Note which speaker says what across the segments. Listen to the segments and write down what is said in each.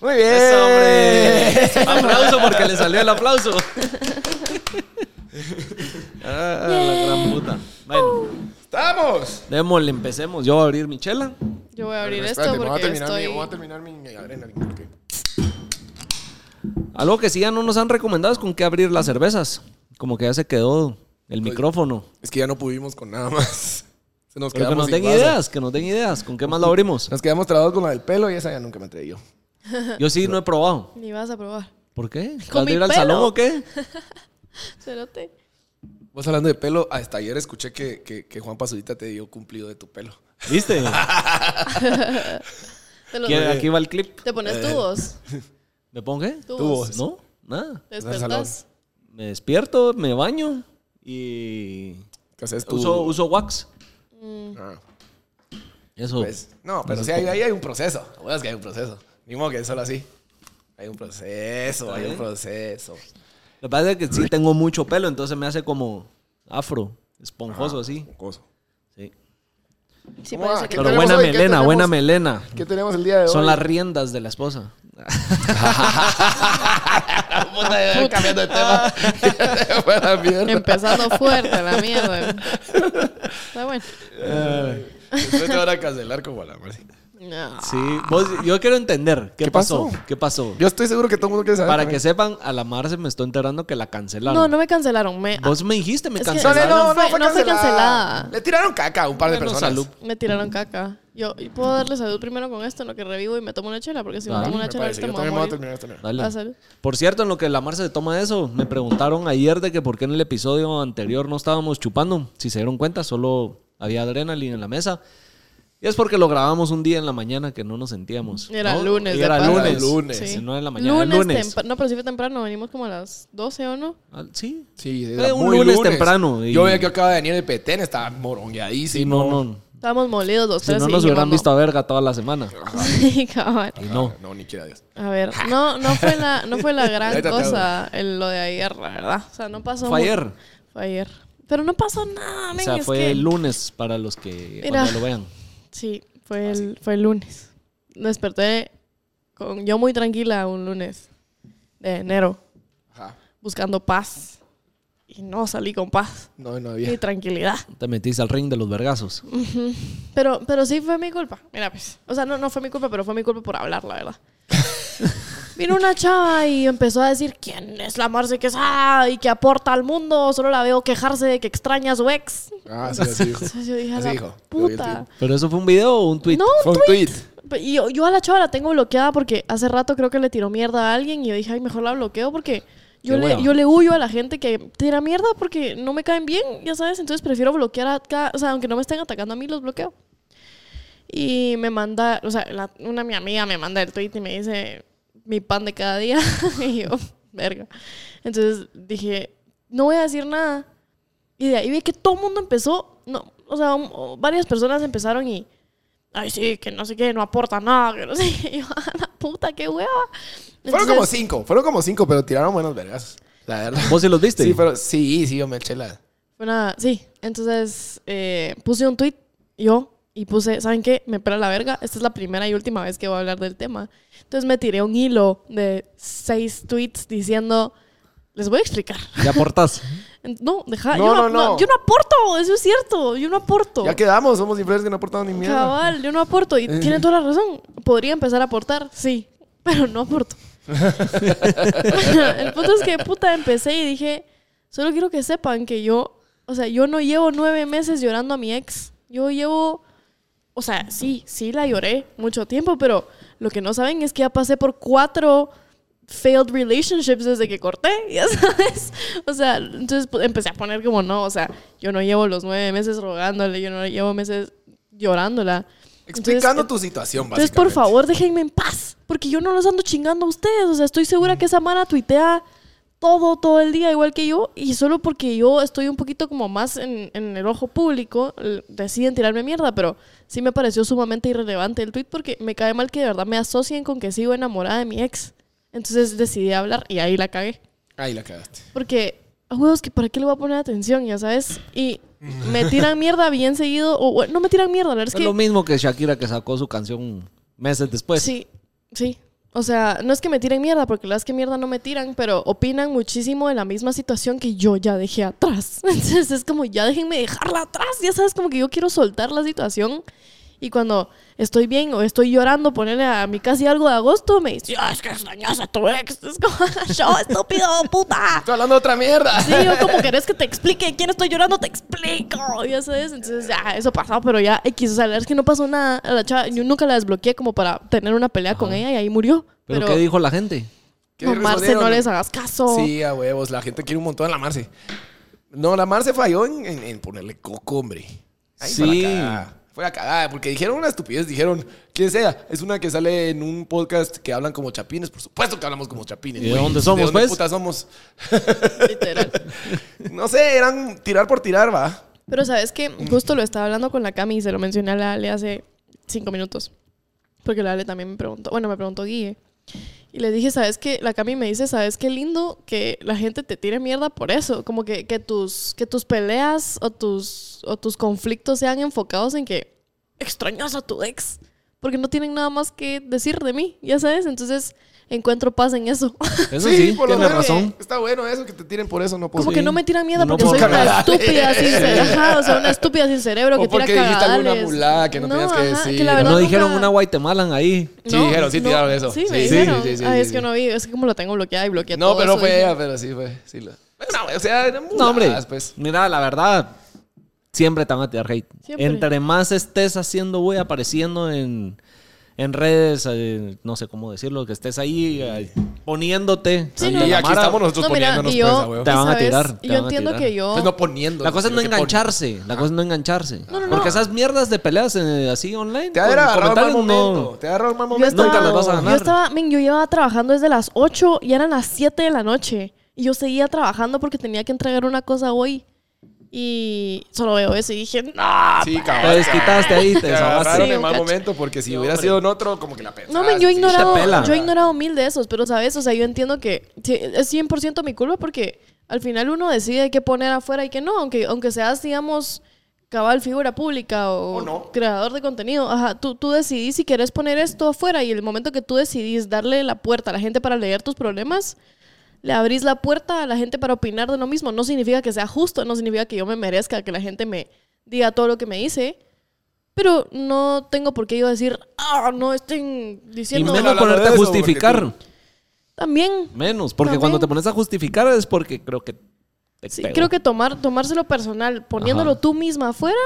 Speaker 1: Muy bien.
Speaker 2: ¡Eso, hombre! Aplauso porque le salió el aplauso. ah, la gran puta. Bueno,
Speaker 1: ¡Estamos!
Speaker 2: démosle, empecemos. Yo voy a abrir mi chela.
Speaker 3: Yo voy a abrir
Speaker 1: Pero
Speaker 3: esto
Speaker 1: espérate, voy a
Speaker 3: porque
Speaker 1: terminar
Speaker 3: estoy.
Speaker 1: mi- voy a terminar mi adrenalina. ok.
Speaker 2: Algo que sí ya no nos han recomendado es con qué abrir las cervezas. Como que ya se quedó el micrófono.
Speaker 1: Es que ya no pudimos con nada más. Se nos
Speaker 2: Pero que
Speaker 1: quedamos
Speaker 2: nos
Speaker 1: sin
Speaker 2: den
Speaker 1: vaso.
Speaker 2: ideas, que nos den ideas. ¿Con qué más lo abrimos?
Speaker 1: Nos quedamos trabados con la del pelo y esa ya nunca me atreví yo.
Speaker 2: Yo sí no he probado.
Speaker 3: Ni vas a probar.
Speaker 2: ¿Por qué? ¿Vas
Speaker 3: Con
Speaker 2: a
Speaker 3: mi
Speaker 2: ir al
Speaker 3: pelo.
Speaker 2: salón o qué?
Speaker 3: Cerote.
Speaker 1: Vos hablando de pelo, hasta ayer escuché que, que, que Juan Pazurita te dio cumplido de tu pelo.
Speaker 2: ¿Viste?
Speaker 3: Te, lo-
Speaker 2: Aquí, aquí va el clip.
Speaker 3: te pones
Speaker 1: Eh,
Speaker 3: tubos.
Speaker 2: ¿Me pongo qué? Pues
Speaker 3: Tubos.
Speaker 2: ¿No? Nada.
Speaker 3: Te
Speaker 1: Vas al salón.
Speaker 3: despertas.
Speaker 2: Me despierto, me baño y
Speaker 1: ¿Qué haces tú?
Speaker 2: uso, uso wax.
Speaker 1: Ah,
Speaker 2: Eso.
Speaker 1: pues, no, pero sí, ahí, ahí hay un proceso. La verdad es que hay un proceso. Ni modo que es solo así. Hay un proceso, hay un
Speaker 2: bien.
Speaker 1: proceso.
Speaker 2: Lo que pasa es que sí tengo mucho pelo, entonces me hace como afro, esponjoso así.
Speaker 1: Mocoso.
Speaker 2: Sí.
Speaker 3: Sí,
Speaker 1: ¿Cómo
Speaker 3: parece
Speaker 1: va?
Speaker 3: que
Speaker 1: ¿Qué
Speaker 2: Pero
Speaker 1: tenemos
Speaker 2: buena
Speaker 1: hoy? ¿Qué
Speaker 2: melena,
Speaker 1: tenemos?
Speaker 2: buena melena.
Speaker 1: ¿Qué tenemos el día de hoy?
Speaker 2: Mm. Son las riendas de la esposa.
Speaker 1: Puta, Ah. cambiando de tema. Buena mierda.
Speaker 3: Empezando fuerte la mierda. Está bueno.
Speaker 1: Después te van a cancelar como a la Marci.
Speaker 3: No.
Speaker 2: Sí, vos- yo quiero entender qué,
Speaker 1: ¿Qué pasó?
Speaker 2: pasó? ¿Qué pasó?
Speaker 1: Yo estoy seguro que todo el mundo quiere saber.
Speaker 2: Para que
Speaker 1: también.
Speaker 2: sepan, a la Mar se me estoy enterando que la cancelaron.
Speaker 3: No, no me cancelaron. Me,
Speaker 2: Vos me dijiste, me
Speaker 3: Es que-
Speaker 1: No, no,
Speaker 2: cancelaron.
Speaker 1: no, no,
Speaker 3: No fue-
Speaker 1: fue,
Speaker 3: no fue
Speaker 1: cancelada.
Speaker 3: cancelada.
Speaker 1: Le tiraron caca a un par de
Speaker 2: Bueno,
Speaker 1: personas.
Speaker 2: salud.
Speaker 3: me tiraron caca. Yo puedo darle salud primero con esto, en lo que revivo y me tomo una chela, porque si no
Speaker 2: Dale.
Speaker 3: tomo una
Speaker 1: Me
Speaker 3: chela
Speaker 1: parece,
Speaker 3: ahorita
Speaker 1: yo
Speaker 3: me voy a
Speaker 1: también me voy a terminar
Speaker 3: morir.
Speaker 1: esta mierda.
Speaker 2: Ah, Dale.
Speaker 3: Ah, salud.
Speaker 2: Por cierto, en lo que la Mar se toma eso, me preguntaron ayer de que por qué en el episodio anterior no estábamos chupando. Si se dieron cuenta, solo había adrenalina en la mesa. Y es porque lo grabamos un día en la mañana que no nos sentíamos.
Speaker 3: Era
Speaker 2: ¿no?
Speaker 3: lunes,
Speaker 2: Y
Speaker 3: de
Speaker 2: Era
Speaker 3: paso.
Speaker 2: lunes.
Speaker 1: lunes,
Speaker 2: Sí.
Speaker 3: Sí.
Speaker 2: no en la mañana. Lunes. lunes.
Speaker 3: tempra- No, pero sí fue temprano. Venimos como a las 12 o no.
Speaker 2: Ah, Sí.
Speaker 1: Sí,
Speaker 2: Fue
Speaker 1: era
Speaker 2: un
Speaker 1: muy
Speaker 2: lunes temprano y-
Speaker 1: Yo veía que acaba de venir el Petén, estaba
Speaker 2: Y
Speaker 1: morongueadísimo.
Speaker 2: no, no.
Speaker 3: Estábamos molidos los
Speaker 2: Si
Speaker 3: tres.
Speaker 2: no
Speaker 3: y
Speaker 2: nos hubieran
Speaker 3: dijimos,
Speaker 2: visto a verga toda la semana.
Speaker 3: no. Sí, cabal.
Speaker 2: Y no.
Speaker 1: Ah, No, ni quiera Dios.
Speaker 3: A ver, no, no fue la, no fue la gran
Speaker 1: Ahorita te
Speaker 3: cosa el- lo de ayer, la verdad. O sea, no pasó.
Speaker 2: Fue
Speaker 3: mu-
Speaker 2: ayer.
Speaker 3: Fue ayer. Pero no pasó nada,
Speaker 2: O
Speaker 3: men,
Speaker 2: sea,
Speaker 3: es
Speaker 2: fue
Speaker 3: que-
Speaker 2: el lunes para los que
Speaker 3: Mira.
Speaker 2: cuando lo vean.
Speaker 3: Sí, fue el, fue el lunes. Desperté con yo muy tranquila un lunes de enero,
Speaker 1: Ajá.
Speaker 3: buscando paz. Y no salí con paz
Speaker 1: No, no
Speaker 3: ni
Speaker 1: había.
Speaker 3: tranquilidad.
Speaker 2: Te metiste al ring de los vergazos.
Speaker 3: Pero, pero sí fue mi culpa. Mira, pues. O sea, no, no fue mi culpa, pero fue mi culpa por hablar, la verdad. Vino una chava y empezó a decir quién es la Marce que es ah, y que aporta al mundo. Solo la veo quejarse de que extraña a su ex.
Speaker 1: Ah, sí, así dijo.
Speaker 3: Entonces yo dije, "A
Speaker 1: Así
Speaker 3: la
Speaker 1: dijo. Lo vi el
Speaker 3: puta.
Speaker 2: ¿Pero eso fue un video o un tweet?
Speaker 3: No,
Speaker 1: Fue un tweet.
Speaker 3: pe- y yo, yo a la chava la tengo bloqueada porque hace rato creo que le tiró mierda a alguien y yo dije, ay, mejor la bloqueo porque yo,
Speaker 2: Qué
Speaker 3: le,
Speaker 2: hueva.
Speaker 3: yo le huyo a la gente que tira mierda porque no me caen bien, ya sabes. Entonces prefiero bloquear a cada. O sea, aunque no me estén atacando a mí, los bloqueo. Y me manda, o sea, la- una mi amiga me manda el tweet y me dice mi pan de cada día. y yo, verga. Entonces dije, no voy a decir nada. Y de ahí vi que todo el mundo empezó, no, o sea, um, o varias personas empezaron y, ay, sí, que no sé qué, no aporta nada, que no sé qué. Y yo, a la puta, qué hueva.
Speaker 1: Fueron
Speaker 3: Entonces,
Speaker 1: como cinco, fueron como cinco, pero tiraron buenos vergas. La verdad.
Speaker 2: ¿Vos sí los viste?
Speaker 1: Sí, pero sí, sí, yo me eché la.
Speaker 3: fue una- sí, entonces eh, puse un tweet yo y puse, ¿saben qué? Me pela la verga. Esta es la primera y última vez que voy a hablar del tema. Entonces me tiré un hilo de seis tweets diciendo, les voy a explicar.
Speaker 2: ¿Ya aportas?
Speaker 3: En- No, deja,
Speaker 1: No,
Speaker 3: yo,
Speaker 1: no,
Speaker 3: no,
Speaker 1: no.
Speaker 3: no, yo no aporto, eso es cierto, yo no aporto.
Speaker 1: Ya quedamos, somos influencers que no aportamos ni mierda.
Speaker 3: Cabal, yo no aporto. Y tiene toda la razón. Podría empezar a aportar, sí, pero no aporto. el punto es que puta empecé y dije, solo quiero que sepan que yo, o sea, yo no llevo nueve meses llorando a mi ex. Yo llevo, o sea, sí, sí la lloré mucho tiempo, pero lo que no saben es que ya pasé por cuatro failed relationships desde que corté, ya sabes. O sea, entonces pues, empecé a poner como no, o sea, yo no llevo los nueve meses rogándole, yo no llevo meses llorándola. Entonces,
Speaker 1: Explicando
Speaker 3: eh,
Speaker 1: tu situación,
Speaker 3: entonces,
Speaker 1: básicamente.
Speaker 3: por favor, déjenme en paz, porque yo no los ando chingando a ustedes. O sea, estoy segura que esa mana tuitea todo, todo el día, igual que yo, y solo porque yo estoy un poquito como más en, en el ojo público, l- deciden tirarme mierda, pero sí me pareció sumamente irrelevante el tweet porque me cae mal que de verdad me asocien con que sigo enamorada de mi ex. Entonces decidí hablar y ahí la cagué.
Speaker 1: Ahí la cagaste.
Speaker 3: Porque, a huevos, que ¿para qué le voy a poner atención? Ya sabes. Y me tiran mierda bien seguido. O, bueno, no me tiran mierda, la verdad
Speaker 2: Es
Speaker 3: es que.
Speaker 2: pues. lo mismo que Shakira que sacó su canción meses después.
Speaker 3: Sí, sí. O sea, no es que me tiren mierda, porque la verdad es que mierda no me tiran, pero opinan muchísimo de la misma situación que yo ya dejé atrás. Entonces es como, ya déjenme dejarla atrás, ya sabes, como que yo quiero soltar la situación. Y cuando estoy bien o estoy llorando, ponerle a mi casi algo de agosto, me dice, "Ah, es que extrañas a tu ex. Es como, yo, estúpido, puta.
Speaker 1: Estoy hablando de otra mierda.
Speaker 3: Ah. Sí, yo como querés que te explique quién estoy llorando, te explico. Ya sabes, entonces ya, eso pasó, pero ya X, o sea, la verdad es que no pasó nada. A la chava, yo nunca la desbloqueé como para tener una pelea con ella y ahí murió.
Speaker 2: ¿Pero,
Speaker 3: Pero,
Speaker 2: qué dijo la gente?
Speaker 1: ¿Qué
Speaker 3: no, Marce,
Speaker 1: respondieron?
Speaker 3: no les hagas caso.
Speaker 1: Sí, a huevos. La gente quiere un montón a la Marce. No, la Marce falló en, en- en ponerle coco, hombre. Ahí fue la
Speaker 2: Sí.
Speaker 1: cagada. Fue la cagada, porque dijeron una estupidez. Dijeron, ¿quién sea? Es una que sale en un podcast que hablan como chapines. Por supuesto que hablamos como chapines.
Speaker 2: ¿Y de
Speaker 1: güey.
Speaker 2: dónde somos,
Speaker 1: ¿De dónde
Speaker 2: pues?
Speaker 1: puta somos?
Speaker 3: Literal.
Speaker 1: No sé, eran tirar por tirar, va.
Speaker 3: Pero sabes que justo lo estaba hablando con la Cami y se lo mencioné a la Ale hace cinco minutos. Porque la Ale también me preguntó, bueno, me preguntó Guille. Y le dije, ¿sabes qué? La Cami me dice, ¿sabes qué lindo que la gente te tire mierda por eso? Como que, que, tus, que tus peleas o tus, o tus conflictos sean enfocados en que extrañas a tu ex. Porque no tienen nada más que decir de mí, ya sabes. Entonces encuentro paz en eso.
Speaker 2: Eso sí,
Speaker 1: por lo
Speaker 2: tiene
Speaker 1: menos.
Speaker 2: razón.
Speaker 1: Está bueno eso, que te tiren por eso, no puedo.
Speaker 3: Como
Speaker 2: Sí.
Speaker 3: que no me tiran mierda
Speaker 2: No
Speaker 3: porque
Speaker 2: por
Speaker 3: soy una
Speaker 1: cagadales.
Speaker 3: estúpida sin cerebro. Ajá, o sea, una estúpida sin cerebro
Speaker 1: O
Speaker 3: que tira
Speaker 1: porque dijiste alguna
Speaker 3: cagadales.
Speaker 1: mulada que no tenías que decir.
Speaker 3: que la
Speaker 1: No
Speaker 3: verdad
Speaker 2: no dijeron
Speaker 3: nunca-
Speaker 2: una Guatemalan ahí.
Speaker 1: Sí, dijeron, sí tiraron eso.
Speaker 3: Sí, me
Speaker 1: Sí, sí,
Speaker 3: dijeron.
Speaker 1: sí, sí,
Speaker 3: Ay,
Speaker 1: sí,
Speaker 3: es
Speaker 1: sí.
Speaker 3: que no vi, es que como lo tengo bloqueado y bloqueé
Speaker 1: No,
Speaker 3: todo
Speaker 1: pero
Speaker 3: eso,
Speaker 1: fue
Speaker 3: dije,
Speaker 1: ella, pero sí fue. Sí, la- No, o sea, eran
Speaker 2: No, hombre.
Speaker 1: muladas, pues.
Speaker 2: Mira, la verdad, siempre te van a tirar hate.
Speaker 3: Siempre.
Speaker 2: Entre más estés haciendo, güey, apareciendo en, en redes, eh, no sé cómo decirlo, que estés ahí eh, poniéndote.
Speaker 3: Sí,
Speaker 2: ante
Speaker 3: no.
Speaker 1: Y
Speaker 2: la
Speaker 1: aquí
Speaker 2: mara.
Speaker 1: estamos nosotros
Speaker 3: No, mira,
Speaker 1: poniéndonos
Speaker 3: y
Speaker 1: pues, a
Speaker 3: yo,
Speaker 1: huevo.
Speaker 2: Te van a
Speaker 3: ¿sabes?
Speaker 2: tirar, te van
Speaker 3: Yo
Speaker 2: a
Speaker 3: entiendo
Speaker 2: tirar.
Speaker 3: que yo...
Speaker 1: Pues no poniendo.
Speaker 2: La cosa es no
Speaker 1: sino que pon-
Speaker 2: engancharse. La cosa es no engancharse.
Speaker 3: No, no, no.
Speaker 2: Porque esas mierdas de peleas eh, así online.
Speaker 1: Te haber
Speaker 2: con
Speaker 1: agarrado el mal
Speaker 2: comentarios, no.
Speaker 1: momento. Te agarró el mal
Speaker 3: Yo
Speaker 1: momento.
Speaker 2: Nunca
Speaker 3: estaba,
Speaker 2: las vas a ganar.
Speaker 3: Yo estaba, men, yo llevaba trabajando desde las 8 y eran las 7 de la noche. Y yo seguía trabajando porque tenía que entregar una cosa hoy. Y solo veo eso y dije, no.
Speaker 1: Sí,
Speaker 2: Te
Speaker 1: cabrón.
Speaker 2: desquitaste ahí, te
Speaker 1: Te agarraron
Speaker 2: desahogaste.
Speaker 3: Sí,
Speaker 1: en
Speaker 3: un
Speaker 1: mal
Speaker 3: cacho.
Speaker 1: momento porque si
Speaker 2: No,
Speaker 1: hubiera
Speaker 2: hombre.
Speaker 1: sido en otro, como que la pensaste.
Speaker 3: No, men, yo he
Speaker 1: Ah, sí.
Speaker 3: ignorado,
Speaker 2: pela.
Speaker 3: yo he ignorado mil de esos, pero sabes, o sea, yo entiendo que sí, es 100% mi culpa porque al final uno decide qué poner afuera y qué no, aunque, aunque seas, digamos, cabal figura pública o,
Speaker 1: O no.
Speaker 3: creador de contenido, ajá, tú, tú decidís si querés poner esto afuera y el momento que tú decidís darle la puerta a la gente para leer tus problemas, le abrís la puerta a la gente para opinar de lo mismo. No significa que sea justo, no significa que yo me merezca que la gente me diga todo lo que me dice. Pero no tengo por qué yo decir, ah, no estén
Speaker 2: Y
Speaker 3: diciendo.
Speaker 2: menos
Speaker 1: hablando
Speaker 2: ponerte
Speaker 1: de
Speaker 2: a
Speaker 1: eso, porque
Speaker 2: justificar.
Speaker 3: También,
Speaker 2: Menos. Porque
Speaker 3: También.
Speaker 2: cuando te pones a justificar es porque creo que. te
Speaker 3: sí,
Speaker 2: pegó.
Speaker 3: creo que tomar, tomárselo personal, poniéndolo
Speaker 2: Ajá.
Speaker 3: tú misma afuera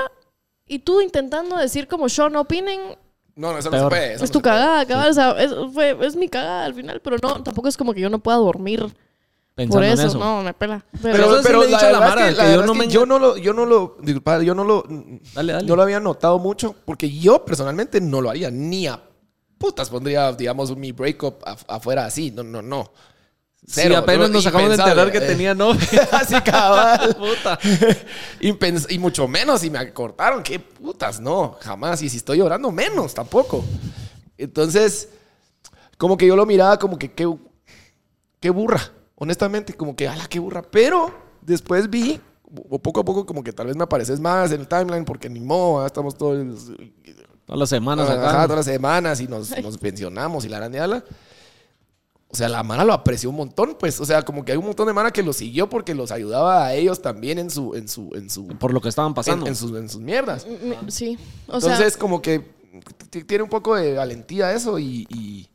Speaker 3: y tú intentando decir como yo no opinen,
Speaker 1: No, no, eso no
Speaker 2: Peor.
Speaker 1: se puede. eso
Speaker 3: es
Speaker 1: no
Speaker 3: tu
Speaker 1: se puede.
Speaker 3: cagada, cabal, o sea, es, fue- es mi cagada al final, pero no, tampoco es como que yo no pueda dormir
Speaker 2: Pensando
Speaker 3: por
Speaker 2: en
Speaker 3: eso, no, me pela.
Speaker 2: Pero
Speaker 1: Pero,
Speaker 2: eso sí
Speaker 1: pero
Speaker 2: le he
Speaker 1: la
Speaker 2: dicho a la
Speaker 1: verdad
Speaker 2: Mara,
Speaker 1: es que,
Speaker 2: que
Speaker 1: la
Speaker 2: yo
Speaker 1: verdad
Speaker 2: no
Speaker 1: es
Speaker 2: me
Speaker 1: que yo no lo, yo no lo, disculpa, yo no lo,
Speaker 2: Dale, dale.
Speaker 1: no lo había notado mucho porque yo personalmente no lo haría ni a putas pondría, digamos, mi breakup af- afuera así. No, no, no.
Speaker 2: Sí, apenas
Speaker 1: no,
Speaker 2: nos acabamos de
Speaker 1: impensable,
Speaker 2: enterar que
Speaker 1: eh.
Speaker 2: tenía novia.
Speaker 1: Así cabal.
Speaker 2: Puta.
Speaker 1: Impens- y mucho menos si me cortaron. Qué putas, no, jamás. Y si estoy llorando, menos tampoco. Entonces, como que yo lo miraba como que qué, qué burra, honestamente, como que, ala, qué burra. Pero después vi, o poco a poco, como que tal vez me apareces más en el timeline porque ni modo, ah, estamos todos
Speaker 2: Todas las semanas
Speaker 1: Ajá,
Speaker 2: acá.
Speaker 1: todas las semanas y nos, nos pensionamos y la gran ala. O sea, la Mara lo apreció un montón, pues. O sea, como que hay un montón de Mara que lo siguió porque los ayudaba a ellos también en su, en su, en su,
Speaker 2: Por lo que estaban pasando.
Speaker 1: en, en sus, en sus mierdas.
Speaker 3: Mm, Sí, o
Speaker 1: Entonces,
Speaker 3: sea,
Speaker 1: como que t- tiene un poco de valentía eso y, y,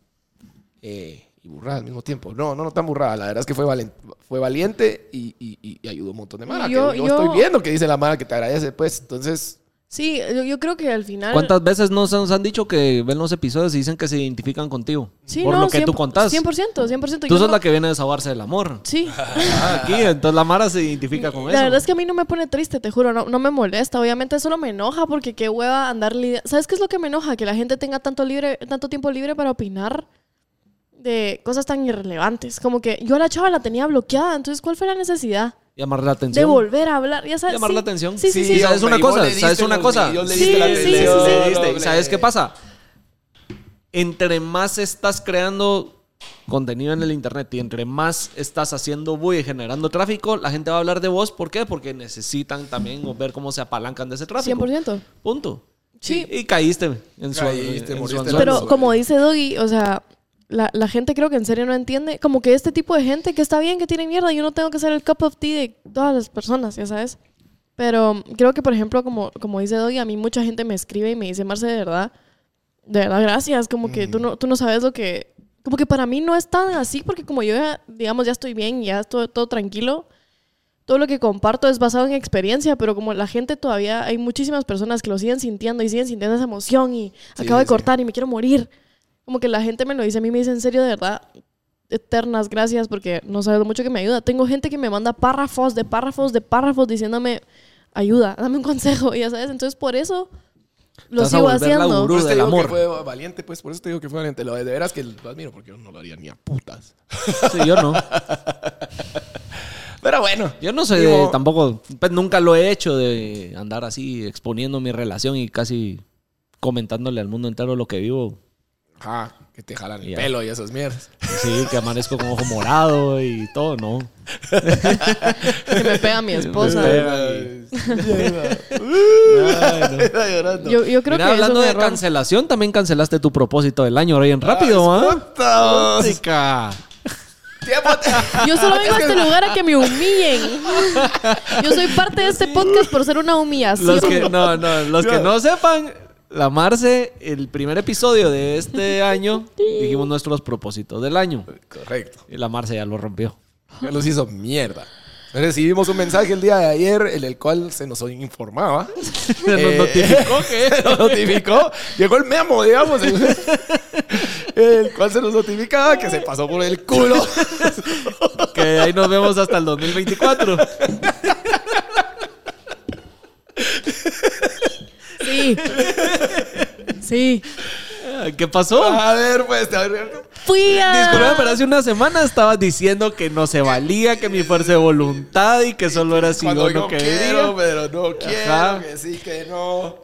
Speaker 1: eh, y burrada al mismo tiempo. No, no, no tan burrada. La verdad es que fue, valen- fue valiente y, y- y- y ayudó un montón de Mara. que
Speaker 3: Yo-
Speaker 1: Yo,
Speaker 3: yo-
Speaker 1: estoy viendo que dice la Mara que te agradece, pues. Entonces,
Speaker 3: sí, yo, yo creo que al final...
Speaker 2: ¿Cuántas veces nos, nos han dicho que ven los episodios y dicen que se identifican contigo?
Speaker 3: Sí,
Speaker 2: por
Speaker 3: no,
Speaker 2: lo que tú
Speaker 3: 100%,
Speaker 2: contás.
Speaker 3: 100%, 100%.
Speaker 2: Tú
Speaker 3: yo
Speaker 2: sos
Speaker 3: no-
Speaker 2: la que viene a desahogarse del amor.
Speaker 3: Sí.
Speaker 2: Ah, aquí, entonces la Mara se identifica con
Speaker 3: la
Speaker 2: eso.
Speaker 3: verdad es que a mí no me pone triste, te juro, no, no me molesta, obviamente solo me enoja porque qué hueva andar lidia- ¿Sabes qué es lo que me enoja? Que la gente tenga tanto, libre, tanto tiempo libre para opinar de cosas tan irrelevantes. Como que yo a la chava la tenía bloqueada, entonces ¿cuál fue la necesidad?
Speaker 2: Llamar la atención.
Speaker 3: De volver a hablar, ya sabes.
Speaker 2: Llamar
Speaker 3: sí.
Speaker 2: la atención.
Speaker 3: Sí, sí,
Speaker 2: Y
Speaker 3: sí.
Speaker 1: Sí,
Speaker 2: sabes
Speaker 1: hombre,
Speaker 2: una
Speaker 1: y vos
Speaker 2: cosa,
Speaker 1: le diste
Speaker 2: sabes una
Speaker 1: los
Speaker 2: cosa.
Speaker 1: millones, le
Speaker 3: diste la
Speaker 2: sí,
Speaker 3: atención,
Speaker 2: sí, sí,
Speaker 3: doble.
Speaker 2: diste. ¿Y sabes qué pasa? Entre más estás creando contenido en el internet y entre más estás haciendo bulla y generando tráfico, la gente va a hablar de vos. ¿Por qué? Porque necesitan también ver cómo se apalancan de ese tráfico.
Speaker 3: 100%.
Speaker 2: Punto.
Speaker 3: Sí.
Speaker 2: Y caíste en su,
Speaker 1: Caíste,
Speaker 2: en su
Speaker 1: moriste
Speaker 2: anzuelo.
Speaker 1: la-
Speaker 3: Pero como dice Doggy, o sea, la, la gente creo que en serio no entiende. Como que este tipo de gente que está bien, que tiene mierda, yo no tengo que ser el cup of tea de todas las personas, ya sabes. Pero creo que, por ejemplo, como, como dice Doy, a mí mucha gente me escribe y me dice, Marce, de verdad, de verdad, gracias. Como que tú, no, tú no sabes lo que... Como que para mí no es tan así, porque como yo ya, digamos, ya estoy bien, ya estoy todo tranquilo, todo lo que comparto es basado en experiencia, pero como la gente todavía, hay muchísimas personas que lo siguen sintiendo y siguen sintiendo esa emoción y
Speaker 1: Sí,
Speaker 3: acabo de
Speaker 1: sí.
Speaker 3: cortar y me quiero morir. Como que la gente me lo dice, a mí me dice, en serio, de verdad, eternas gracias porque no sabes lo mucho que me ayuda. Tengo gente que me manda párrafos de párrafos de párrafos diciéndome, ayuda, dame un consejo, ya sabes. Entonces, por eso lo
Speaker 2: Vas a
Speaker 3: sigo
Speaker 2: volver la
Speaker 3: haciendo.
Speaker 2: gurú.
Speaker 1: Por eso te
Speaker 2: del
Speaker 1: digo que
Speaker 2: amor.
Speaker 1: fue valiente, pues. Por eso te digo que fue valiente. Lo de de veras que lo admiro, porque yo no lo haría ni a putas.
Speaker 2: Sí, yo no.
Speaker 1: Pero bueno.
Speaker 2: Yo no soy
Speaker 1: Digo-
Speaker 2: de- tampoco, pues nunca lo he hecho de andar así exponiendo mi relación y casi comentándole al mundo entero lo que vivo.
Speaker 1: Ajá, que te jalan el
Speaker 2: Ya.
Speaker 1: pelo y esas mierdas.
Speaker 2: Sí, que amanezco con ojo morado y todo, ¿no?
Speaker 3: Que me pega mi
Speaker 2: Pues,
Speaker 3: esposa.
Speaker 1: Ay, Está llorando.
Speaker 3: Yo, yo creo
Speaker 2: Mira,
Speaker 3: que
Speaker 2: hablando
Speaker 3: eso fue
Speaker 2: de
Speaker 3: error.
Speaker 2: cancelación, también cancelaste tu propósito del año, bien rápido, ¿ah?
Speaker 1: Putos.
Speaker 2: Chica.
Speaker 1: Tiempo.
Speaker 3: Yo solo vengo a este lugar a que me humillen. Yo soy parte de este podcast por ser una humillación.
Speaker 2: Los que, no, no, los que no sepan, la Marce, el primer episodio de este año, dijimos nuestros propósitos del año.
Speaker 1: Correcto.
Speaker 2: Y la Marce ya lo rompió.
Speaker 1: Ya los hizo mierda. Recibimos un mensaje el día de ayer en el cual se nos informaba.
Speaker 2: Nos notificó que-
Speaker 1: Nos notificó. Llegó el memo, digamos. el cual se nos notificaba que se pasó por el culo.
Speaker 2: Que ahí nos vemos hasta el 2024.
Speaker 3: Sí. Sí.
Speaker 2: ¿Qué pasó?
Speaker 1: A ver, pues. A ver.
Speaker 3: Fui a...
Speaker 2: Disculpa, pero hace una semana estabas diciendo que no se valía, que mi fuerza de voluntad y que solo era si
Speaker 1: Cuando
Speaker 2: yo
Speaker 1: yo
Speaker 2: no
Speaker 1: quiero,
Speaker 2: quería.
Speaker 1: pero no quiero,
Speaker 2: Ajá.
Speaker 1: que sí, que no.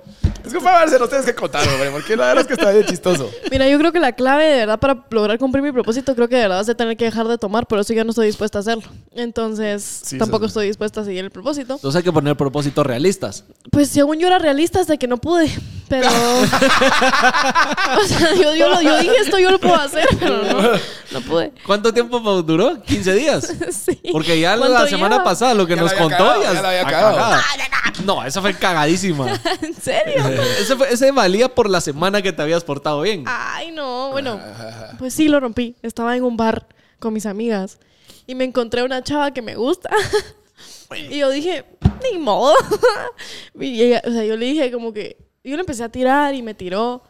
Speaker 1: Disculpa, Marce, no tienes que contar, hombre, porque la verdad es que está bien chistoso.
Speaker 3: Mira, yo creo que la clave de verdad para lograr cumplir mi propósito, creo que de verdad vas a tener que dejar de tomar, pero eso yo no estoy dispuesta a hacerlo. Entonces,
Speaker 1: sí,
Speaker 3: tampoco
Speaker 1: sí.
Speaker 3: estoy dispuesta a seguir el propósito.
Speaker 2: Entonces hay que poner propósitos realistas.
Speaker 3: Pues según yo era realista hasta que no pude, pero... o sea, yo, yo lo- yo dije esto, yo lo puedo hacer, pero no, no pude.
Speaker 2: ¿Cuánto tiempo duró? ¿15 días?
Speaker 3: Sí.
Speaker 2: Porque ya la
Speaker 3: ¿Cuánto
Speaker 2: semana
Speaker 3: lleva?
Speaker 2: pasada lo que
Speaker 1: Ya la
Speaker 2: nos
Speaker 1: había
Speaker 2: contó
Speaker 1: cagado,
Speaker 2: ya,
Speaker 1: ya la había
Speaker 2: está
Speaker 1: cagado.
Speaker 2: cagada. No, esa fue cagadísima.
Speaker 3: ¿En serio?
Speaker 2: ese, fue- ese valía por la semana que te habías portado bien.
Speaker 3: Ay, no, bueno,
Speaker 1: Ah,
Speaker 3: pues sí lo rompí. Estaba en un bar con mis amigas y me encontré una chava que me gusta. Y yo dije, ni modo. Y ella- o sea, yo le dije como que, yo le empecé a tirar y me tiró.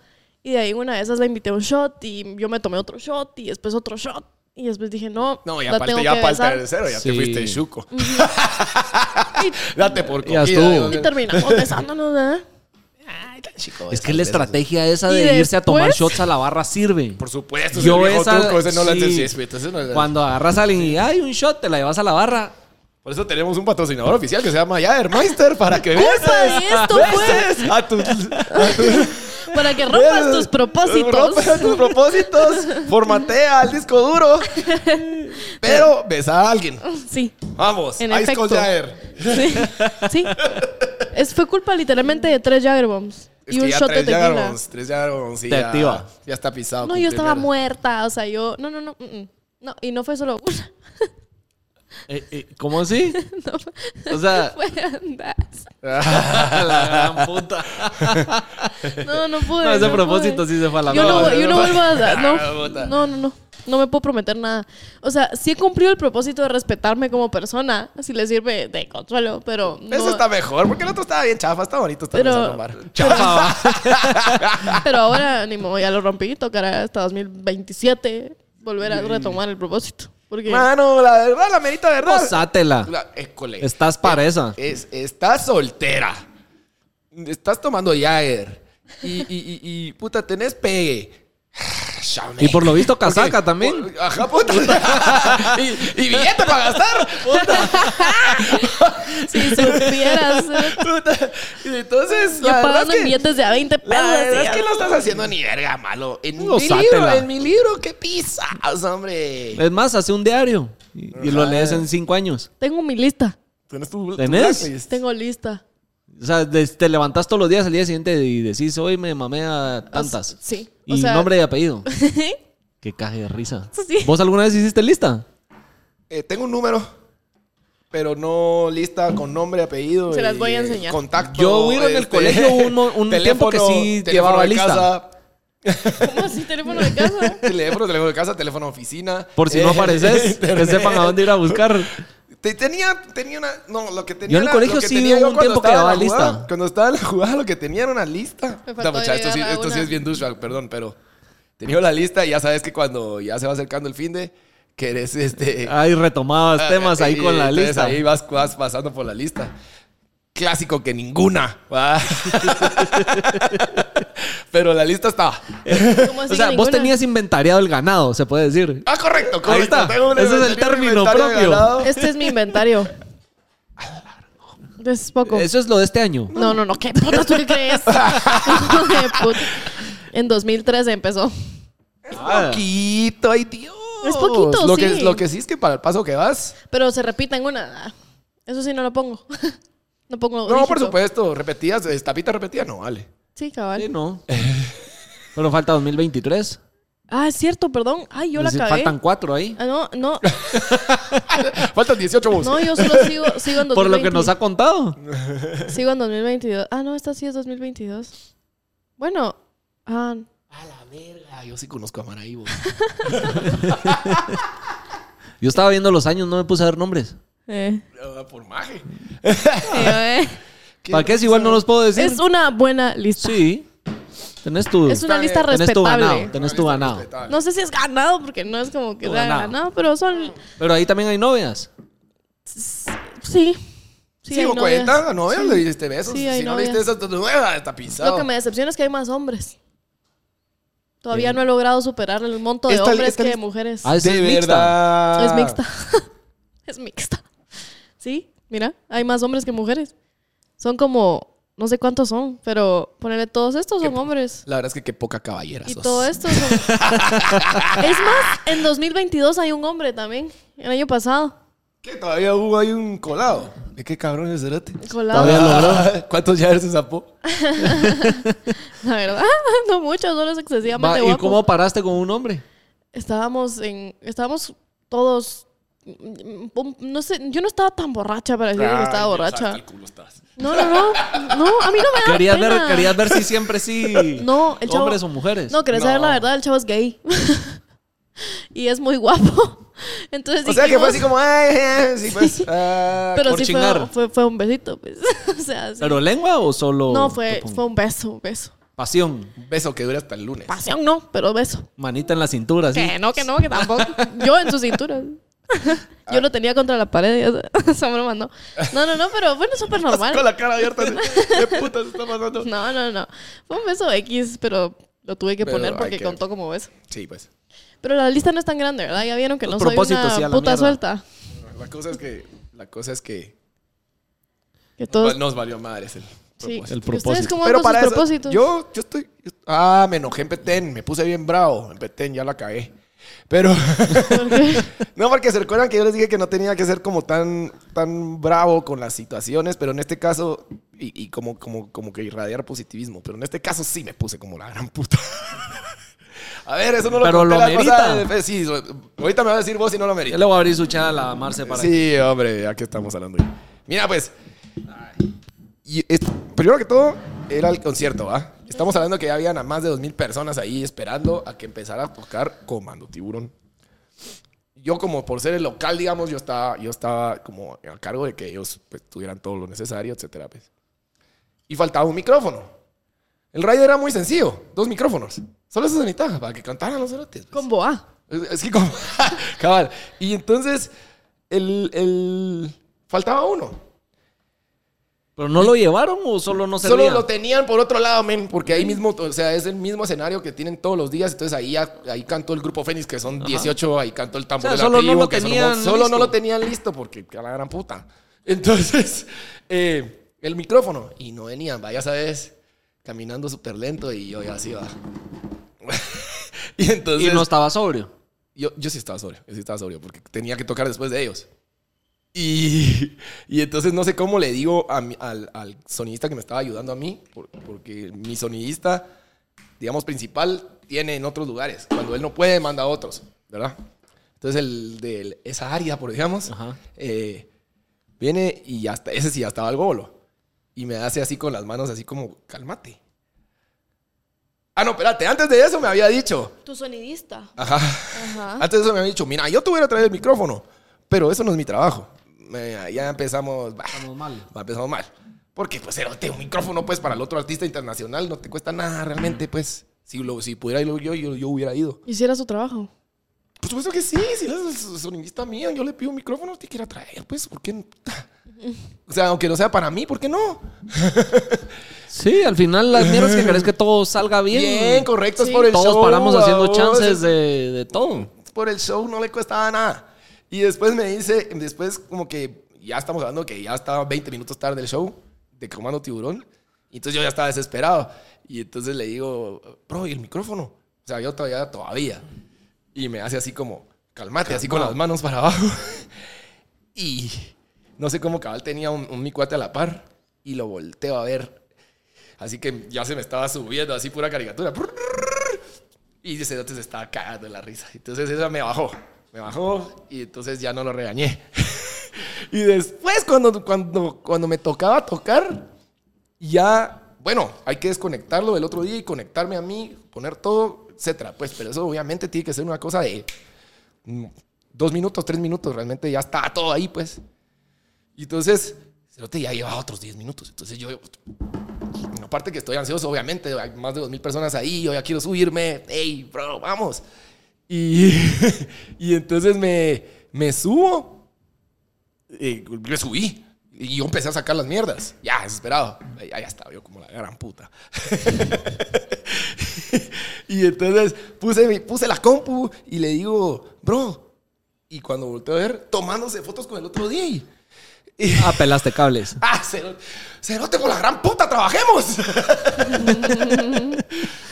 Speaker 3: Y de ahí una de esas la invité a un shot y yo me tomé otro shot y después otro shot. Y después dije, no,
Speaker 1: No, y
Speaker 3: la tengo
Speaker 1: aparte ya
Speaker 3: que
Speaker 1: para el
Speaker 3: besar.
Speaker 1: tercero, ya te
Speaker 2: Sí.
Speaker 1: fuiste chuco. Date por
Speaker 2: Ya
Speaker 1: comida.
Speaker 2: estuvo.
Speaker 3: Y terminamos besándonos, ¿verdad?
Speaker 2: es que la estrategia esa de
Speaker 3: Y
Speaker 2: irse a tomar
Speaker 3: después-
Speaker 2: shots a la barra sirve.
Speaker 1: Por supuesto,
Speaker 2: Yo
Speaker 1: ese viejo
Speaker 2: esa-
Speaker 1: truco, ese no lo
Speaker 2: sí.
Speaker 1: entendí. ese no lo-
Speaker 2: Cuando agarras a alguien y hay un shot, te la llevas a la barra.
Speaker 1: Por eso tenemos un patrocinador oficial que se llama Jadermeister para que veas
Speaker 3: Culpa de esto fue
Speaker 1: a tus, a tus-
Speaker 3: para que rompas tus propósitos.
Speaker 1: Rompas tus propósitos. Formatea el disco duro. Pero besa a alguien.
Speaker 3: Sí.
Speaker 1: Vamos,
Speaker 3: En
Speaker 1: Ice Cold
Speaker 3: efecto.
Speaker 1: Jagger.
Speaker 3: Sí, sí. Es, fue culpa literalmente de tres Jagger Bombs
Speaker 1: Es
Speaker 3: y
Speaker 1: que
Speaker 3: un
Speaker 1: ya
Speaker 3: shot de
Speaker 1: tres
Speaker 3: tequila.
Speaker 1: Jaggerbombs, tres Jaggerbombs, sí,
Speaker 2: Te
Speaker 1: ya,
Speaker 2: activa.
Speaker 1: ya está pisado.
Speaker 3: No,
Speaker 1: con
Speaker 3: yo estaba
Speaker 1: primera.
Speaker 3: muerta, o sea, yo... No, no, no. mm, mm. No, y no fue solo una.
Speaker 2: Eh, eh, ¿Cómo así?
Speaker 3: No, fue-
Speaker 2: O sea,
Speaker 3: fueron das.
Speaker 1: Ah,
Speaker 2: la gran puta.
Speaker 3: No, no pude.
Speaker 2: No, ese propósito
Speaker 3: pude.
Speaker 2: sí se fue a la
Speaker 3: yo no,
Speaker 2: mierda.
Speaker 3: yo no vuelvo a...
Speaker 1: Ah, puta.
Speaker 3: No, no, no, no. No me puedo prometer nada. O sea, sí he cumplido el propósito de respetarme como persona, si le sirve de consuelo, pero no,
Speaker 1: Eso está mejor, porque el otro estaba bien chafa, está bonito estar
Speaker 3: Pero-
Speaker 1: besando a Mar.
Speaker 2: Chafa,
Speaker 3: Pero ahora, ni modo, ya lo rompí. Tocará hasta 2027 volver a retomar el propósito. Porque...
Speaker 1: Mano, la verdad, la merita verdad.
Speaker 2: posátela.
Speaker 1: La- école.
Speaker 2: Estás para esa.
Speaker 1: Es, estás soltera. Estás tomando Jagger. Y, y, y, y, puta, tenés pegue. Chame.
Speaker 2: Y por lo visto,
Speaker 1: Porque-
Speaker 2: casaca también.
Speaker 1: por- Ajá, puta. y, y billete para gastar.
Speaker 3: Si supieras. eh,
Speaker 1: Puta. Y entonces,
Speaker 3: Yo
Speaker 1: la verdad
Speaker 3: pagando
Speaker 1: es que-
Speaker 3: en billetes de a 20 pesos.
Speaker 1: La verdad es
Speaker 3: ya.
Speaker 1: que no estás haciendo ni verga malo. En
Speaker 2: No,
Speaker 1: mi libro,
Speaker 2: sátela.
Speaker 1: en mi libro, qué pisas, hombre.
Speaker 2: Es más, hace un diario y, y lo
Speaker 3: Ah,
Speaker 1: Ajá.
Speaker 2: lees en cinco años.
Speaker 3: Tengo mi lista.
Speaker 1: ¿Tenés tu, tu
Speaker 2: ¿Tenés?
Speaker 1: blacklist?
Speaker 3: Tengo lista.
Speaker 2: O sea, des- te levantas todos los días al día siguiente y decís, hoy me mamé a
Speaker 3: O s-
Speaker 2: tantas.
Speaker 3: sí. O
Speaker 2: Y
Speaker 3: sea-
Speaker 2: nombre y apellido. Qué caje de risa.
Speaker 3: Sí.
Speaker 2: ¿Vos alguna vez hiciste lista?
Speaker 1: Eh, tengo un número, pero no lista con nombre, apellido.
Speaker 3: Se las
Speaker 1: y,
Speaker 3: voy a
Speaker 1: eh,
Speaker 3: enseñar.
Speaker 1: Contacto. este,
Speaker 2: Yo, güey, en el colegio hubo un mo- un tiempo que sí llevaba
Speaker 1: de
Speaker 2: lista.
Speaker 1: Casa,
Speaker 3: ¿Cómo así teléfono de casa?
Speaker 1: teléfono, teléfono de casa, teléfono de oficina.
Speaker 2: Por si no
Speaker 1: eh,
Speaker 2: apareces, que
Speaker 1: internet.
Speaker 2: sepan a dónde ir a buscar.
Speaker 1: Te- tenía, tenía una. No, lo que tenía.
Speaker 2: Yo en el
Speaker 1: era-
Speaker 2: colegio
Speaker 1: lo que
Speaker 2: sí
Speaker 1: tenía
Speaker 2: hubo
Speaker 1: yo
Speaker 2: un
Speaker 1: cuando
Speaker 2: tiempo que
Speaker 1: estaba en
Speaker 2: llevaba
Speaker 1: la jugada-
Speaker 2: lista.
Speaker 1: Cuando estaba en la jugada, lo que tenía era una lista. Puta,
Speaker 3: Me faltó
Speaker 1: mucha, esto sí,
Speaker 3: agregar a
Speaker 1: esto sí
Speaker 3: una.
Speaker 1: es bien douchebag, perdón, pero. Tenía la lista y ya sabes que cuando ya se va acercando el fin de. Que eres este.
Speaker 2: Ahí retomabas
Speaker 3: Ah,
Speaker 2: temas ahí
Speaker 1: y
Speaker 2: con la
Speaker 1: entonces
Speaker 2: lista.
Speaker 1: Ahí vas, vas pasando por la lista. Clásico que ninguna. ¿va? Pero la lista estaba.
Speaker 3: ¿Cómo así
Speaker 2: O sea,
Speaker 3: que
Speaker 2: vos
Speaker 3: ninguna?
Speaker 2: tenías inventariado el ganado, se puede decir.
Speaker 1: Ah, correcto, correcto.
Speaker 2: Ahí está.
Speaker 1: Tengo un
Speaker 2: Ese es el
Speaker 1: inventario-
Speaker 2: término
Speaker 1: inventario
Speaker 2: propio.
Speaker 1: ganado.
Speaker 3: Este es mi inventario. Es poco.
Speaker 2: Eso es lo de este año.
Speaker 3: No, no, no. ¿Qué putas tú qué crees? Hijo de puta. En 2013 empezó.
Speaker 2: Ah.
Speaker 1: Poquito, ay Dios.
Speaker 3: Es poquito,
Speaker 1: lo
Speaker 3: sí.
Speaker 1: Que, lo que sí es que para el paso que vas.
Speaker 3: Pero se repita en una. Eso sí no lo pongo. No pongo
Speaker 1: No, por
Speaker 3: dígito.
Speaker 1: supuesto. Repetías, eh, tapita repetida, no vale.
Speaker 3: Sí,
Speaker 2: Sí,
Speaker 3: cabal.
Speaker 2: no. Pero falta 2023.
Speaker 3: Ah, es cierto, perdón. Ay, yo la
Speaker 2: Es decir,
Speaker 3: acabé.
Speaker 2: Faltan cuatro ahí.
Speaker 3: Ah, no, no,
Speaker 1: Faltan 18 votos.
Speaker 3: no, yo solo sigo, sigo en 2022.
Speaker 2: Por lo que nos ha contado.
Speaker 3: Sigo en 2022. Ah, no, esta sí es 2022. Bueno, ah,
Speaker 1: A la verga, yo sí conozco a Maraibo.
Speaker 2: Yo estaba viendo los años, no me puse a ver nombres.
Speaker 3: eh.
Speaker 1: Ah, Por maje. Ah.
Speaker 3: Eh,
Speaker 2: ¿Para qué? Si igual no los puedo decir.
Speaker 3: Es una buena lista.
Speaker 2: Sí. Tenés tu.
Speaker 3: Es una
Speaker 1: Está
Speaker 3: lista
Speaker 1: bien.
Speaker 2: tenés tu ganado.
Speaker 3: respetable.
Speaker 2: Tenés tu ganado.
Speaker 3: No sé si es ganado, porque no es como que
Speaker 2: Tu
Speaker 3: sea
Speaker 2: ganado.
Speaker 3: ganado. pero son.
Speaker 2: Pero ahí también hay novias.
Speaker 3: Sí. Sí, hay
Speaker 1: Sigo
Speaker 3: novias.
Speaker 1: 40, no, ya le diste besos.
Speaker 3: Sí, hay
Speaker 1: si no le
Speaker 3: novias.
Speaker 1: diste esas, nueva, está pisado.
Speaker 3: Lo que me decepciona es que hay más hombres. Todavía no he logrado superar el monto de
Speaker 1: Esta li-
Speaker 3: hombres
Speaker 1: esta
Speaker 3: que de
Speaker 1: lista- ah.
Speaker 3: mujeres.
Speaker 2: Ah, es
Speaker 1: De
Speaker 2: mixta.
Speaker 1: verdad.
Speaker 3: Es mixta. es mixta. Sí, mira, hay más hombres que mujeres. Son como, no sé cuántos son, pero ponerle todos estos son hombres.
Speaker 1: La verdad es que qué poca caballera
Speaker 3: Y
Speaker 1: sos.
Speaker 3: todo esto son... es más, en 2022 hay un hombre también, el año pasado,
Speaker 1: ¿Qué? Todavía hubo ahí un colado. ¿De qué cabrón es Cerati?
Speaker 3: colado.
Speaker 2: Todavía lo-
Speaker 1: ¿Cuántos ya se zapó?
Speaker 3: La verdad, no mucho, solo es
Speaker 2: Va,
Speaker 3: excesivamente
Speaker 2: ¿Y
Speaker 3: guapo.
Speaker 2: cómo paraste con un hombre?
Speaker 3: Estábamos en, estábamos todos, mm, mm, no sé, yo no estaba tan borracha para decir que estaba borracha. No, no, no, no, a mí no me da
Speaker 2: Querías
Speaker 3: pena.
Speaker 2: ver, querías ver si siempre sí.
Speaker 3: No, el chavo-
Speaker 2: Hombres o mujeres.
Speaker 3: No, querés
Speaker 1: No.
Speaker 3: saber la verdad, el chavo es gay. y es muy guapo. Entonces
Speaker 1: O sea que fue
Speaker 3: dijimos-
Speaker 1: así como, ay, ay, sí, pues. ah,
Speaker 3: Pero
Speaker 2: por
Speaker 3: sí fue,
Speaker 2: chingar.
Speaker 3: fue, fue un besito, pues. o sea, sí.
Speaker 2: ¿Pero lengua o solo.?
Speaker 3: no, fue,
Speaker 2: topón?
Speaker 3: fue un beso, un beso.
Speaker 2: Pasión.
Speaker 1: Beso que dura hasta el lunes.
Speaker 3: Pasión no, pero beso.
Speaker 2: Manita en la cintura, sí.
Speaker 3: Que no, que no, que tampoco. Yo en su cintura. Yo lo tenía contra la pared. y Esa broma, no. No, no, no, pero bueno, súper normal.
Speaker 1: Con la cara abierta. así, ¿Qué puta se está pasando?
Speaker 3: No, no, no. Fue un beso X, pero lo tuve que
Speaker 1: Pero
Speaker 3: poner
Speaker 1: hay
Speaker 3: porque
Speaker 1: que-
Speaker 3: contó como beso.
Speaker 1: Sí, pues.
Speaker 3: Pero la lista no es tan grande, ¿verdad? Ya vieron que
Speaker 2: Los
Speaker 3: no soy
Speaker 2: propósitos,
Speaker 3: una
Speaker 2: Pues sí, a la
Speaker 3: puta
Speaker 2: mierda.
Speaker 3: suelta.
Speaker 1: La cosa es que. La cosa es que.
Speaker 3: Que todos
Speaker 1: Nos valió madres el
Speaker 3: Sí.
Speaker 1: propósito.
Speaker 2: El
Speaker 3: ¿Y ¿Ustedes
Speaker 2: propósito.
Speaker 3: cómo van con sus
Speaker 1: eso,
Speaker 3: propósitos?
Speaker 1: Yo, yo estoy. yo- ah, me enojé en Petén. Me puse bien bravo. En Petén ya la cagué. Pero.
Speaker 3: ¿Por qué?
Speaker 1: No, porque se recuerdan que yo les dije que no tenía que ser como tan, tan bravo con las situaciones, pero en este caso, y, y como, como, como que irradiar positivismo, pero en este caso sí me puse como la gran puta. a ver, eso no lo
Speaker 2: Pero
Speaker 1: conté
Speaker 2: lo
Speaker 1: la
Speaker 2: merita.
Speaker 1: pasada. eh, Sí, lo- ahorita me va a decir vos si no lo
Speaker 2: Yo
Speaker 1: merita.
Speaker 2: le voy a abrir su chat a la Marce para que-
Speaker 1: Sí, hombre, ya que estamos hablando. ya. Mira, pues. y es- primero que todo, era el concierto, ¿va? Estamos hablando que ya habían a más de 2.000 personas ahí esperando a que empezara a tocar Comando Tiburón. Yo, como por ser el local, digamos, yo estaba, yo estaba como a cargo de que ellos pues, tuvieran todo lo necesario, etcétera. pues. Y faltaba un micrófono. El rider era muy sencillo, dos micrófonos. Solo eso se necesitaba para que cantaran los cerotes. pues.
Speaker 3: Con Boa.
Speaker 1: Es es que como... Cabal. Y entonces, el, el- Faltaba uno.
Speaker 2: ¿Pero no lo llevaron o solo no servía?
Speaker 1: Solo lo tenían por otro lado, men, porque ahí mismo, o sea, es el mismo escenario que tienen todos los días. Entonces ahí, ya- ahí cantó el grupo Fénix, que son 18, ahí cantó el tambor
Speaker 2: O sea,
Speaker 1: de la
Speaker 2: solo no
Speaker 1: tribu,
Speaker 2: lo
Speaker 1: que son un
Speaker 2: tenían
Speaker 1: montón. Solo no
Speaker 2: listo.
Speaker 1: lo tenían listo, porque a la gran puta. Entonces, eh, el micrófono. Y no venían, vaya, sabes, caminando súper lento y yo ya así va. y entonces.
Speaker 2: Y no estaba sobrio.
Speaker 1: Yo, yo sí estaba sobrio, yo sí estaba sobrio, porque tenía que tocar después de ellos. Y, y entonces no sé cómo le digo a mi- al, al sonidista que me estaba ayudando a mí, por- porque mi sonidista digamos, principal tiene en otros lugares. Cuando él no puede, manda a otros, ¿verdad? Entonces, el de esa área, por digamos,
Speaker 2: Ajá.
Speaker 1: eh, viene y ya está, ese sí ya estaba al golo. Y me hace así con las manos, así como, cálmate. Ah, no, espérate, antes de eso me había dicho.
Speaker 3: Tu sonidista.
Speaker 1: Ajá.
Speaker 2: Ah.
Speaker 3: Ajá.
Speaker 1: Antes de eso me había dicho, mira, yo te voy a ir a traer el micrófono, pero eso no es mi trabajo. Me- ya empezamos, bah,
Speaker 2: Estamos mal.
Speaker 1: empezamos mal. Porque, pues, cerote, un micrófono, pues, para el otro artista internacional no te cuesta nada realmente, pues. Si, lo, si pudiera ir yo, yo, yo hubiera ido.
Speaker 3: Hiciera su trabajo.
Speaker 1: Por supuesto que sí, si es el sonidista mío, yo le pido un micrófono, te quiera traer, pues, ¿por qué? no? O sea, aunque no sea para mí, ¿por qué no?
Speaker 2: Sí, al final las mierdas que querés que todo salga bien.
Speaker 1: Bien, correcto, es
Speaker 3: Sí.
Speaker 1: por el
Speaker 2: Todos
Speaker 1: show.
Speaker 2: paramos haciendo
Speaker 1: babos.
Speaker 2: chances de, de todo.
Speaker 1: por el show no le costaba nada. Y después me dice, después como que ya estamos hablando que ya estaba 20 minutos tarde el show de Comando Tiburón. Y entonces yo ya estaba desesperado. Y entonces le digo, bro, ¿y el micrófono? O sea, yo todavía, todavía. Y me hace así como, calmate, así con las manos para abajo. y no sé cómo cabal tenía un, un mi cuate a la par. Y lo volteo a ver. Así que ya se me estaba subiendo, así pura caricatura. Y ese dato se estaba cagando de la risa. Entonces eso me bajó. Me bajó y entonces ya no lo regañé. y después cuando, cuando, cuando me tocaba tocar, ya, bueno, hay que desconectarlo del otro día y conectarme a mí, poner todo, etcétera. Pues, pero eso obviamente tiene que ser una cosa de mm, dos minutos, tres minutos. Realmente ya está todo ahí, pues. Y entonces, te ya llevaba otros 10 minutos. Entonces yo, aparte que estoy ansioso, obviamente, hay más de 2.000 personas ahí, yo ya quiero subirme, hey, bro, vamos. Y, y entonces me, me subo, eh, me subí. Y yo empecé a sacar las mierdas. Ya, desesperado. Ya, ya estaba yo como la gran puta. y entonces puse, mi- puse la compu y le digo, bro. Y cuando volteo a ver, tomándose fotos con el otro DJ.
Speaker 2: Ah, pelaste cables.
Speaker 1: Ah, cerote, cerote por la gran puta, trabajemos.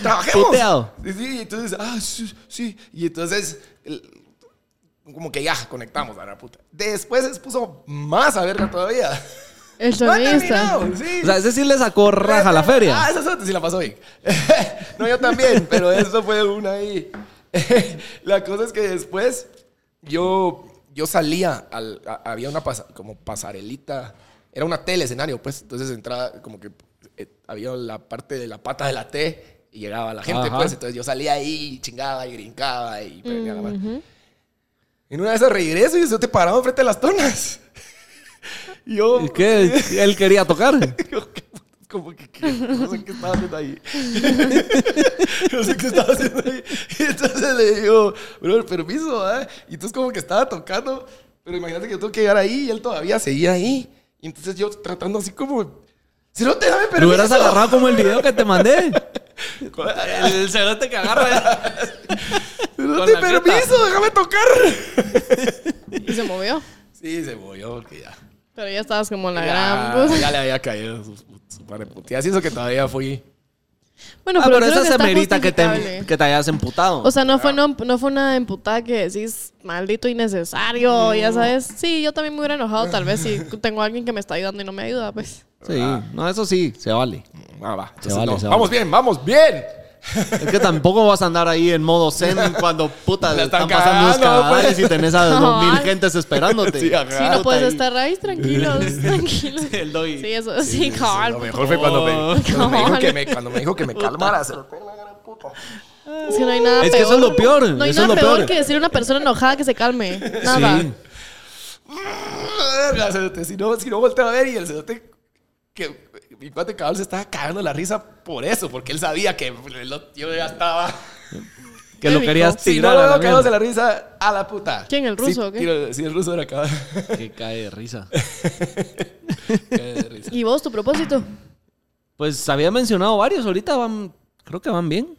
Speaker 1: trabajemos.
Speaker 2: Puteado.
Speaker 1: Sí, sí, y entonces, ah, sí, sí. Y entonces, el- como que ya conectamos a la gran puta. Después se puso más a verga todavía.
Speaker 3: El
Speaker 1: No ha
Speaker 3: sonidista.
Speaker 1: terminado, sí.
Speaker 2: O sea, ese sí le sacó raja a la
Speaker 1: Ah,
Speaker 2: feria.
Speaker 1: esa suerte sí la pasó bien. no, yo también, pero eso fue una ahí. la cosa es que después yo, yo salía, al, a- había una pasa- como pasarelita, era una tele escenario, pues, entonces entraba como que eh, había la parte de la pata de la T y llegaba la gente,
Speaker 2: Ajá.
Speaker 1: pues, entonces yo salía ahí, chingaba y brincaba y perdía la mano. En una de esas regreso y yo te paraba frente a las tonas. Y yo...
Speaker 2: ¿Y ¿Qué? Él quería tocar.
Speaker 1: Yo, ¿qué putas? Como que, que- no sé qué estaba haciendo ahí. no sé qué estaba haciendo ahí. Y entonces le digo, bro, permiso, ¿ah? Y entonces como que estaba tocando, pero imagínate que yo tengo que llegar ahí y él todavía seguía ahí. Y entonces yo tratando así como, si no te dame
Speaker 2: Lo
Speaker 1: permiso.
Speaker 2: hubieras agarrado como el video que te mandé. Ah,
Speaker 1: El
Speaker 2: cerote que agarra.
Speaker 1: No
Speaker 2: Con
Speaker 1: te
Speaker 2: la jeta.
Speaker 1: permiso, déjame tocar.
Speaker 3: Y se movió.
Speaker 1: Sí, se movió porque ya.
Speaker 3: Pero ya estabas como en la gran.
Speaker 1: Ya,
Speaker 3: pues.
Speaker 1: ya le había caído su, su par de puteadas. Y eso que todavía fui.
Speaker 3: Bueno,
Speaker 2: Ah, pero
Speaker 3: creo
Speaker 2: esa
Speaker 3: que
Speaker 2: se
Speaker 3: está
Speaker 2: merita que te,
Speaker 3: justificable.
Speaker 2: que te hayas emputado.
Speaker 3: O sea, no fue, no, no fue una emputada que decís, maldito innecesario, ya sabes. Sí, yo también me hubiera enojado tal vez si tengo a alguien que me está ayudando y no me ayuda, pues.
Speaker 2: sí, no, eso sí, se vale.
Speaker 1: Ah, va. Entonces,
Speaker 2: vale,
Speaker 1: no.
Speaker 2: se vale.
Speaker 1: Vamos bien, vamos bien.
Speaker 2: Es que tampoco vas a andar ahí en modo zen cuando puta
Speaker 1: La
Speaker 2: le
Speaker 1: están
Speaker 2: están pasando los
Speaker 1: cagando,
Speaker 2: cadáveres
Speaker 1: pues.
Speaker 2: y tenés a dos mil
Speaker 3: Ay.
Speaker 2: gentes esperándote.
Speaker 1: Sí, ajá.
Speaker 3: Sí, no puedes
Speaker 2: Ah, ahí.
Speaker 3: estar ahí, tranquilos, tranquilos.
Speaker 2: Sí, el doy.
Speaker 3: Sí, eso, sí, cabal.
Speaker 1: Lo mejor fue cuando me,
Speaker 2: Oh,
Speaker 1: cuando me dijo
Speaker 3: cabal.
Speaker 1: que me, cuando me dijo que me calmara. se lo-
Speaker 3: Es que no hay nada
Speaker 2: Es
Speaker 3: peor.
Speaker 2: que eso es lo peor,
Speaker 3: No hay
Speaker 2: eso es lo
Speaker 3: nada peor
Speaker 2: peor.
Speaker 3: que decirle a una persona enojada que se calme. Nada.
Speaker 2: Sí.
Speaker 1: Verga, cerote, Si no, si no volteaba a ver y el cerote que mi cuate cabal se estaba cagando la risa por eso, porque él sabía que el otro- yo ya estaba.
Speaker 2: Que lo
Speaker 3: Qué
Speaker 2: querías
Speaker 3: rico.
Speaker 1: Si no
Speaker 2: tirar
Speaker 1: lo
Speaker 2: a
Speaker 1: veo
Speaker 2: la
Speaker 1: cagándose
Speaker 2: mierda.
Speaker 1: la risa, a la puta.
Speaker 3: ¿Quién, el
Speaker 1: Sí,
Speaker 3: ruso o qué?
Speaker 1: tiro- Sí, el ruso era cabal.
Speaker 2: Que cae de risa.
Speaker 1: Cae de risa.
Speaker 3: ¿Y vos, tu propósito?
Speaker 2: Pues había mencionado varios, ahorita van, creo que van bien.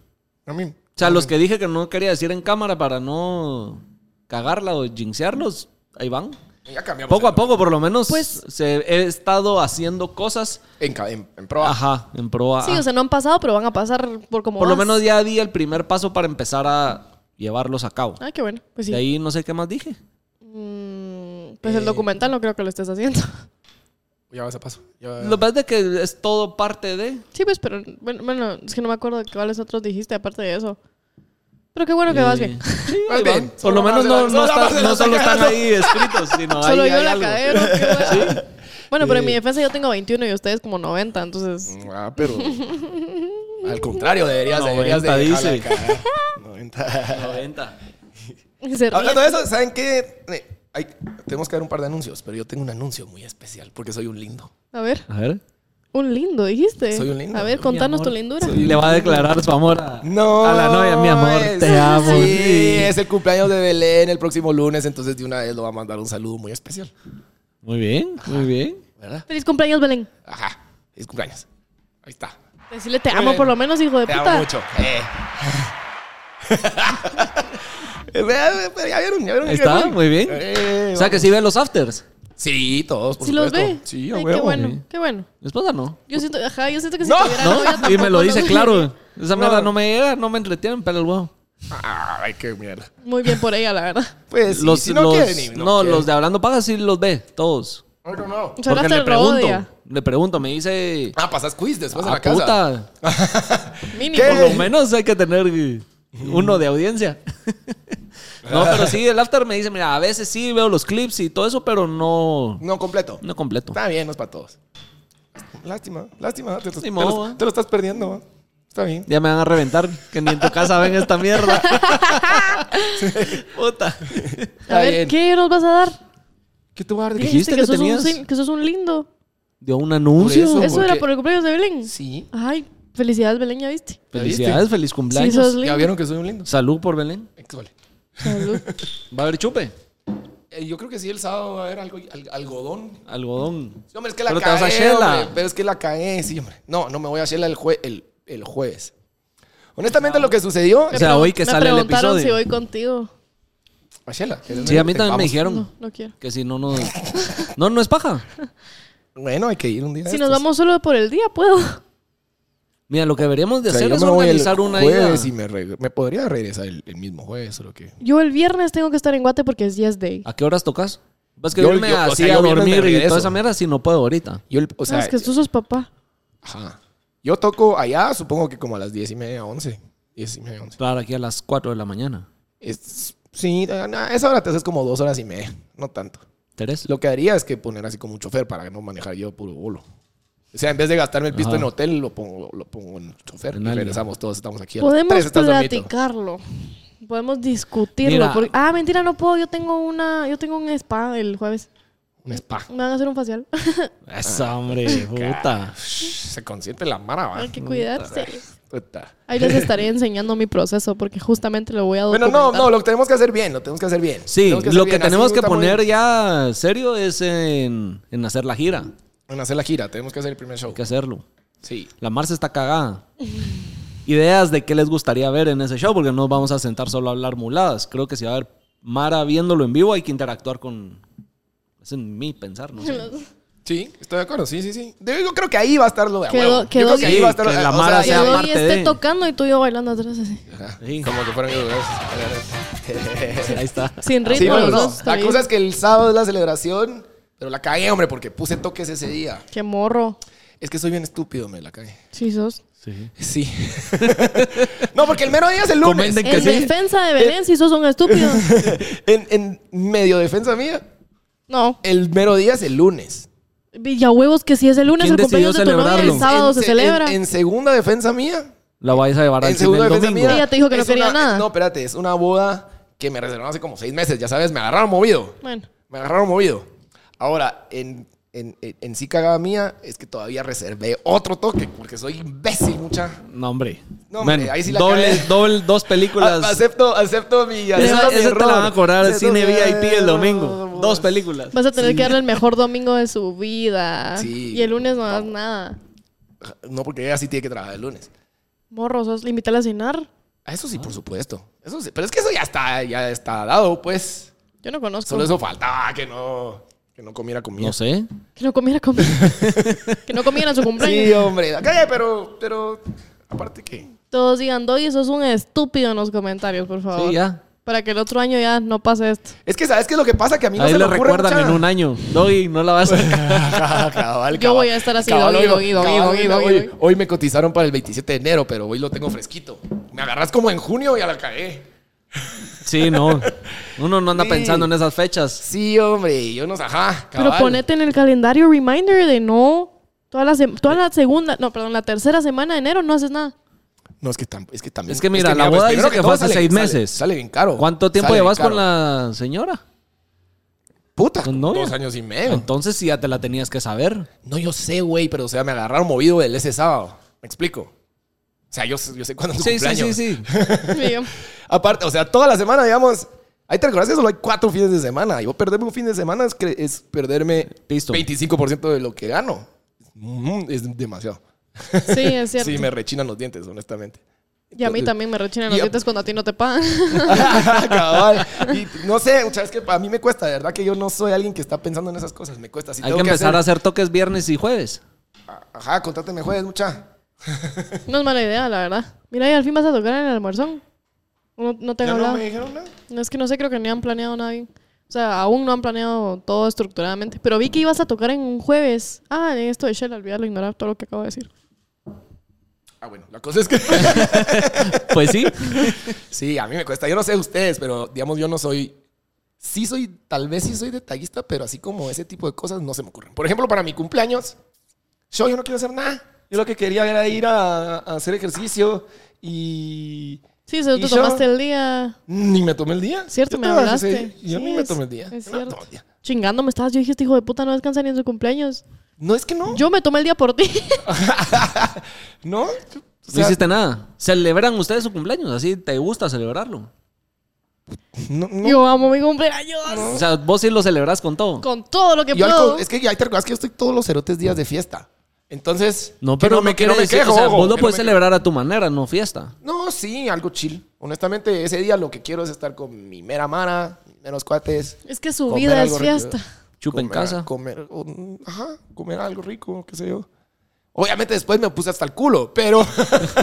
Speaker 1: A mí.
Speaker 2: O sea, los que dije que no quería decir en cámara para no cagarla o jinxearlos, ahí van.
Speaker 1: Ya cambiamos.
Speaker 2: Poco
Speaker 1: el-
Speaker 2: a poco, por lo menos,
Speaker 3: Pues-
Speaker 2: pues se, he estado haciendo cosas,
Speaker 1: En, ca- en, en proa.
Speaker 2: ajá, en pro a...
Speaker 3: Sí, o sea, no han pasado, pero van a pasar por como
Speaker 2: Ah. por lo
Speaker 3: vas.
Speaker 2: menos ya di el primer paso para empezar a llevarlos a cabo.
Speaker 3: Ah, qué bueno. Pues sí.
Speaker 2: De Eh. ahí no sé qué más dije.
Speaker 3: Mm, pues el documental no creo que lo estés haciendo.
Speaker 1: Ya vas a paso. Ya-
Speaker 2: Lo que pasa es de que es todo parte de.
Speaker 3: Sí, pues, pero bueno, bueno, es que no me acuerdo de cuáles otros dijiste aparte de eso. Pero qué bueno que vas bien.
Speaker 1: Vas bien.
Speaker 2: Por lo
Speaker 1: Solo
Speaker 2: menos
Speaker 1: vas a-
Speaker 2: no, no,
Speaker 1: solo
Speaker 2: está-
Speaker 1: vas a-
Speaker 2: no solo están
Speaker 1: sacando.
Speaker 2: ahí escritos, sino ahí
Speaker 3: Solo yo
Speaker 2: hay
Speaker 3: la
Speaker 2: algo.
Speaker 3: cadero. qué bueno. Bueno, pero en mi
Speaker 2: Eh.
Speaker 3: defensa yo tengo 21 y ustedes como 90, entonces...
Speaker 1: Ah, pero. Al contrario, deberías, deberías de
Speaker 2: 90
Speaker 1: dejarla
Speaker 2: dice.
Speaker 1: caer. 90.
Speaker 2: 90.
Speaker 3: se ríen.
Speaker 1: Hablando de eso, ¿saben qué? Eh, hay- tenemos que dar un par de anuncios, pero yo tengo un anuncio muy especial porque soy un lindo.
Speaker 3: A ver,
Speaker 2: A ver.
Speaker 3: un lindo, dijiste.
Speaker 1: Soy un lindo.
Speaker 3: A ver, contanos
Speaker 2: amor,
Speaker 3: tu lindura.
Speaker 2: Le va a declarar su amor a,
Speaker 1: No.
Speaker 2: a la novia, mi amor.
Speaker 1: es-
Speaker 2: Te amo.
Speaker 1: Sí, es el cumpleaños de Belén el próximo lunes, entonces de una vez lo va a mandar un saludo muy especial,
Speaker 2: Muy bien, muy bien.
Speaker 1: ¿verdad?
Speaker 3: Feliz cumpleaños, Belén.
Speaker 1: Ajá, es cumpleaños. Ahí está.
Speaker 3: Decirle te
Speaker 1: Muy
Speaker 3: amo
Speaker 1: bien.
Speaker 3: por lo menos, hijo de
Speaker 1: Te
Speaker 3: puta.
Speaker 1: amo mucho. Eh. Eh, pero ya vieron, ya vieron.
Speaker 2: Ahí está, muy bien.
Speaker 1: Eh,
Speaker 2: O sea que sí ve los afters.
Speaker 1: Sí, todos, por
Speaker 3: Si los
Speaker 1: supuesto.
Speaker 3: ve.
Speaker 1: Sí, a
Speaker 3: Ay, Qué
Speaker 1: huevo.
Speaker 2: Sí.
Speaker 3: bueno, qué bueno.
Speaker 2: Mi esposa no.
Speaker 3: Yo siento, ajá, yo siento que si
Speaker 1: No,
Speaker 3: tuviera novia
Speaker 2: No, y
Speaker 3: tampoco
Speaker 2: me lo dice
Speaker 3: los-
Speaker 2: claro. Esa mierda
Speaker 1: No.
Speaker 2: no me llega, no me entretienen, pero el huevo.
Speaker 1: Ay, qué mierda.
Speaker 3: Muy bien por ella, la verdad.
Speaker 1: Pues sí,
Speaker 2: Los,
Speaker 1: si no
Speaker 2: los-
Speaker 1: quieren y
Speaker 2: no,
Speaker 1: no, quieren.
Speaker 2: los de Hablando Paja sí los ve, todos.
Speaker 1: Ay, no, no.
Speaker 3: O sea,
Speaker 2: Porque
Speaker 3: hasta
Speaker 2: le
Speaker 3: lo
Speaker 2: pregunto,
Speaker 3: odia.
Speaker 2: le pregunto, me dice...
Speaker 1: Ah, pasas quiz después de
Speaker 2: Ah,
Speaker 1: la casa.
Speaker 2: puta,
Speaker 3: Mínimo.
Speaker 1: ¿Qué?
Speaker 2: por lo menos hay que tener eh, uno de audiencia. no, pero sí, el after me dice, mira, a veces sí veo los clips y todo eso, pero no,
Speaker 1: No, completo.
Speaker 2: no completo.
Speaker 1: Está bien, no es para todos. Lástima, lástima. Te, lo-
Speaker 2: Ni
Speaker 1: te
Speaker 2: modo,
Speaker 1: lo-
Speaker 2: ¿eh?
Speaker 1: te lo estás perdiendo. ¿eh? Está bien.
Speaker 2: Ya me van a reventar, que ni en tu casa ven esta mierda. Puta.
Speaker 1: Está
Speaker 3: A ver,
Speaker 1: bien.
Speaker 3: ¿qué nos vas a dar?
Speaker 1: ¿Qué te voy a dar de-
Speaker 2: ¿Qué? Dijiste
Speaker 3: que,
Speaker 2: que
Speaker 3: sos un,
Speaker 2: tenías.
Speaker 3: sin- que sos un lindo.
Speaker 2: Dio un anuncio.
Speaker 1: Por
Speaker 3: ¿Eso
Speaker 1: ¿por
Speaker 3: era
Speaker 1: qué?
Speaker 3: por el cumpleaños de Belén?
Speaker 1: Sí.
Speaker 3: Ay, felicidades, Belén, ya viste.
Speaker 2: Felicidades, feliz cumpleaños.
Speaker 3: Sí, sos
Speaker 1: Ya
Speaker 3: lindo.
Speaker 1: vieron que soy un lindo.
Speaker 2: Salud por Belén.
Speaker 1: Exole.
Speaker 3: Salud.
Speaker 2: Va a haber chupe.
Speaker 1: Eh, yo creo que sí, el sábado va a haber algo, al- algodón.
Speaker 2: Algodón.
Speaker 1: Sí, hombre, es que la
Speaker 2: Pero te vas a
Speaker 1: cagué,
Speaker 2: Shela.
Speaker 1: hombre. Pero es que la cagué, sí, hombre. No, no me voy a Shela el, jue- el, el jueves. Honestamente, lo que sucedió...
Speaker 2: O sea,
Speaker 3: Me
Speaker 2: hoy que
Speaker 3: pregun-
Speaker 2: sale el
Speaker 3: Me preguntaron
Speaker 2: episodio.
Speaker 3: si voy contigo.
Speaker 1: A Shela.
Speaker 2: Sí, a mí también me dijeron
Speaker 3: No, no quiero.
Speaker 2: que si no, no. No, no es paja.
Speaker 1: Bueno, hay que ir un día de
Speaker 3: Si nos
Speaker 1: estos.
Speaker 3: vamos solo por el día, puedo.
Speaker 2: Mira, lo que deberíamos de
Speaker 1: O sea,
Speaker 2: hacer
Speaker 1: yo
Speaker 2: es
Speaker 1: me voy el
Speaker 2: organizar una ida.
Speaker 1: jueves y me, reg- me podría regresar el, el mismo jueves, solo que...
Speaker 3: Yo el viernes tengo que estar en Guate porque es Yes Day.
Speaker 1: Ah,
Speaker 2: ¿A qué horas tocas? Vas que
Speaker 1: Yo-
Speaker 2: irme
Speaker 1: yo- o
Speaker 2: así
Speaker 1: sea, yo
Speaker 2: a
Speaker 1: viernes me
Speaker 2: dormir y
Speaker 1: regreso.
Speaker 2: toda esa mierda si no puedo ahorita.
Speaker 1: Yo, el- o
Speaker 3: O sea,
Speaker 1: sea,
Speaker 3: Ah, es que tú sos papá.
Speaker 1: ajá. yo toco allá, supongo que como a las 10 y media, 11. 10 y media, 11.
Speaker 2: Claro, aquí a las 4 de la mañana.
Speaker 1: Es- sí, a a esa hora te haces como dos horas y media, no tanto.
Speaker 2: ¿Tres?
Speaker 1: Lo que haría es que poner así como un chofer para no manejar yo puro bolo. O sea, en vez de gastarme el pisto
Speaker 2: Ajá.
Speaker 1: en hotel, lo pongo, lo pongo en chofer.
Speaker 2: En
Speaker 1: y
Speaker 2: algo.
Speaker 1: regresamos todos, estamos aquí. a las tres,
Speaker 3: Podemos
Speaker 1: estás dormidito.
Speaker 3: platicarlo. Podemos discutirlo.
Speaker 2: Mira.
Speaker 3: porque- Ah, mentira, no puedo. Yo tengo una, yo tengo un spa el jueves.
Speaker 1: Un spa.
Speaker 3: Me van a hacer un facial.
Speaker 2: Esa,
Speaker 1: Ah.
Speaker 2: hombre, puta.
Speaker 1: Se consiente la mara, va.
Speaker 3: Hay que cuidarse.
Speaker 1: Puta.
Speaker 3: Ahí les estaré enseñando mi proceso porque justamente lo voy a
Speaker 1: Bueno,
Speaker 3: documentar.
Speaker 1: no, no, lo tenemos que hacer bien, lo tenemos que hacer bien.
Speaker 2: Sí,
Speaker 1: Tenemos hacer
Speaker 2: lo que
Speaker 1: bien, así
Speaker 2: tenemos que
Speaker 1: está muy
Speaker 2: poner
Speaker 1: bien.
Speaker 2: ya serio es en, en hacer la gira. Hay
Speaker 1: En hacer la gira, tenemos que hacer el primer show.
Speaker 2: que hacerlo.
Speaker 1: Sí.
Speaker 2: La Marce está cagada. Ideas de qué les gustaría ver en ese show, porque no nos vamos a sentar solo a hablar muladas. Creo que si va a haber Mara viéndolo en vivo, hay que interactuar con. Es en mí pensar, ¿no? sé.
Speaker 1: Sí, estoy de acuerdo, sí, sí, sí. De- Yo creo que ahí va a estar lo de a
Speaker 3: Quedó-
Speaker 1: huevo. Yo
Speaker 3: quedó
Speaker 1: creo que ahí
Speaker 2: bien.
Speaker 1: va a estar
Speaker 2: Que la
Speaker 1: o
Speaker 2: mara
Speaker 3: Que
Speaker 2: sea
Speaker 1: ya-
Speaker 3: hoy
Speaker 2: parte
Speaker 3: esté
Speaker 2: de-
Speaker 3: este tocando y tú y yo bailando atrás así.
Speaker 1: Ajá,
Speaker 2: Sí.
Speaker 1: Como que fueron ellos dos.
Speaker 2: Ahí está.
Speaker 3: Sin ritmo.
Speaker 1: Ah, Sí, bueno,
Speaker 3: los
Speaker 1: no.
Speaker 3: dos,
Speaker 1: La
Speaker 3: ahí.
Speaker 1: cosa es que el sábado es la celebración, pero la cagué, hombre, porque puse toques ese día.
Speaker 3: Qué morro.
Speaker 1: Es que soy bien estúpido, me la cagué.
Speaker 3: Sí, sos.
Speaker 2: Sí.
Speaker 1: Sí. no, porque el mero día es el lunes.
Speaker 2: Comenten que
Speaker 3: En
Speaker 2: sí.
Speaker 3: defensa de
Speaker 1: Eh,
Speaker 3: Belén, si sos un estúpido.
Speaker 1: En, en medio defensa mía,
Speaker 3: No.
Speaker 1: el mero día es el lunes.
Speaker 3: Villahuevos que si es el lunes
Speaker 2: ¿Quién
Speaker 3: el cumpleaños de
Speaker 2: decidió
Speaker 3: tu novia, el
Speaker 2: celebrarlo?
Speaker 3: sábado
Speaker 1: En
Speaker 3: se
Speaker 1: se-
Speaker 3: celebra.
Speaker 1: En, en segunda defensa mía,
Speaker 2: La vais a llevar al
Speaker 1: en
Speaker 2: cine
Speaker 1: segunda
Speaker 2: el
Speaker 1: defensa
Speaker 2: domingo.
Speaker 1: mía.
Speaker 3: Ella te dijo que no
Speaker 1: es
Speaker 3: quería
Speaker 1: una-
Speaker 3: nada.
Speaker 1: No, espérate, es una boda que me reservaron hace como seis meses, ya sabes, me agarraron movido.
Speaker 3: Bueno.
Speaker 1: Me agarraron movido. Ahora, en, en, en, en sí cagada mía, es que todavía reservé otro toque, porque soy imbécil, mucha.
Speaker 2: No, hombre.
Speaker 1: No, hombre,
Speaker 2: Bueno,
Speaker 1: ahí sí la
Speaker 2: doble,
Speaker 1: cagué. Ah,
Speaker 2: doble- dos películas.
Speaker 1: A- acepto, acepto mi.
Speaker 2: esa
Speaker 1: acepto mi
Speaker 2: esa te
Speaker 1: error.
Speaker 2: la van a cobrar al
Speaker 1: Acepto
Speaker 2: cine
Speaker 1: mi-
Speaker 2: VIP el domingo. Dos películas.
Speaker 3: Vas a tener que darle el mejor domingo de su vida.
Speaker 1: Sí.
Speaker 3: Y el lunes no das nada.
Speaker 1: No, porque ella sí tiene que trabajar el lunes.
Speaker 3: Morro, sos, le invítala a cenar.
Speaker 1: Ah, Eso sí, por supuesto. Eso sí. Pero es que eso ya está, ya está dado, pues.
Speaker 3: Yo no conozco.
Speaker 1: Solo eso faltaba que no, que no comiera comida.
Speaker 2: No sé.
Speaker 3: Que no comiera comida. que no comiera su cumpleaños.
Speaker 1: Sí, hombre. la cagué, pero, pero aparte que.
Speaker 3: Todos digan, Doy, sos un estúpido en los comentarios, por favor.
Speaker 2: Sí, ya.
Speaker 3: Para que el otro año ya no pase esto.
Speaker 1: Es que, ¿sabes qué es lo que pasa? Que a mí no
Speaker 2: Ahí
Speaker 1: se
Speaker 2: lo
Speaker 1: me ocurre
Speaker 2: recuerdan
Speaker 1: mucha-
Speaker 2: en un año. Doggy, no la vas a...
Speaker 1: Cabal, cabal.
Speaker 3: Yo voy a estar así,
Speaker 1: Cabal,
Speaker 3: doggy,
Speaker 1: hoy-
Speaker 3: doggy,
Speaker 1: cabal,
Speaker 3: doggy,
Speaker 1: hoy-
Speaker 3: doggy,
Speaker 1: hoy-
Speaker 3: doggy.
Speaker 1: Hoy me cotizaron para el 27 de enero, pero hoy lo tengo fresquito. Me agarras como en junio y a la cagué.
Speaker 2: Sí, no. Uno no anda
Speaker 1: Sí.
Speaker 2: pensando en esas fechas.
Speaker 1: Sí, hombre, yo no sé. Ajá, cabal.
Speaker 3: Pero ponete en el calendario reminder de no. Toda la, sem- toda la segunda, no, perdón, la tercera semana de enero no haces nada.
Speaker 1: No, es que, tam- es que también.
Speaker 2: Es que mira, la
Speaker 1: pues,
Speaker 2: boda
Speaker 1: primero
Speaker 2: dice que fue
Speaker 1: todo sale-
Speaker 2: hace seis
Speaker 1: sale-
Speaker 2: meses.
Speaker 1: Sale bien caro.
Speaker 2: ¿Cuánto tiempo
Speaker 1: Sale bien
Speaker 2: llevas
Speaker 1: caro.
Speaker 2: con la señora?
Speaker 1: Puta,
Speaker 2: con novia?
Speaker 1: dos años y medio.
Speaker 2: Entonces sí ya te la tenías que saber.
Speaker 1: No, yo sé, güey, pero o sea, me agarraron movido del ese sábado. ¿Me explico? O sea, yo, sé- yo sé cuándo es tu
Speaker 2: Sí, sí,
Speaker 1: cumpleaños.
Speaker 2: sí, sí.
Speaker 3: Y yo,
Speaker 1: Aparte, o sea, toda la semana, digamos. Ahí te recordás que solo hay cuatro fines de semana. Yo perderme un fin de semana es, cre- es perderme
Speaker 2: Pisto.
Speaker 1: 25% de lo que gano. Mm, Es demasiado.
Speaker 3: sí, es cierto.
Speaker 1: Sí, me rechinan los dientes, honestamente.
Speaker 3: Y a mí también me rechinan los
Speaker 1: Y a-
Speaker 3: dientes cuando a ti no te pagan.
Speaker 1: Cabal. Y no sé, muchas veces que a mí me cuesta, de verdad que yo no soy alguien que está pensando en esas cosas. Me cuesta. Si
Speaker 2: Hay
Speaker 1: tengo
Speaker 2: que empezar a
Speaker 1: hacer-
Speaker 2: hacer toques viernes y jueves.
Speaker 1: Ajá, contráteme jueves, mucha.
Speaker 3: no es mala idea, la verdad. Mira, y al fin vas a tocar en el almuerzón. No, no te han
Speaker 1: Ya no
Speaker 3: hablado.
Speaker 1: me dijeron nada.
Speaker 3: No, Es que no sé, creo que ni han planeado nada bien. O sea, aún no han planeado todo estructuradamente. Pero vi que ibas a tocar en un jueves. Ah, en esto de Shell, olvídalo, ignorar todo lo que acabo de decir.
Speaker 1: Ah, bueno, la cosa es que.
Speaker 2: Pues sí.
Speaker 1: sí, a mí me cuesta. Yo no sé ustedes, pero digamos, yo no soy. Sí, soy. Tal vez sí soy detallista, pero así como ese tipo de cosas no se me ocurren. Por ejemplo, para mi cumpleaños, yo, yo no quiero hacer nada. Yo lo que quería era ir a, a hacer ejercicio y.
Speaker 3: Sí, se
Speaker 1: ¿Y
Speaker 3: te
Speaker 1: yo?
Speaker 3: tomaste el día
Speaker 1: Ni me tomé el día.
Speaker 3: Cierto,
Speaker 1: Yo
Speaker 3: me
Speaker 1: te voy a decir,
Speaker 3: hablaste.
Speaker 1: Yo
Speaker 3: Sí,
Speaker 1: ni me
Speaker 3: es-
Speaker 1: tomé el día.
Speaker 3: es
Speaker 1: Yo no me
Speaker 3: cierto.
Speaker 1: tomé el día.
Speaker 3: chingando, me estabas. Yo dije, este hijo de puta no descansa ni en su cumpleaños.
Speaker 1: No es que no.
Speaker 3: Yo me tomé el día por ti.
Speaker 1: No. o
Speaker 2: no
Speaker 1: sea,
Speaker 2: hiciste nada. ¿Celebran ustedes su cumpleaños? Así te gusta celebrarlo.
Speaker 1: no- no.
Speaker 3: Yo amo mi cumpleaños.
Speaker 2: O sea, vos sí lo celebrás con todo.
Speaker 3: Con todo lo que
Speaker 1: Yo
Speaker 3: puedo.
Speaker 1: alco- es que ya te recuerdas que yo estoy todos los cerotes días de fiesta. Entonces.
Speaker 2: No,
Speaker 1: que
Speaker 2: pero no,
Speaker 1: me, que
Speaker 2: quiere
Speaker 1: me
Speaker 2: decir-
Speaker 1: quejo.
Speaker 2: o sea,
Speaker 1: ojo,
Speaker 2: vos lo
Speaker 1: que no
Speaker 2: puedes
Speaker 1: me
Speaker 2: celebrar a tu manera, no fiesta.
Speaker 1: No, sí, algo chill. Honestamente, ese día lo que quiero es estar con mi mera mara, mis meros cuates.
Speaker 3: Es que su
Speaker 1: comer
Speaker 3: vida
Speaker 1: algo
Speaker 3: es
Speaker 1: rico.
Speaker 3: fiesta.
Speaker 2: Chupa en
Speaker 1: comer-
Speaker 2: casa.
Speaker 1: Comer, un- ajá, comer algo rico, qué sé yo. Obviamente después me puse hasta el culo, pero...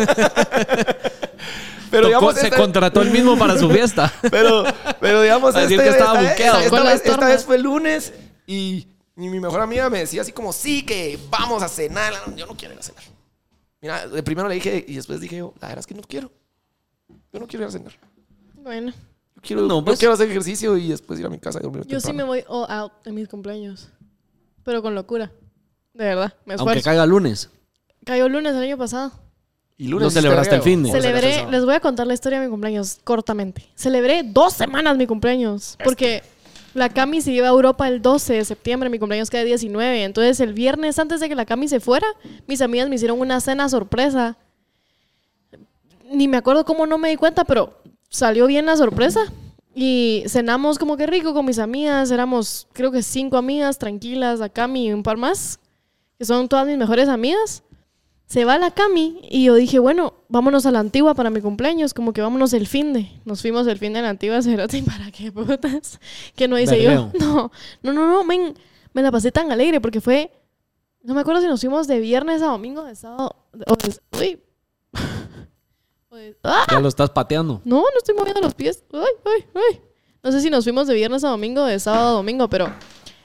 Speaker 1: pero
Speaker 2: Tocó-
Speaker 1: digamos... este
Speaker 2: se
Speaker 1: esta-
Speaker 2: contrató el mismo para su fiesta.
Speaker 1: Pero, pero digamos, este
Speaker 2: A decir que estaba
Speaker 1: esta, vez-
Speaker 2: buqueado.
Speaker 1: esta
Speaker 3: Sacó
Speaker 1: vez,
Speaker 3: las
Speaker 1: esta
Speaker 3: tornas.
Speaker 1: vez fue el lunes y, y mi mejor amiga me decía así como, sí, que vamos a cenar. Yo no quiero ir a cenar. Mira, de primero le dije y después dije yo, la verdad es que no quiero. Yo no quiero ir a cenar.
Speaker 3: Bueno,
Speaker 1: Yo quiero,
Speaker 2: No,
Speaker 1: yo
Speaker 2: pues.
Speaker 1: quiero hacer ejercicio y después ir a mi casa y dormir
Speaker 3: yo sí me
Speaker 1: temprano.
Speaker 3: voy all out en mis cumpleaños. Pero con locura. De verdad,
Speaker 2: Aunque
Speaker 3: me esfuerzo.
Speaker 2: caiga lunes.
Speaker 3: Cayó el lunes el año pasado.
Speaker 1: Y
Speaker 2: No
Speaker 1: sí
Speaker 2: celebraste
Speaker 1: celebro.
Speaker 2: el fin de-
Speaker 1: O celebraste el
Speaker 3: Celebré,
Speaker 1: sábado.
Speaker 3: les voy a contar la historia de mi cumpleaños cortamente. Celebré dos semanas mi cumpleaños. Porque la Cami se iba a Europa el 12 de septiembre, mi cumpleaños queda 19. Entonces, el viernes antes de que la Cami se fuera, mis amigas me hicieron una cena sorpresa. Ni me acuerdo cómo no me di cuenta, pero salió bien la sorpresa. Y cenamos como que rico con mis amigas. Éramos, creo que cinco amigas tranquilas, la Cami y un par más, que son todas mis mejores amigas. Se va la Cami y yo dije, bueno, vámonos a la antigua para mi cumpleaños, como que vámonos el fin de. Nos fuimos el fin de la antigua, Cerote, ¿para qué putas? Que no hice yo.
Speaker 2: Berreo.
Speaker 3: No, no, no, no, men, me la pasé tan alegre porque fue, no me acuerdo si nos fuimos de viernes a domingo, de sábado, o de, uy. O de- ¡Ah!
Speaker 2: Ya lo estás pateando.
Speaker 3: No, no estoy moviendo los pies. Ay, ay, ay. No sé si nos fuimos de viernes a domingo, de sábado a domingo, pero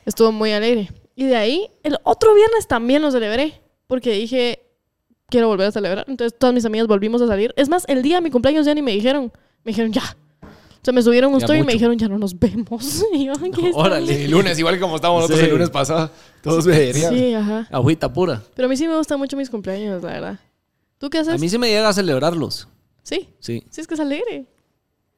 Speaker 3: estuvo muy alegre. Y de ahí, el otro viernes también lo celebré, porque dije, quiero volver a celebrar. Entonces todas mis amigas volvimos a salir. Es más, el día de mi cumpleaños ya ni me dijeron, me dijeron ya. O sea, me subieron un
Speaker 2: Ya
Speaker 3: story y me
Speaker 2: mucho.
Speaker 3: dijeron, ya no nos vemos. Y yo, ¿qué está
Speaker 2: Órale.
Speaker 1: El lunes, igual que como estábamos nosotros
Speaker 2: Sí.
Speaker 1: el lunes pasado. Todos me dirían.
Speaker 3: bien? Sí, ajá.
Speaker 2: Agüita pura.
Speaker 3: Pero a mí sí me gustan mucho mis cumpleaños, la verdad. ¿Tú qué haces?
Speaker 2: A mí sí me llega a celebrarlos.
Speaker 3: Sí.
Speaker 2: Sí.
Speaker 3: Sí, es que es alegre.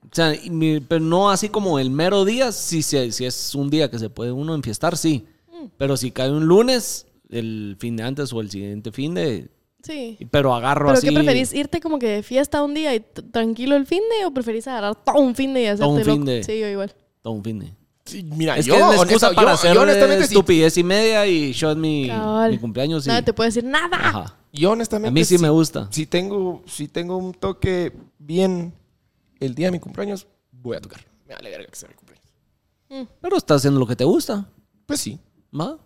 Speaker 2: O sea, y mi- pero no así como el mero día, si, se- si es un día que se puede uno enfiestar, sí.
Speaker 3: Mm.
Speaker 2: Pero si cae un lunes, el fin de antes o el siguiente fin de...
Speaker 3: Sí.
Speaker 2: Pero agarro
Speaker 3: ¿Pero
Speaker 2: así...
Speaker 3: qué preferís? ¿Irte como que de fiesta un día y t- tranquilo el fin de o preferís agarrar todo un fin de y hacerte
Speaker 2: Todo un
Speaker 3: loco?
Speaker 2: finde.
Speaker 3: Sí, yo igual.
Speaker 2: Todo un fin de...
Speaker 1: Sí, mira,
Speaker 2: Es
Speaker 1: Ah, yo,
Speaker 2: que es la excusa
Speaker 1: honesta-
Speaker 2: para
Speaker 1: yo-
Speaker 2: hacer
Speaker 1: yo honestamente, sí-
Speaker 2: estupidez y media y yo en mi,
Speaker 3: Cabal.
Speaker 2: mi cumpleaños y...
Speaker 3: Nadie te puede decir nada.
Speaker 2: Ajá.
Speaker 1: yo honestamente
Speaker 2: A mí sí me gusta.
Speaker 1: Si tengo, si tengo un toque bien el día de mi cumpleaños, voy a tocar. Me alegra que sea mi cumpleaños.
Speaker 2: Pero estás haciendo lo que te gusta.
Speaker 1: Pues sí.
Speaker 2: ¿va?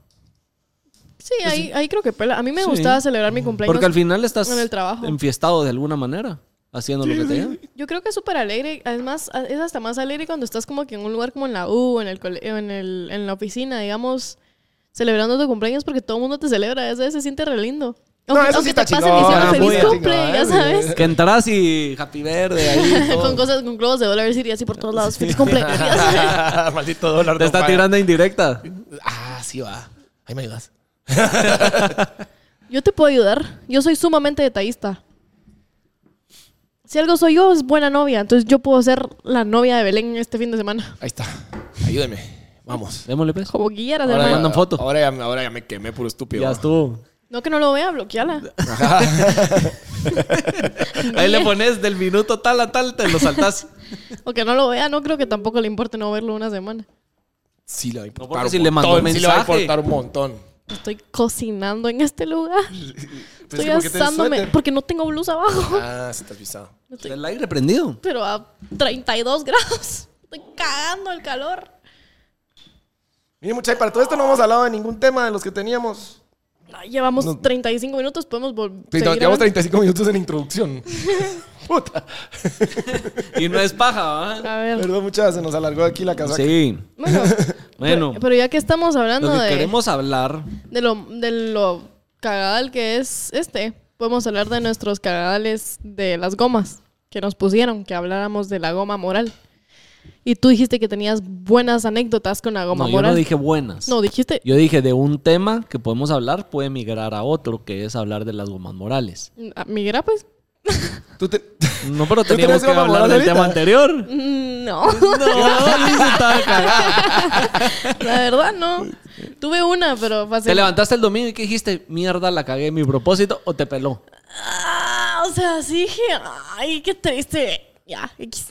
Speaker 3: Sí, ahí, ahí creo que pela. A mí me
Speaker 2: Sí.
Speaker 3: gustaba celebrar mi cumpleaños.
Speaker 2: Porque al final estás
Speaker 3: en el trabajo.
Speaker 2: enfiestado de alguna manera. haciendo lo que te digan.
Speaker 3: Yo creo que es súper alegre. Además, a- es hasta más alegre cuando estás como que en un lugar como en la U, en, el cole- o en, el- en la oficina, digamos, celebrando tu cumpleaños porque todo el mundo te celebra. Esa vez se siente re lindo.
Speaker 1: No, eso sí
Speaker 3: te
Speaker 1: está
Speaker 3: pasen
Speaker 1: chingón,
Speaker 2: ah,
Speaker 3: diciendo
Speaker 2: muy
Speaker 3: feliz
Speaker 2: chingón,
Speaker 3: cumple,
Speaker 1: ¿eh?
Speaker 3: ya sabes.
Speaker 2: Que entras y happy verde ahí. todo.
Speaker 3: con cosas, con globos de dólar y así por todos lados. Feliz cumple. ya sabes.
Speaker 1: Maldito dólar.
Speaker 2: Te
Speaker 1: no
Speaker 2: está
Speaker 1: paga.
Speaker 2: tirando indirecta.
Speaker 1: Ah, sí va. Ahí me ayudas.
Speaker 3: Yo te puedo ayudar. Yo soy sumamente detallista. Si algo soy yo, es buena novia. Entonces yo puedo ser la novia de Belén este fin de semana.
Speaker 1: Ahí está. Ayúdeme. Vamos.
Speaker 2: Démosle pues.
Speaker 3: Como quieras,
Speaker 2: Ahora
Speaker 3: hermano.
Speaker 2: mandan foto.
Speaker 1: Ahora ya, ahora ya me quemé puro estúpido.
Speaker 2: Ya estuvo.
Speaker 3: No que no lo vea, bloqueala.
Speaker 2: Ahí le pones del minuto tal a tal, te lo saltas.
Speaker 3: O que no lo vea, no creo que tampoco le importe no verlo una semana.
Speaker 1: Sí le va a
Speaker 2: No,
Speaker 1: importar
Speaker 2: porque
Speaker 1: un
Speaker 2: si le mandó
Speaker 1: montón. Sí le va a
Speaker 2: mensaje.
Speaker 1: importar un montón.
Speaker 3: Estoy cocinando en este lugar.
Speaker 1: Pues
Speaker 3: Estoy
Speaker 1: es que, ¿por qué tenés
Speaker 3: asándome.
Speaker 1: suéter?
Speaker 3: Porque no tengo blusa abajo.
Speaker 1: Ah, se estás pisado.
Speaker 2: El aire prendido.
Speaker 3: Pero a 32 grados. Estoy cagando el calor.
Speaker 1: Miren, muchachos, para todo esto no hemos hablado de ningún tema de los que teníamos.
Speaker 3: Ay, llevamos
Speaker 1: No.
Speaker 3: 35 minutos, podemos volver.
Speaker 1: Sí, no, Llevamos 35 minutos en introducción. Puta.
Speaker 2: Y no es paja, ¿verdad?
Speaker 3: A ver.
Speaker 1: Perdón, muchachas, se nos alargó aquí la casaca.
Speaker 2: Sí.
Speaker 3: Bueno,
Speaker 2: Bueno,
Speaker 3: pero, pero ya que estamos hablando
Speaker 2: lo que
Speaker 3: de.
Speaker 2: queremos hablar.
Speaker 3: de lo, de lo cagadal que es este, podemos hablar de nuestros cagadales de las gomas que nos pusieron, que habláramos de la goma moral. Y tú dijiste que tenías buenas anécdotas con la goma
Speaker 2: No, yo
Speaker 3: moral.
Speaker 2: no dije buenas.
Speaker 3: No, dijiste.
Speaker 2: Yo dije de un tema que podemos hablar puede migrar a otro, que es hablar de las gomas morales.
Speaker 3: Ah, ¿Migra, pues?
Speaker 1: Tú te-
Speaker 2: No, pero
Speaker 1: ¿Tú tenías
Speaker 2: teníamos que
Speaker 1: goma
Speaker 2: hablar
Speaker 1: moral
Speaker 2: del
Speaker 1: ahorita?
Speaker 2: tema anterior.
Speaker 3: Mm, No,
Speaker 2: No, sí se estaba cagando.
Speaker 3: la verdad no. Tuve una, pero fácil.
Speaker 2: Te levantaste el domingo y que dijiste, mierda, la cagué mi propósito o te peló.
Speaker 3: Ah, o sea, sí dije, ay, qué triste. Ya, X.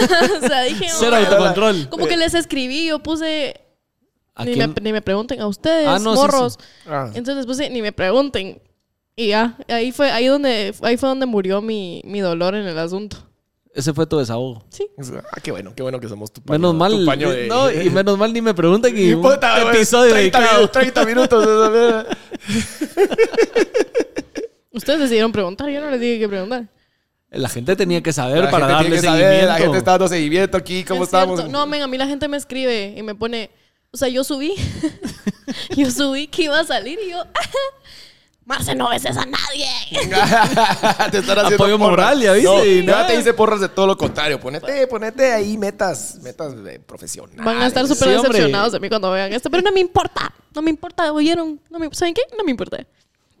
Speaker 3: o sea, dije,
Speaker 2: Cero
Speaker 3: "Ah".
Speaker 2: autocontrol.
Speaker 3: como que les escribí, yo puse,
Speaker 2: ¿A
Speaker 3: ni,
Speaker 2: quién?
Speaker 3: me, ni me pregunten a ustedes,
Speaker 2: Ah, no, sí,
Speaker 3: morros.
Speaker 1: Ah.
Speaker 3: Entonces puse, ni me pregunten. Y ya, ahí fue, ahí donde, ahí fue donde murió mi, mi dolor en el asunto.
Speaker 2: Ese fue tu desahogo.
Speaker 3: Sí.
Speaker 1: Ah, qué bueno, qué bueno que somos tu paño.
Speaker 2: Menos
Speaker 1: Tu
Speaker 2: mal. eh,
Speaker 1: paño de...
Speaker 2: No, y menos mal ni me preguntan y
Speaker 1: Y
Speaker 2: un
Speaker 1: puta, güey,
Speaker 2: episodio
Speaker 1: 30,
Speaker 2: dedicado.
Speaker 1: minutos, 30 minutos. esa mierda.
Speaker 3: Ustedes decidieron preguntar, yo no les dije que preguntar.
Speaker 2: La gente tenía que saber
Speaker 1: La
Speaker 2: para
Speaker 1: gente
Speaker 2: darle
Speaker 1: tiene que
Speaker 2: seguimiento.
Speaker 1: saber, La gente está dando seguimiento aquí, ¿cómo
Speaker 3: Es cierto.
Speaker 1: estamos?
Speaker 3: No, men, a mí la gente me escribe y me pone, o sea, yo subí, yo subí que iba a salir y yo, Marce, no beses a nadie.
Speaker 1: te están haciendo
Speaker 2: Apoyo moral, ya viste,
Speaker 1: No,
Speaker 2: y
Speaker 1: nada,
Speaker 2: nada.
Speaker 1: te dice porras de todo lo contrario. Ponete, ponete ahí metas, metas eh, profesionales.
Speaker 3: Van a estar súper
Speaker 2: Sí, hombre.
Speaker 3: decepcionados de mí cuando vean esto, pero no me importa, no me importa, oyeron, no me, ¿saben qué? No me importa.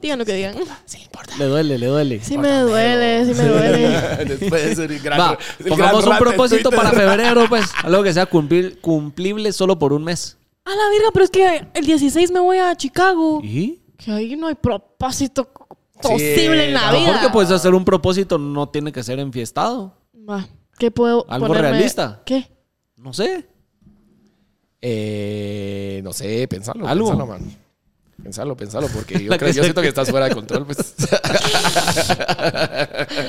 Speaker 3: Digan lo que digan.
Speaker 1: Sí, le importa.
Speaker 2: Le duele, le duele.
Speaker 3: Sí me duele, sí me duele.
Speaker 1: Después de ser el gran,
Speaker 2: Va,
Speaker 1: el gran
Speaker 2: pongamos un
Speaker 1: rant en
Speaker 2: propósito
Speaker 1: Twitter.
Speaker 2: para febrero, pues. Algo que sea cumplir- cumplible solo por un mes.
Speaker 3: A la verga, pero es que el 16 me voy a Chicago.
Speaker 2: ¿Y?
Speaker 3: Que ahí no hay propósito posible en la
Speaker 2: A lo
Speaker 3: vida.
Speaker 2: mejor que pues puedes hacer un propósito no tiene que ser enfiestado.
Speaker 3: Va, ¿Qué puedo
Speaker 2: Algo
Speaker 3: ponerme?
Speaker 2: realista.
Speaker 3: ¿Qué?
Speaker 2: No sé.
Speaker 1: Eh, no sé, pensalo.
Speaker 2: Algo.
Speaker 1: Pensalo, man. Pensalo, pensalo, porque yo,
Speaker 2: La
Speaker 1: creo,
Speaker 2: que
Speaker 1: yo
Speaker 2: se-
Speaker 1: siento que estás fuera de control. Pues.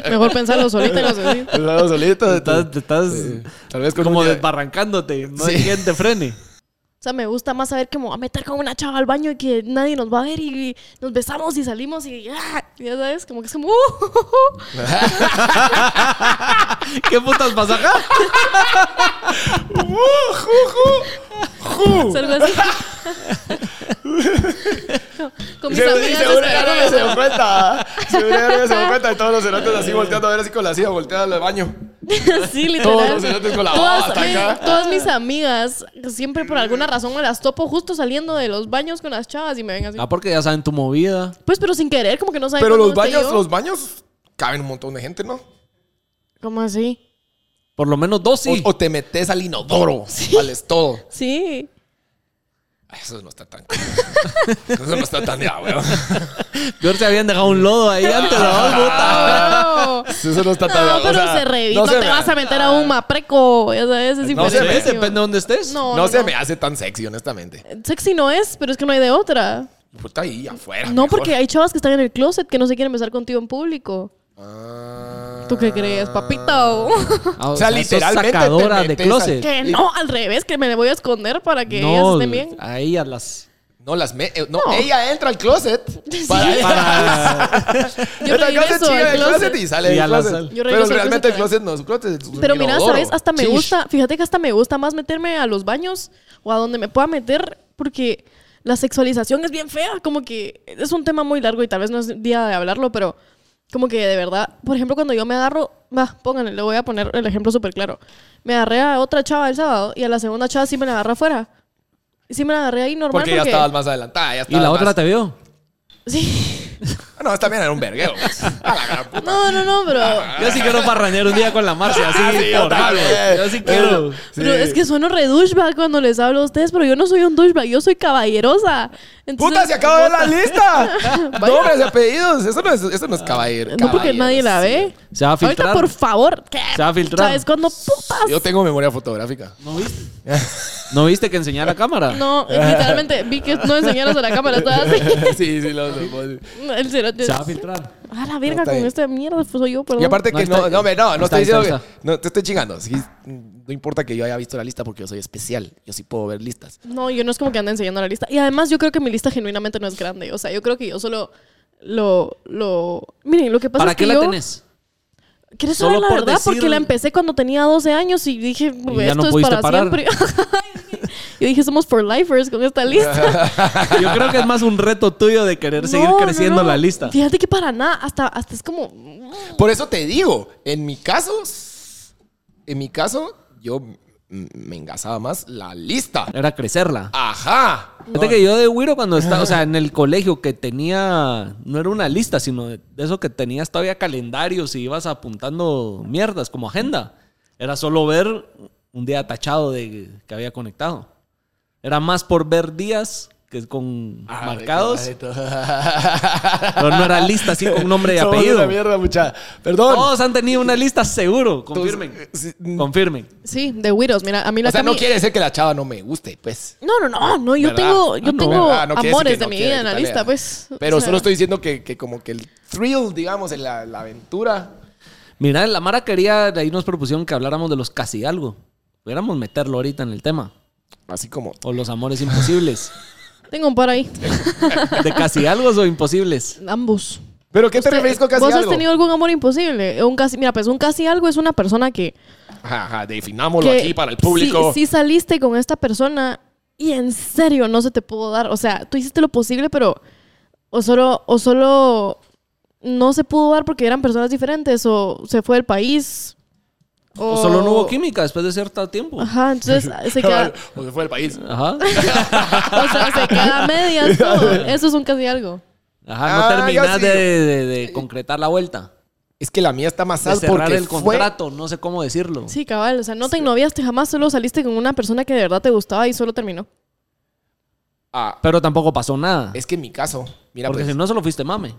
Speaker 3: Mejor pensarlo solita y no sé.
Speaker 1: Pensalo solito. de
Speaker 2: Estás, te
Speaker 1: tu-
Speaker 2: estás
Speaker 1: eh, tal vez con
Speaker 2: como
Speaker 1: un día-
Speaker 2: desbarrancándote. No hay
Speaker 1: Sí.
Speaker 2: quien te frene.
Speaker 3: O sea, me gusta más saber que me voy a meter con una chava al baño y que nadie nos va a ver y nos besamos y salimos y ah, ya sabes, como que es como... "Uh".
Speaker 2: ¿Qué putas pasa acá?
Speaker 3: Es algo así. con mis
Speaker 1: Se- y
Speaker 3: amigas
Speaker 1: seguro ya no se
Speaker 3: desesperadas.
Speaker 1: dio cuenta. Seguro ya no se dio cuenta de todos los cerotes así volteando a ver así con la silla, volteando al baño.
Speaker 3: sí,
Speaker 1: Todos los
Speaker 3: literal.
Speaker 1: cerotes con la baba
Speaker 3: Todas,
Speaker 1: hasta
Speaker 3: men,
Speaker 1: acá.
Speaker 3: todas mis amigas, siempre por alguna razón me las topo justo saliendo de los baños con las chavas y me ven así.
Speaker 2: Ah, porque ya saben tu movida.
Speaker 3: Pues, pero sin querer, como que no saben
Speaker 1: Pero
Speaker 3: cuándo
Speaker 1: los
Speaker 3: estoy
Speaker 1: baños,
Speaker 3: yo.
Speaker 1: los baños caben un montón de gente, ¿no?
Speaker 3: ¿Cómo así?
Speaker 2: Por lo menos dos sí.
Speaker 1: O, o te metes al inodoro, vales todo.
Speaker 3: Sí.
Speaker 1: Eso no está tan. Eso no está tan de ah, weón.
Speaker 2: Peor te habían dejado un lodo ahí antes.
Speaker 1: Ah,
Speaker 2: ¿no?
Speaker 3: No,
Speaker 1: Eso no está tan de
Speaker 3: No,
Speaker 1: ah, o
Speaker 3: pero
Speaker 1: sea,
Speaker 3: se revisa. No,
Speaker 1: se
Speaker 3: te
Speaker 1: me-
Speaker 3: vas a meter a un mapreco. Ya sabes, es
Speaker 1: No
Speaker 2: No
Speaker 1: se
Speaker 2: sé,
Speaker 1: me-
Speaker 3: diferente.
Speaker 2: depende de dónde estés.
Speaker 3: No,
Speaker 1: No,
Speaker 3: no,
Speaker 1: se
Speaker 3: no.
Speaker 1: me hace tan sexy, honestamente.
Speaker 3: Sexy no es, pero es que no hay de otra.
Speaker 1: Puta, Pues, ahí afuera.
Speaker 3: No,
Speaker 1: mejor.
Speaker 3: porque hay chavas que están en el closet que no se quieren besar contigo en público.
Speaker 1: Ah.
Speaker 3: ¿Tú qué crees, papito?
Speaker 2: Ah,
Speaker 1: O sea,
Speaker 2: sos
Speaker 1: literalmente te
Speaker 2: sacadora de
Speaker 1: metes al-
Speaker 2: closet.
Speaker 3: que no, al revés, que me le voy a esconder para que ellas
Speaker 2: No,
Speaker 3: estén bien.
Speaker 2: a ellas las.
Speaker 1: No, las me- eh, no,
Speaker 3: No.
Speaker 1: ella entra al closet. Para,
Speaker 2: Para-
Speaker 3: Yo
Speaker 1: entra al closet,
Speaker 3: regreso
Speaker 1: chilla
Speaker 3: al
Speaker 1: del closet
Speaker 3: closet.
Speaker 1: y sale
Speaker 2: Y a
Speaker 1: del
Speaker 2: la
Speaker 1: closet.
Speaker 2: sal.
Speaker 3: Yo
Speaker 1: Pero
Speaker 3: regreso al
Speaker 1: realmente el closet
Speaker 3: closet
Speaker 1: no es un closet. es un
Speaker 3: Pero mira,
Speaker 1: inodoro.
Speaker 3: ¿sabes? Hasta me
Speaker 1: Pues Chish.
Speaker 3: gusta, fíjate que hasta me gusta más meterme a los baños o a donde me pueda meter porque la sexualización es bien fea, como que es un tema muy largo y tal vez no es día de hablarlo, pero como que de verdad, por ejemplo, cuando yo me agarro, va, pónganle, le voy a poner el ejemplo súper claro. Me agarré a otra chava el sábado y a la segunda chava sí me la agarré afuera. Sí me la agarré ahí normal
Speaker 1: Porque
Speaker 3: porque...
Speaker 1: ya estabas más adelantada. Ya
Speaker 2: Y la
Speaker 1: estabas
Speaker 2: otra
Speaker 1: más-
Speaker 2: te vio.
Speaker 3: Sí.
Speaker 1: Ah, No, esta bien era un vergueo. pues. A la gran puta.
Speaker 3: No, no, no, pero...
Speaker 2: Yo sí quiero parrañar un día con la Marcia, así
Speaker 1: Ah, Sí, yo
Speaker 2: formal,
Speaker 1: también.
Speaker 2: güey. Yo sí quiero.
Speaker 3: Pero es que sueno re douchebag cuando les hablo a ustedes, pero yo no soy un douchebag, yo soy caballerosa. Entonces-
Speaker 1: ¡Puta, se acaba de ver la lista! ¡Nombres y apellidos! Eso no es, eso no es caballero.
Speaker 3: No porque
Speaker 1: caballeros.
Speaker 3: nadie la ve.
Speaker 2: Se va a filtrar.
Speaker 3: Ahorita, por favor. ¿qué?
Speaker 2: Se va a filtrar.
Speaker 3: ¿Sabes cuándo putas?
Speaker 1: Yo tengo memoria fotográfica.
Speaker 2: ¿No viste? ¿No viste que enseñara a cámara?
Speaker 3: No, eh, literalmente vi que no enseñaras a la cámara. Estaba así.
Speaker 1: sí, sí, lo sé.
Speaker 3: El cerote.
Speaker 2: Se va a filtrar.
Speaker 3: A la verga
Speaker 1: está
Speaker 3: con
Speaker 1: bien.
Speaker 3: esta mierda. pues, Soy yo, perdón.
Speaker 1: Y aparte
Speaker 2: No,
Speaker 1: que
Speaker 2: está-
Speaker 1: no, no, hombre, no, no estoy
Speaker 2: está,
Speaker 1: diciendo
Speaker 2: está,
Speaker 1: que- No, te estoy chingando. Sí, no importa que yo haya visto la lista porque yo soy especial. Yo sí puedo ver listas.
Speaker 3: No, yo no es como que anda enseñando la lista. Y además, yo creo que mi lista genuinamente no es grande. O sea, yo creo que yo solo lo. lo... Miren, lo que pasa
Speaker 2: ¿Para
Speaker 3: es
Speaker 2: qué
Speaker 3: que.
Speaker 2: la
Speaker 3: yo...
Speaker 2: tenés?
Speaker 3: ¿Quieres
Speaker 2: Solo
Speaker 3: saber la
Speaker 2: por
Speaker 3: verdad?
Speaker 2: decir-
Speaker 3: Porque la empecé cuando tenía 12 años y dije,
Speaker 2: Y ya
Speaker 3: esto
Speaker 2: no
Speaker 3: es
Speaker 2: pudiste
Speaker 3: para
Speaker 2: parar.
Speaker 3: siempre. Yo dije, somos for lifers con esta lista.
Speaker 2: Yo creo que es más un reto tuyo de querer seguir
Speaker 3: No, no,
Speaker 2: creciendo
Speaker 3: no.
Speaker 2: la lista.
Speaker 3: Fíjate que para nada, hasta, hasta es como.
Speaker 1: Por eso te digo, en mi caso, en mi caso, yo m- me engasaba más la lista.
Speaker 2: Era crecerla.
Speaker 1: Ajá.
Speaker 2: Fíjate que yo de Wiro cuando estaba, o sea, en el colegio que tenía, no era una lista, sino de eso que tenías todavía calendarios y ibas apuntando mierdas como agenda. Era solo ver un día tachado de que había conectado. Era más por ver días que con
Speaker 1: Ah,
Speaker 2: marcados, pero no era lista así con nombre y
Speaker 1: Somos una
Speaker 2: apellido.
Speaker 1: mierda, mucha. Perdón.
Speaker 2: Todos han tenido una lista seguro, confirmen.
Speaker 1: Sí.
Speaker 2: Confirmen.
Speaker 3: Sí, de Widows. Mira, a mí la
Speaker 1: O sea, no
Speaker 3: Cami-
Speaker 1: quiere decir que la chava no me guste, pues.
Speaker 3: No, no, no, no, yo
Speaker 1: ¿Verdad?
Speaker 3: tengo, yo
Speaker 2: Ah, no,
Speaker 3: tengo
Speaker 1: ¿verdad? No quiere decir
Speaker 3: amores
Speaker 1: que
Speaker 3: de
Speaker 1: no
Speaker 3: mi
Speaker 1: quiere
Speaker 3: vida en la
Speaker 1: que
Speaker 3: lista,
Speaker 1: tarea.
Speaker 3: pues.
Speaker 1: Pero
Speaker 3: O sea,
Speaker 1: solo estoy diciendo que, que como que el thrill, digamos, en la, la aventura.
Speaker 2: Mira, la Mara quería, de ahí nos propusieron que habláramos de los casi algo. Pudiéramos meterlo ahorita en el tema.
Speaker 1: Así como.
Speaker 2: O los amores imposibles.
Speaker 3: Tengo un par ahí.
Speaker 2: ¿De casi algo o imposibles?
Speaker 3: Ambos.
Speaker 1: ¿Pero qué te
Speaker 3: Usted-
Speaker 1: refieres con casi
Speaker 3: ¿Vos
Speaker 1: algo?
Speaker 3: has tenido algún amor imposible? Un casi, mira, pues un casi algo es una persona que.
Speaker 1: Ajá, ajá, definámoslo
Speaker 3: que
Speaker 1: aquí para el público.
Speaker 3: Si, si saliste con esta persona y en serio no se te pudo dar, o sea, tú hiciste lo posible, pero o solo, o solo no se pudo dar porque eran personas diferentes o se fue del país.
Speaker 2: O... solo no hubo química después de cierto tiempo.
Speaker 3: Ajá, entonces se queda,
Speaker 1: o se fue del país.
Speaker 2: Ajá.
Speaker 3: o sea, se queda a medias todo. Eso es un casi algo.
Speaker 2: Ajá, no
Speaker 1: Ah,
Speaker 2: terminás
Speaker 1: ya sí.
Speaker 2: de, de- de concretar la vuelta.
Speaker 1: Es que la mía está más
Speaker 2: De
Speaker 1: alta
Speaker 2: cerrar
Speaker 1: porque
Speaker 2: el
Speaker 1: fue-
Speaker 2: contrato, no sé cómo decirlo.
Speaker 3: Sí, cabal, o sea, no te noviaste jamás, solo saliste con una persona que de verdad te gustaba y solo terminó.
Speaker 1: Ah,
Speaker 2: Pero tampoco pasó nada.
Speaker 1: es que en mi caso, mira,
Speaker 2: Porque
Speaker 1: pues,
Speaker 2: si no, solo fuiste mame.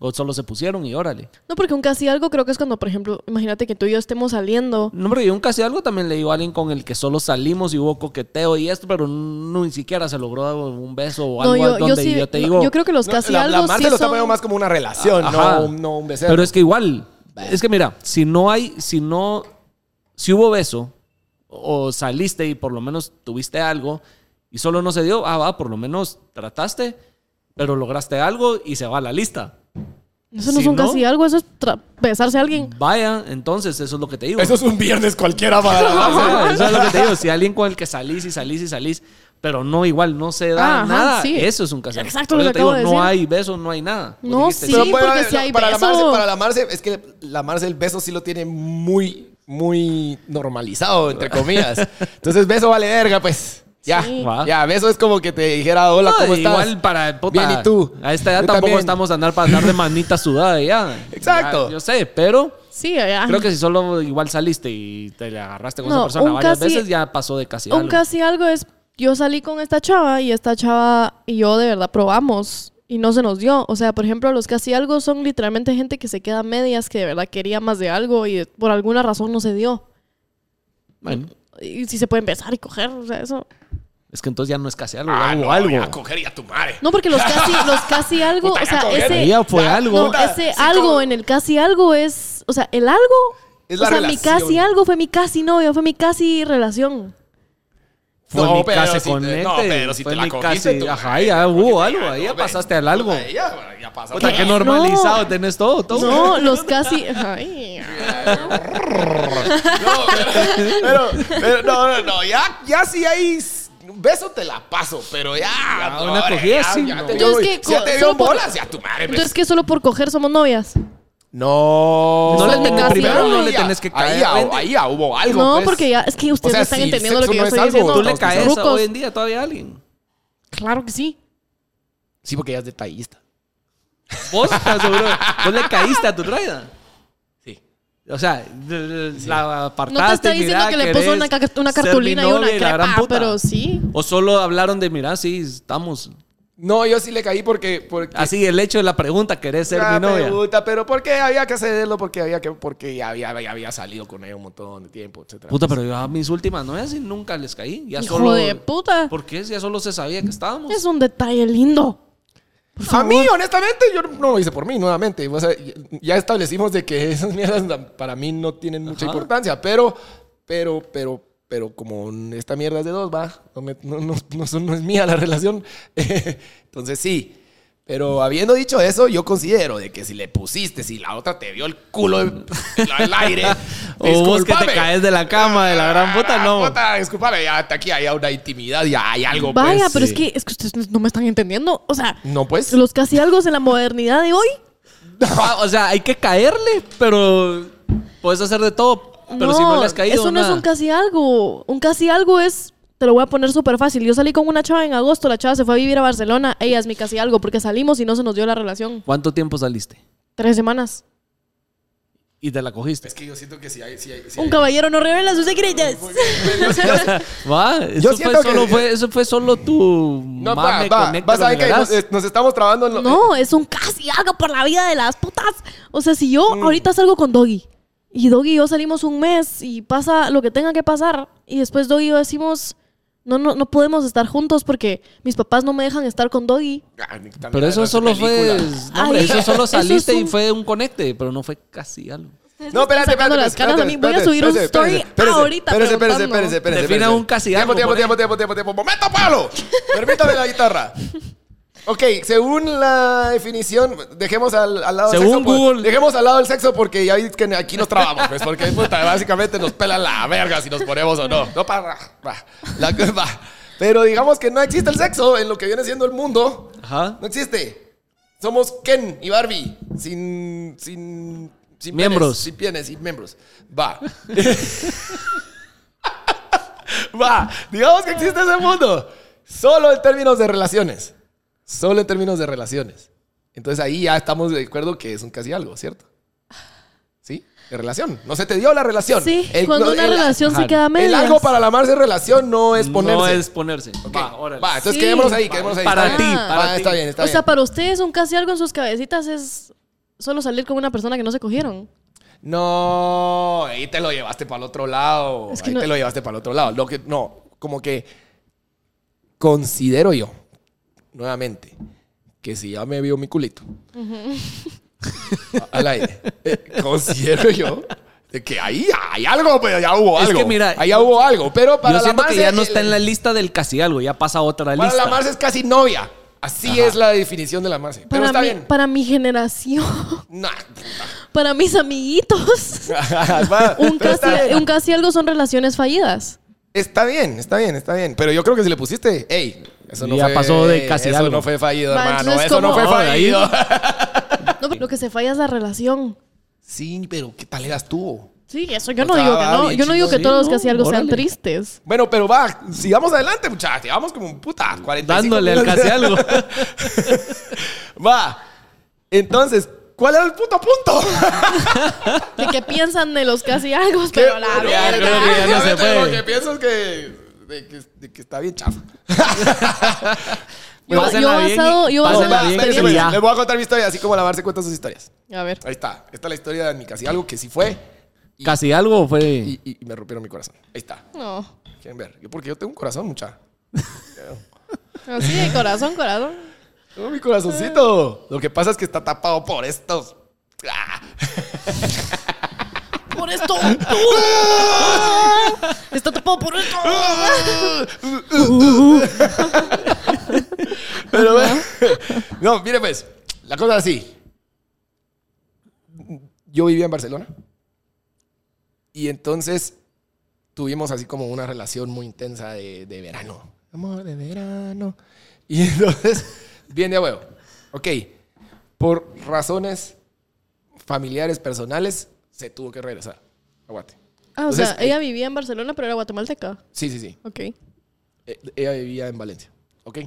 Speaker 2: O solo se pusieron y órale.
Speaker 3: No, porque un casi algo creo que es cuando, por ejemplo, imagínate que tú y yo estemos saliendo
Speaker 2: No, hombre, yo un casi algo también le digo a alguien con el que solo salimos y hubo coqueteo y esto, pero no, ni siquiera se logró un beso o algo donde yo, te
Speaker 3: no,
Speaker 2: digo.
Speaker 3: yo creo que los
Speaker 1: no,
Speaker 3: Pues casi
Speaker 1: la,
Speaker 3: algo
Speaker 1: la Mar
Speaker 3: sí
Speaker 1: se lo está
Speaker 3: son-
Speaker 1: poniendo más como una relación,
Speaker 2: Ah, Ajá.
Speaker 1: no, un- no un becerro.
Speaker 2: Pero es que igual, es que mira, si no hay, si no, si hubo beso o saliste y por lo menos tuviste algo y solo no se dio, ah, va, por lo menos trataste, pero lograste algo y se va a la lista.
Speaker 3: Eso no
Speaker 2: si
Speaker 3: es un
Speaker 2: no-
Speaker 3: casi algo, eso es tra- besarse a alguien.
Speaker 2: Vaya, entonces eso es lo que te digo.
Speaker 1: Eso es un viernes cualquiera
Speaker 2: O
Speaker 1: para
Speaker 2: sea, eso es lo que te digo. Si alguien con el que salís y salís y salís, pero no igual, no se da
Speaker 3: Ah, ajá,
Speaker 2: nada,
Speaker 3: sí.
Speaker 2: eso es un caso.
Speaker 3: Exacto,
Speaker 2: Por
Speaker 3: lo
Speaker 2: eso
Speaker 3: que
Speaker 2: te digo,
Speaker 3: acabo de
Speaker 2: no
Speaker 3: decir.
Speaker 2: hay beso, no hay nada.
Speaker 3: No,
Speaker 2: Dijiste,
Speaker 3: sí, porque si hay
Speaker 1: para la Marce-
Speaker 3: beso.
Speaker 1: para la Marce, es que la Marce el beso sí lo tiene muy, muy normalizado, entre comillas. Entonces, beso vale verga, pues. Ya,
Speaker 3: Sí.
Speaker 2: Va.
Speaker 1: ya, beso es como que te dijera, hola,
Speaker 2: Ah. No,
Speaker 1: ¿cómo estás?
Speaker 2: Igual para puta,
Speaker 1: Bien, ¿y tú?
Speaker 2: A esta edad
Speaker 1: Yo
Speaker 2: tampoco
Speaker 1: también.
Speaker 2: estamos a andar para andar de manita sudada ya.
Speaker 1: Exacto.
Speaker 2: Ya, yo sé, pero
Speaker 3: Sí, allá.
Speaker 2: creo que si solo igual saliste y te le agarraste con
Speaker 3: No,
Speaker 2: esa persona
Speaker 3: un
Speaker 2: varias
Speaker 3: casi-
Speaker 2: veces, ya pasó de casi
Speaker 3: un
Speaker 2: algo.
Speaker 3: casi algo es yo salí con esta chava y esta chava y yo de verdad probamos y no se nos dio. O sea, por ejemplo, los casi algo son literalmente gente que se queda a medias que de verdad quería más de algo y de- por alguna razón no se dio.
Speaker 2: Bueno,
Speaker 3: Y si se pueden besar y coger, o sea, eso.
Speaker 2: es que entonces ya no es casi algo, ya
Speaker 1: Ah,
Speaker 2: hubo
Speaker 1: no,
Speaker 2: algo.
Speaker 1: ya cogería a tu madre.
Speaker 3: No, porque los casi, los casi algo,
Speaker 1: Puta,
Speaker 3: o
Speaker 1: ya
Speaker 3: sea,
Speaker 1: coger.
Speaker 3: ese,
Speaker 2: Ya fue
Speaker 1: Ya,
Speaker 2: algo.
Speaker 3: No,
Speaker 1: Puta,
Speaker 3: ese
Speaker 1: sí,
Speaker 3: algo
Speaker 1: como-
Speaker 3: en el casi algo es. O sea, el algo.
Speaker 1: Es
Speaker 3: o
Speaker 1: la
Speaker 3: sea, mi
Speaker 1: relación.
Speaker 3: casi algo fue mi casi novio, fue mi casi relación.
Speaker 2: Fue mi
Speaker 1: pero
Speaker 2: casa
Speaker 1: si te-
Speaker 2: conecte.
Speaker 1: no, pero si
Speaker 2: fue
Speaker 1: te la
Speaker 2: mi
Speaker 1: cogiste,
Speaker 2: casa-
Speaker 1: tú,
Speaker 2: Ajá, ya hubo algo. Ahí ya
Speaker 1: no, ve.
Speaker 2: pasaste al algo.
Speaker 1: Puta, Ya, ya pasaste.
Speaker 2: Puta,
Speaker 1: al
Speaker 2: qué
Speaker 1: algo.
Speaker 2: normalizado tenés todo. todo.
Speaker 3: No, los casi. Ay.
Speaker 1: pues. No, pero, pero- pero no, no, no, ya, ya si hay s- un beso te la paso, pero ya.
Speaker 2: Ya,
Speaker 1: no,
Speaker 2: una
Speaker 1: hombre,
Speaker 2: cogida
Speaker 1: ya,
Speaker 2: sí,
Speaker 1: ya
Speaker 2: no.
Speaker 1: te
Speaker 3: Entonces,
Speaker 1: dio,
Speaker 3: ¿qué?
Speaker 1: si ya te
Speaker 3: Co-
Speaker 1: dio
Speaker 3: solo por-
Speaker 1: bolas, ya tu madre. pues.
Speaker 3: Entonces, que solo por coger somos novias.
Speaker 1: No.
Speaker 2: No le
Speaker 3: tenés-
Speaker 1: Ahí
Speaker 3: primero no
Speaker 2: le
Speaker 1: ya-
Speaker 2: tenés que
Speaker 1: Ahí
Speaker 2: caer,
Speaker 1: ya,
Speaker 2: vente.
Speaker 1: ahí ya hubo algo.
Speaker 3: No,
Speaker 1: pues.
Speaker 3: porque ya. Es que ustedes
Speaker 1: sea,
Speaker 3: no están
Speaker 1: si el
Speaker 3: entendiendo lo
Speaker 1: sexo
Speaker 3: que yo
Speaker 1: no es
Speaker 3: estoy
Speaker 1: algo,
Speaker 3: diciendo.
Speaker 2: Tú le
Speaker 1: Todos
Speaker 2: caes
Speaker 3: rucos.
Speaker 2: hoy en día todavía a alguien.
Speaker 3: Claro que sí.
Speaker 1: Sí, porque ya es detallista.
Speaker 2: Vos estás seguro. Vos le caíste a tu traida.
Speaker 1: Sí.
Speaker 2: O sea, de- de- la apartaste.
Speaker 3: No te está diciendo
Speaker 2: mirá,
Speaker 3: que le puso
Speaker 2: querés
Speaker 3: una, ca- una
Speaker 2: ser mi
Speaker 3: cartulina y una
Speaker 2: novia la gran
Speaker 3: crepa,
Speaker 2: puta.
Speaker 3: pero sí.
Speaker 2: O solo hablaron de, mira, sí, estamos.
Speaker 1: No, yo sí le caí porque. porque
Speaker 2: Así, el hecho de la pregunta, ¿querés Ah, ser
Speaker 1: la
Speaker 2: mi novia?
Speaker 1: pregunta, pero ¿por qué había que hacerlo? Porque había que. Porque ya había, ya había salido con ella un montón de tiempo, etcétera.
Speaker 2: Puta, pero yo a mis últimas novias y nunca les caí. Ya
Speaker 3: Hijo
Speaker 2: solo,
Speaker 3: de puta.
Speaker 2: ¿Por qué? Si Ya solo se sabía que estábamos.
Speaker 3: Es un detalle lindo.
Speaker 1: A mí, honestamente, yo no lo hice por mí, nuevamente. O sea, ya- ya establecimos de que esas mierdas na- para mí no tienen mucha
Speaker 2: Ajá.
Speaker 1: importancia, pero, pero, pero, pero como esta mierda es de dos, va, no, me- no, no- no son- no es mía la relación. Entonces sí. Pero habiendo dicho eso, yo considero de que si le pusiste, si la otra te vio el culo en- al aire,
Speaker 2: O vos que
Speaker 1: discúlpame. Ah,
Speaker 2: te caes de la cama, de la gran Ah, puta, no.
Speaker 1: Puta, discúlpame, ya hasta aquí hay una intimidad, ya hay algo.
Speaker 3: Vaya,
Speaker 1: pues.
Speaker 3: pero es que, es que ustedes no me están entendiendo. O sea,
Speaker 1: No, pues.
Speaker 3: los casi algo en la modernidad de hoy.
Speaker 2: Ah, o sea, hay que caerle, pero puedes hacer de todo. Pero
Speaker 3: no,
Speaker 2: si no le has caído,
Speaker 3: eso no es
Speaker 2: nada.
Speaker 3: un casi algo. Un casi algo es. Te lo voy a poner súper fácil. Yo salí con una chava en agosto, la chava se fue a vivir a Barcelona. Ella es mi casi algo porque salimos y no se nos dio la relación.
Speaker 2: ¿Cuánto tiempo saliste?
Speaker 3: Tres semanas.
Speaker 2: Y te la cogiste.
Speaker 1: Es que yo siento que si hay. Si hay si
Speaker 3: Un
Speaker 1: hay-
Speaker 3: caballero no revela sus secretos.
Speaker 2: Va, eso,
Speaker 1: siento
Speaker 2: fue
Speaker 1: que-
Speaker 2: solo, fue, eso fue solo tu
Speaker 1: No, va,
Speaker 2: mame,
Speaker 1: va,
Speaker 2: conecta,
Speaker 1: vas a
Speaker 2: lo
Speaker 1: ver que
Speaker 2: mirarás.
Speaker 1: nos, eh, nos estamos trabando en lo...
Speaker 3: No, es un casi algo por la vida de las putas. O sea, si yo ahorita salgo con Doggy y Doggy y yo salimos un mes y pasa lo que tenga que pasar y después Doggy y yo decimos, no, no, no podemos estar juntos porque mis papás no me dejan estar con Doggy.
Speaker 1: Ah, ni tan
Speaker 2: Pero
Speaker 1: mierda
Speaker 2: eso
Speaker 1: de
Speaker 2: solo fue.
Speaker 1: película.
Speaker 2: no, hombre,
Speaker 3: Ahí-
Speaker 2: eso
Speaker 3: eso
Speaker 2: solo
Speaker 3: es
Speaker 2: saliste y
Speaker 3: un-
Speaker 2: fue un conecte, pero no fue casi algo.
Speaker 1: No, espérate, espérate.
Speaker 3: sacando las caras a mí. Voy a subir un story ahorita
Speaker 1: Espérate, espérate,
Speaker 3: preguntando.
Speaker 1: espérate. espérate,
Speaker 2: Defina
Speaker 1: espérate.
Speaker 2: un casi
Speaker 1: Tiempo,
Speaker 2: algo,
Speaker 1: tiempo,
Speaker 2: por
Speaker 1: tiempo, tiempo, tiempo, tiempo. ¡Momento, Pablo! Permítame la guitarra. Ok, según la definición, dejemos al, al lado
Speaker 2: Según
Speaker 1: el sexo. por-
Speaker 2: Google.
Speaker 1: dejemos al lado el sexo porque ya vi que aquí nos trabamos, pues, porque puta, básicamente nos pelan la verga si nos ponemos o no. No para. va, La, va. Pero digamos que no existe el sexo en lo que viene siendo el mundo.
Speaker 2: Ajá.
Speaker 1: No existe. Somos Ken y Barbie. Sin. Sin. sin
Speaker 2: Miembros.
Speaker 1: penes, sin pienes, sin miembros. Va. Va. Digamos que existe ese mundo. Solo en términos de relaciones. Solo en términos de relaciones. Entonces ahí ya estamos de acuerdo que es un casi algo, ¿cierto? ¿Sí? De relación. No se te dio la relación.
Speaker 3: Sí,
Speaker 1: El-
Speaker 3: cuando
Speaker 1: no,
Speaker 3: una
Speaker 1: el-
Speaker 3: relación
Speaker 2: ajá,
Speaker 3: se queda a
Speaker 1: El
Speaker 3: medias.
Speaker 1: algo para la amarse relación no es ponerse.
Speaker 2: No es ponerse.
Speaker 1: Ok.
Speaker 2: Va, órale.
Speaker 1: Va, entonces
Speaker 3: Sí.
Speaker 1: quedémonos ahí, quedémonos ahí.
Speaker 2: Para
Speaker 1: Está bien.
Speaker 2: ti,
Speaker 1: Va,
Speaker 2: para ti.
Speaker 1: está bien, está
Speaker 3: o
Speaker 1: bien.
Speaker 3: sea, para ustedes un casi algo en sus cabecitas es solo salir con una persona que no se cogieron.
Speaker 1: No, ahí te lo llevaste para el otro lado.
Speaker 3: Es que
Speaker 1: ahí
Speaker 3: no-
Speaker 1: te lo llevaste para el otro lado. Lo que, no, como que considero yo, nuevamente, que si ya me vio mi culito a- al aire, eh, considero yo de que ahí hay algo, pero ya hubo
Speaker 2: Es
Speaker 1: algo.
Speaker 2: que mira,
Speaker 1: ahí ya hubo algo, pero para
Speaker 2: Yo
Speaker 1: la
Speaker 2: siento que
Speaker 1: Marce,
Speaker 2: ya no está
Speaker 1: el-
Speaker 2: en la lista del casi algo, ya pasa a otra
Speaker 1: Para
Speaker 2: lista.
Speaker 1: la Marce es casi novia. Así es la definición de la Marce. Pero
Speaker 3: Para,
Speaker 1: está
Speaker 3: mi,
Speaker 1: bien.
Speaker 3: para mi generación,
Speaker 1: Nah.
Speaker 3: para mis amiguitos.
Speaker 1: Va,
Speaker 3: un,
Speaker 1: pero
Speaker 3: casi,
Speaker 1: está bien.
Speaker 3: un casi algo son relaciones fallidas.
Speaker 1: Está bien, está bien, está bien. Pero yo creo que si le pusiste, hey, eso no
Speaker 2: Ya
Speaker 1: fue,
Speaker 2: pasó de casi
Speaker 1: eso
Speaker 2: algo.
Speaker 1: no fue fallido,
Speaker 3: Va,
Speaker 1: hermano.
Speaker 3: entonces,
Speaker 1: Eso no fue
Speaker 3: ¿cómo?
Speaker 2: No, de ahí-
Speaker 1: fallido.
Speaker 3: No, lo que se falla es la relación.
Speaker 1: sí, pero ¿qué tal eras tú?
Speaker 3: Sí, eso yo no
Speaker 1: O sea,
Speaker 3: digo que
Speaker 1: va
Speaker 3: no.
Speaker 1: bien
Speaker 3: Yo no digo
Speaker 1: chido,
Speaker 3: que
Speaker 2: sí,
Speaker 3: todos los
Speaker 2: ¿no?
Speaker 3: casi algo sean
Speaker 2: Órale.
Speaker 3: tristes.
Speaker 1: Bueno, pero va, sigamos adelante, muchachos. Llevamos como un puta 45
Speaker 2: Dándole al
Speaker 1: minutos.
Speaker 2: casi algo.
Speaker 1: Va. Entonces, ¿cuál era el puto punto?
Speaker 3: De que piensan de los casi algo, pero la
Speaker 2: Ya,
Speaker 3: verga.
Speaker 2: creo que ya no se puede.
Speaker 1: Porque piensas que, de que, de que está bien chafa.
Speaker 3: Yo-
Speaker 2: Pásenla
Speaker 3: yo
Speaker 2: bien y-
Speaker 3: basado- yo basado en
Speaker 2: pásenla
Speaker 3: la
Speaker 2: bien y
Speaker 1: Espérense,
Speaker 2: ya.
Speaker 1: Les voy a contar mi historia, así como la Marce cuenta sus historias.
Speaker 3: A ver.
Speaker 1: Ahí está. Esta es la historia de mi casi algo que sí fue
Speaker 2: Casi algo fue.
Speaker 1: y, y- y me rompieron mi corazón. Ahí está.
Speaker 3: No.
Speaker 1: Quieren ver. Yo- Porque yo tengo un corazón, mucha.
Speaker 3: Así de corazón, corazón.
Speaker 1: Tengo mi corazoncito. Lo que pasa es que está tapado por estos. Ah.
Speaker 3: Por por esto. Está tapado por esto.
Speaker 1: Pero bueno, no, mire pues, la cosa es así. Yo vivía en Barcelona y entonces tuvimos así como una relación muy intensa de, de verano. Amor de verano. Y entonces, bien de huevo. Ok, por razones familiares, personales, se tuvo que regresar. Aguante.
Speaker 3: Ah, o
Speaker 1: Entonces,
Speaker 3: sea, ella vivía en Barcelona, pero era guatemalteca.
Speaker 1: Sí, sí, sí.
Speaker 3: Ok.
Speaker 1: Eh, Ella vivía en Valencia, ¿ok?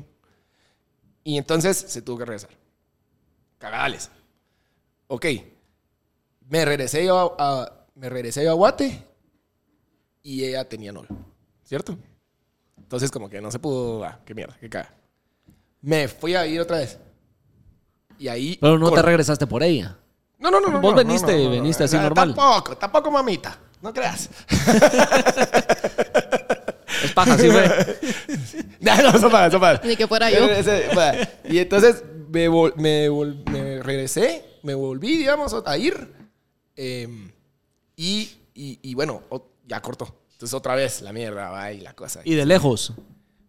Speaker 1: Y entonces se tuvo que regresar. Cagadales. Ok. Me regresé yo a, a- me regresé yo a Guate y ella tenía novio, ¿cierto? Entonces como que no se pudo, ah, qué mierda, qué caga. Me fui a ir otra vez. Y ahí...
Speaker 2: Pero no te
Speaker 1: con-
Speaker 2: regresaste por ella.
Speaker 1: no, no, no, no.
Speaker 2: Vos
Speaker 1: no,
Speaker 2: veniste,
Speaker 1: no, no, no,
Speaker 2: veniste
Speaker 1: no,
Speaker 2: así
Speaker 1: no,
Speaker 2: normal.
Speaker 1: Tampoco, tampoco mamita. No creas.
Speaker 2: Es paja, sí fue.
Speaker 1: No, no, eso para, eso para.
Speaker 3: Ni que fuera yo.
Speaker 1: Ese, va. Y entonces me, vol- me, vol- me regresé, me volví, digamos, a ir. Em, y, y- y bueno, o- ya cortó. Entonces otra vez la mierda, va y la cosa.
Speaker 2: Y de lejos.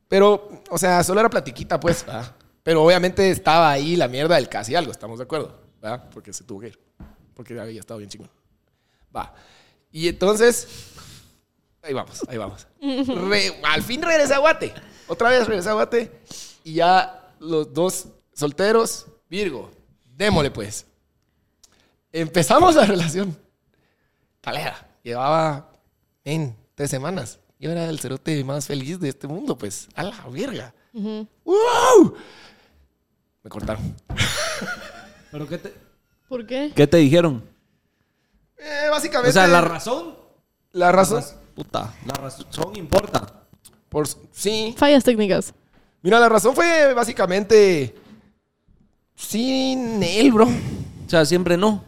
Speaker 1: Pero, o sea, solo era platiquita, pues. ¿verdad? Pero obviamente estaba ahí la mierda del casi algo, estamos de acuerdo. ¿verdad? Porque se tuvo que ir. Porque había estado bien chingón. Va. Y entonces. Ahí vamos, ahí vamos. Re- al fin regresé a Guate. Otra vez regresé a Guate. Y ya los dos solteros, Virgo, démosle pues. Empezamos la relación. Talera. Llevaba en tres semanas. Yo era el cerote más feliz de este mundo, pues. A la verga. ¡Wow! Me cortaron.
Speaker 2: ¿Pero qué te,
Speaker 3: ¿Por qué?
Speaker 2: qué te dijeron?
Speaker 1: Eh, básicamente.
Speaker 2: O sea, la razón.
Speaker 1: la razón.
Speaker 2: Puta, la razón importa.
Speaker 1: Por, sí.
Speaker 3: Fallas técnicas.
Speaker 1: Mira, la razón fue básicamente. Sin él, bro.
Speaker 2: O sea, siempre no.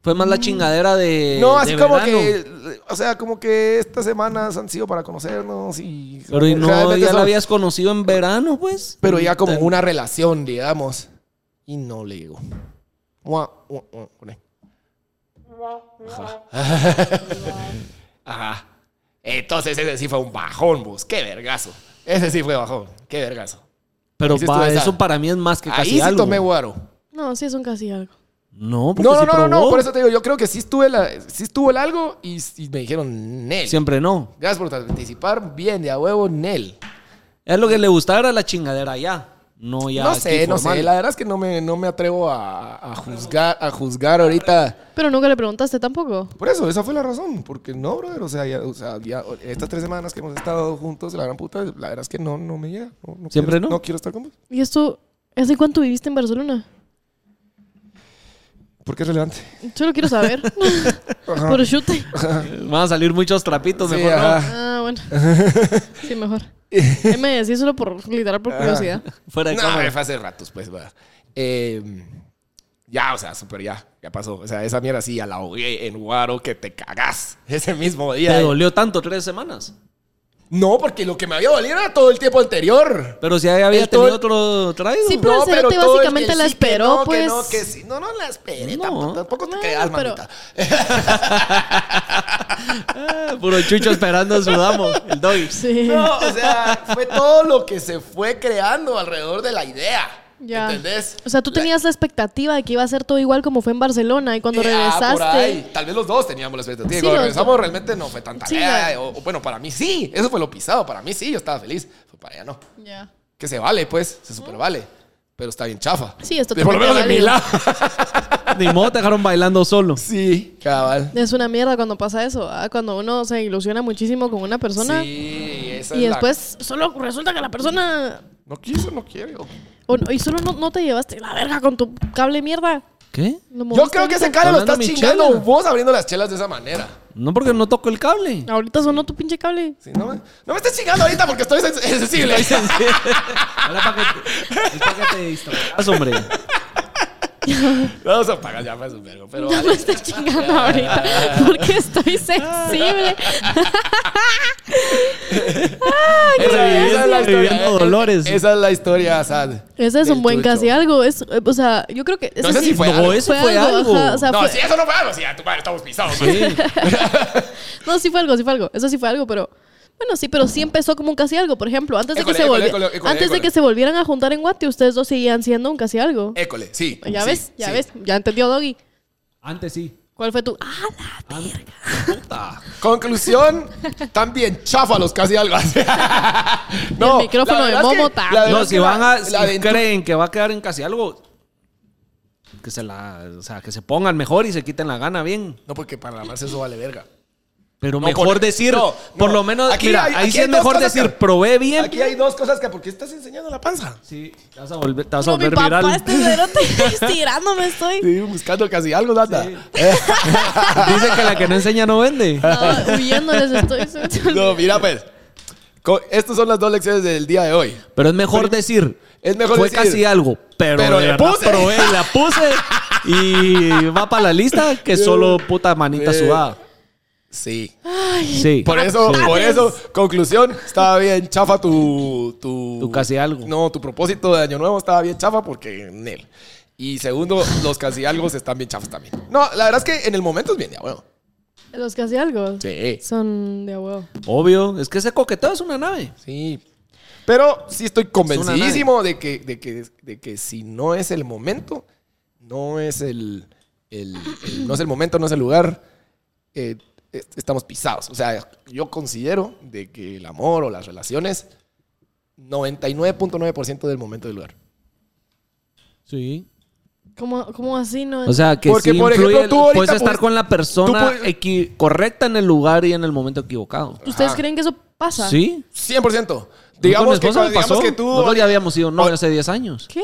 Speaker 2: Fue más la chingadera de.
Speaker 1: Mm. No, así
Speaker 2: de
Speaker 1: como
Speaker 2: verano.
Speaker 1: que. O sea, como que estas semanas han sido para conocernos y.
Speaker 2: Pero y no,
Speaker 1: realmente
Speaker 2: ya
Speaker 1: solo-
Speaker 2: la habías conocido en verano, pues.
Speaker 1: Pero ya como una relación, digamos. Y no le llegó. Guau, guau, guau, poné. Ajá. Ajá. Entonces ese sí fue un bajón, vos. Qué vergazo. Ese sí fue bajón. Qué vergazo.
Speaker 2: Pero
Speaker 1: Dices tú,
Speaker 2: pa-
Speaker 1: esa-
Speaker 2: eso para mí es más que casi
Speaker 1: Ahí sí
Speaker 2: algo.
Speaker 1: tomé guaro.
Speaker 3: No, sí es un casi algo.
Speaker 2: No, porque
Speaker 1: No, no,
Speaker 2: sí
Speaker 1: no, no, no,
Speaker 2: probó.
Speaker 1: por eso te digo, yo creo que sí estuve la, sí estuvo el algo y, y me dijeron Nel.
Speaker 2: Siempre no.
Speaker 1: Gracias por participar, bien de a huevo, Nel.
Speaker 2: Es lo que le gustaba era la chingadera ya. No ya.
Speaker 1: no
Speaker 2: aquí
Speaker 1: sé, no sé,
Speaker 2: formal.
Speaker 1: la verdad es que no me, no me atrevo a, a juzgar, a juzgar ahorita.
Speaker 3: Pero nunca le preguntaste tampoco.
Speaker 1: Por eso, esa fue la razón. Porque no, brother. O sea, ya, o sea, ya estas tres semanas que hemos estado juntos, la gran puta, la verdad es que no, no me llega. No, no
Speaker 2: ¿Siempre
Speaker 1: quiero-
Speaker 2: no?
Speaker 1: quiero estar con vos.
Speaker 3: ¿Y esto? ¿Hace cuánto viviste en Barcelona?
Speaker 1: Porque es relevante.
Speaker 3: Solo quiero saber.
Speaker 1: Ajá.
Speaker 3: Por chute.
Speaker 2: Van a salir muchos trapitos,
Speaker 1: Sí,
Speaker 2: Pues mejor no.
Speaker 1: ajá.
Speaker 3: Ah, bueno. Sí, mejor. Ahí Me decís solo por literal por curiosidad.
Speaker 2: Fuera de
Speaker 1: No,
Speaker 2: cámara.
Speaker 1: fue hace ratos, pues, va. Eh, ya, o sea, súper ya. Ya pasó. O sea, esa mierda sí, ya la ahogué en Guaro que te cagás. Ese mismo
Speaker 2: Te
Speaker 1: día.
Speaker 2: dolió tanto tres semanas.
Speaker 1: No, porque lo que me había dolido era todo el tiempo anterior.
Speaker 2: Pero si ahí había
Speaker 1: El todo-
Speaker 2: tenido otro traído.
Speaker 3: Sí, pero el cerote
Speaker 1: todo el
Speaker 3: básicamente
Speaker 1: que
Speaker 3: la
Speaker 1: sí, que
Speaker 3: esperó,
Speaker 1: no, que
Speaker 3: pues.
Speaker 1: no, que sí. No, no la esperé.
Speaker 2: No.
Speaker 1: Tampoco, tampoco te
Speaker 3: No,
Speaker 1: creas,
Speaker 3: pero-
Speaker 1: mamita.
Speaker 2: Ah, Puro chucho esperando a su damo, el doggy.
Speaker 3: Sí.
Speaker 1: No, o sea, fue todo lo que se fue creando alrededor de la idea.
Speaker 3: Ya.
Speaker 1: ¿Entendés?
Speaker 3: O sea, tú tenías la expectativa de que iba a ser todo igual como fue en Barcelona y cuando
Speaker 1: Ah, por ahí.
Speaker 3: regresaste.
Speaker 1: Tal vez los dos teníamos la expectativa.
Speaker 3: Sí,
Speaker 1: Cuando
Speaker 3: los
Speaker 1: regresamos
Speaker 3: dos.
Speaker 1: realmente no fue tanta
Speaker 3: Sí,
Speaker 1: idea.
Speaker 3: la-
Speaker 1: O, o bueno, para mí sí. Eso fue lo pisado. Para mí sí, yo estaba feliz. Fue para ella no.
Speaker 3: Ya.
Speaker 1: Que se vale, pues. Se super vale. Pero está bien chafa.
Speaker 3: Sí, es
Speaker 1: Por lo menos de
Speaker 3: totalmente
Speaker 1: mi
Speaker 3: válido.
Speaker 1: lado.
Speaker 2: Ni modo te dejaron bailando solo.
Speaker 1: Sí, cabal.
Speaker 3: Es una mierda cuando pasa eso, ¿ah? cuando uno se ilusiona muchísimo con una persona
Speaker 1: Sí, esa
Speaker 3: y
Speaker 1: es la-
Speaker 3: después solo resulta que la persona
Speaker 1: No quiso, no quiere. o-
Speaker 3: o no- y solo no, no te llevaste la verga con tu cable mierda.
Speaker 2: ¿Qué?
Speaker 3: Lo
Speaker 1: Yo
Speaker 3: moviste
Speaker 1: creo que
Speaker 3: ahorita.
Speaker 1: ese cara lo
Speaker 2: Hablando
Speaker 1: estás
Speaker 2: de mi
Speaker 1: chingando
Speaker 2: chela.
Speaker 1: vos abriendo las chelas de esa manera.
Speaker 2: No porque no tocó el cable.
Speaker 3: Ahorita sonó tu pinche cable.
Speaker 1: Sí, no, me, no me estés chingando ahorita porque estoy sen- sensible.
Speaker 2: Era para que te, para que te distrajeras, hombre.
Speaker 1: No, se apaga ya, pues, un vergo. Pero
Speaker 3: Ya me
Speaker 1: vale.
Speaker 3: estás chingando ahorita porque estoy sensible.
Speaker 1: Esa- esa es la historia.
Speaker 2: Viviendo
Speaker 1: eh,
Speaker 2: dolores.
Speaker 1: Esa es la historia, Asad.
Speaker 3: Ese es
Speaker 1: Del
Speaker 3: un buen
Speaker 1: chucho.
Speaker 3: casi algo. Es, eh, o sea, yo creo que.
Speaker 1: No
Speaker 3: ese
Speaker 1: sé si fue
Speaker 2: no,
Speaker 1: algo.
Speaker 2: eso fue algo.
Speaker 3: ajá, o sea,
Speaker 1: No,
Speaker 3: Ah, fue-
Speaker 1: si eso no fue algo, si a tu madre estamos pisados. pues. man.
Speaker 2: Sí.
Speaker 3: No, sí fue algo, sí fue algo. Eso sí fue algo, pero. Bueno, sí, pero sí empezó como un casi algo. Por ejemplo, antes de, que,
Speaker 1: École,
Speaker 3: se
Speaker 1: école,
Speaker 3: volvi-
Speaker 1: école, école,
Speaker 3: antes de
Speaker 1: école.
Speaker 3: que se volvieran a juntar en Guate, ustedes dos seguían siendo un casi algo.
Speaker 1: École, sí.
Speaker 3: ya
Speaker 1: Eh, sí,
Speaker 3: ves, ya
Speaker 1: sí.
Speaker 3: ves, ya entendió Doggy.
Speaker 2: Antes sí.
Speaker 3: ¿Cuál fue tu.? ¡Ah, la
Speaker 2: Antes. Puta.
Speaker 1: Conclusión, también cháfalos casi algo así. no,
Speaker 3: el micrófono
Speaker 1: la
Speaker 3: de
Speaker 1: verdad es que-
Speaker 3: Momo
Speaker 1: la
Speaker 3: también.
Speaker 1: verdad
Speaker 2: No,
Speaker 1: es
Speaker 2: si
Speaker 1: que la-
Speaker 2: van a.
Speaker 1: la
Speaker 2: Si
Speaker 1: aventura-
Speaker 2: creen que va a quedar en casi algo. Que se la. O sea, que se pongan mejor y se quiten la gana bien.
Speaker 1: No, porque para la Marce eso vale verga.
Speaker 2: Pero
Speaker 1: No,
Speaker 2: mejor
Speaker 1: por-
Speaker 2: decir.
Speaker 1: no,
Speaker 2: Por
Speaker 1: no.
Speaker 2: lo menos.
Speaker 1: Aquí
Speaker 2: mira,
Speaker 1: hay-
Speaker 2: ahí
Speaker 1: aquí
Speaker 2: sí
Speaker 1: hay
Speaker 2: es
Speaker 1: dos
Speaker 2: mejor
Speaker 1: cosas que-
Speaker 2: decir, probé bien.
Speaker 1: Aquí hay dos cosas que, ¿por qué estás enseñando la panza?
Speaker 2: Sí, te vas a volver, te vas a
Speaker 3: Pero mi
Speaker 2: volver
Speaker 3: papá
Speaker 2: viral.
Speaker 3: este cerote estirándome estoy.
Speaker 1: Sí, buscando casi algo, Data.
Speaker 2: Sí. Dicen que la que no enseña no vende.
Speaker 3: Ah, huyéndoles estoy. cerote.
Speaker 1: No, mira, pues. co- Estas son las dos lecciones del día de hoy.
Speaker 2: Pero es mejor decir.
Speaker 1: Es mejor
Speaker 2: fue
Speaker 1: decir,
Speaker 2: casi algo, pero,
Speaker 1: pero
Speaker 2: de
Speaker 1: le
Speaker 2: verdad
Speaker 1: puse.
Speaker 2: probé y la puse. Y va para la lista que solo puta manita
Speaker 1: Eh.
Speaker 2: sudada.
Speaker 1: Sí.
Speaker 2: Sí.
Speaker 1: Por eso,
Speaker 3: Patanes.
Speaker 1: por eso, conclusión, estaba bien chafa tu, tu...
Speaker 2: Tu casi algo.
Speaker 1: No, tu propósito de Año Nuevo estaba bien chafa porque en él. Y segundo, los casi algo están bien chafas también. No, la verdad es que en el momento es bien, ya, bueno.
Speaker 3: Los casi algo.
Speaker 1: Sí.
Speaker 3: Son de a huevo.
Speaker 2: Obvio, es que ese coqueteo es una nave.
Speaker 1: Sí. Pero sí estoy convencidísimo de que, de, que, de que si no es el momento, no es el, el- el- no es el momento, no es el lugar, eh, es- estamos pisados. O sea, yo considero de que el amor o las relaciones, 99.9% del momento del lugar.
Speaker 2: Sí.
Speaker 3: ¿Cómo, cómo así no?
Speaker 2: O sea, que
Speaker 1: Porque,
Speaker 2: sí
Speaker 1: por ejemplo,
Speaker 2: influye-
Speaker 1: tú ahorita
Speaker 2: puedes estar
Speaker 1: puedes-
Speaker 2: con la persona
Speaker 1: tú puedes-
Speaker 2: equi- correcta en el lugar y en el momento equivocado.
Speaker 3: ¿Ustedes
Speaker 1: Ajá.
Speaker 3: creen que eso pasa?
Speaker 2: Sí.
Speaker 1: 100%. Digamos
Speaker 2: Digamos con
Speaker 1: que,
Speaker 2: mi esposa
Speaker 1: cuando-
Speaker 2: me
Speaker 1: digamos
Speaker 2: pasó.
Speaker 1: que tú...
Speaker 2: Nosotros ya habíamos sido novios
Speaker 1: o-
Speaker 2: hace 10 años.
Speaker 3: ¿Qué?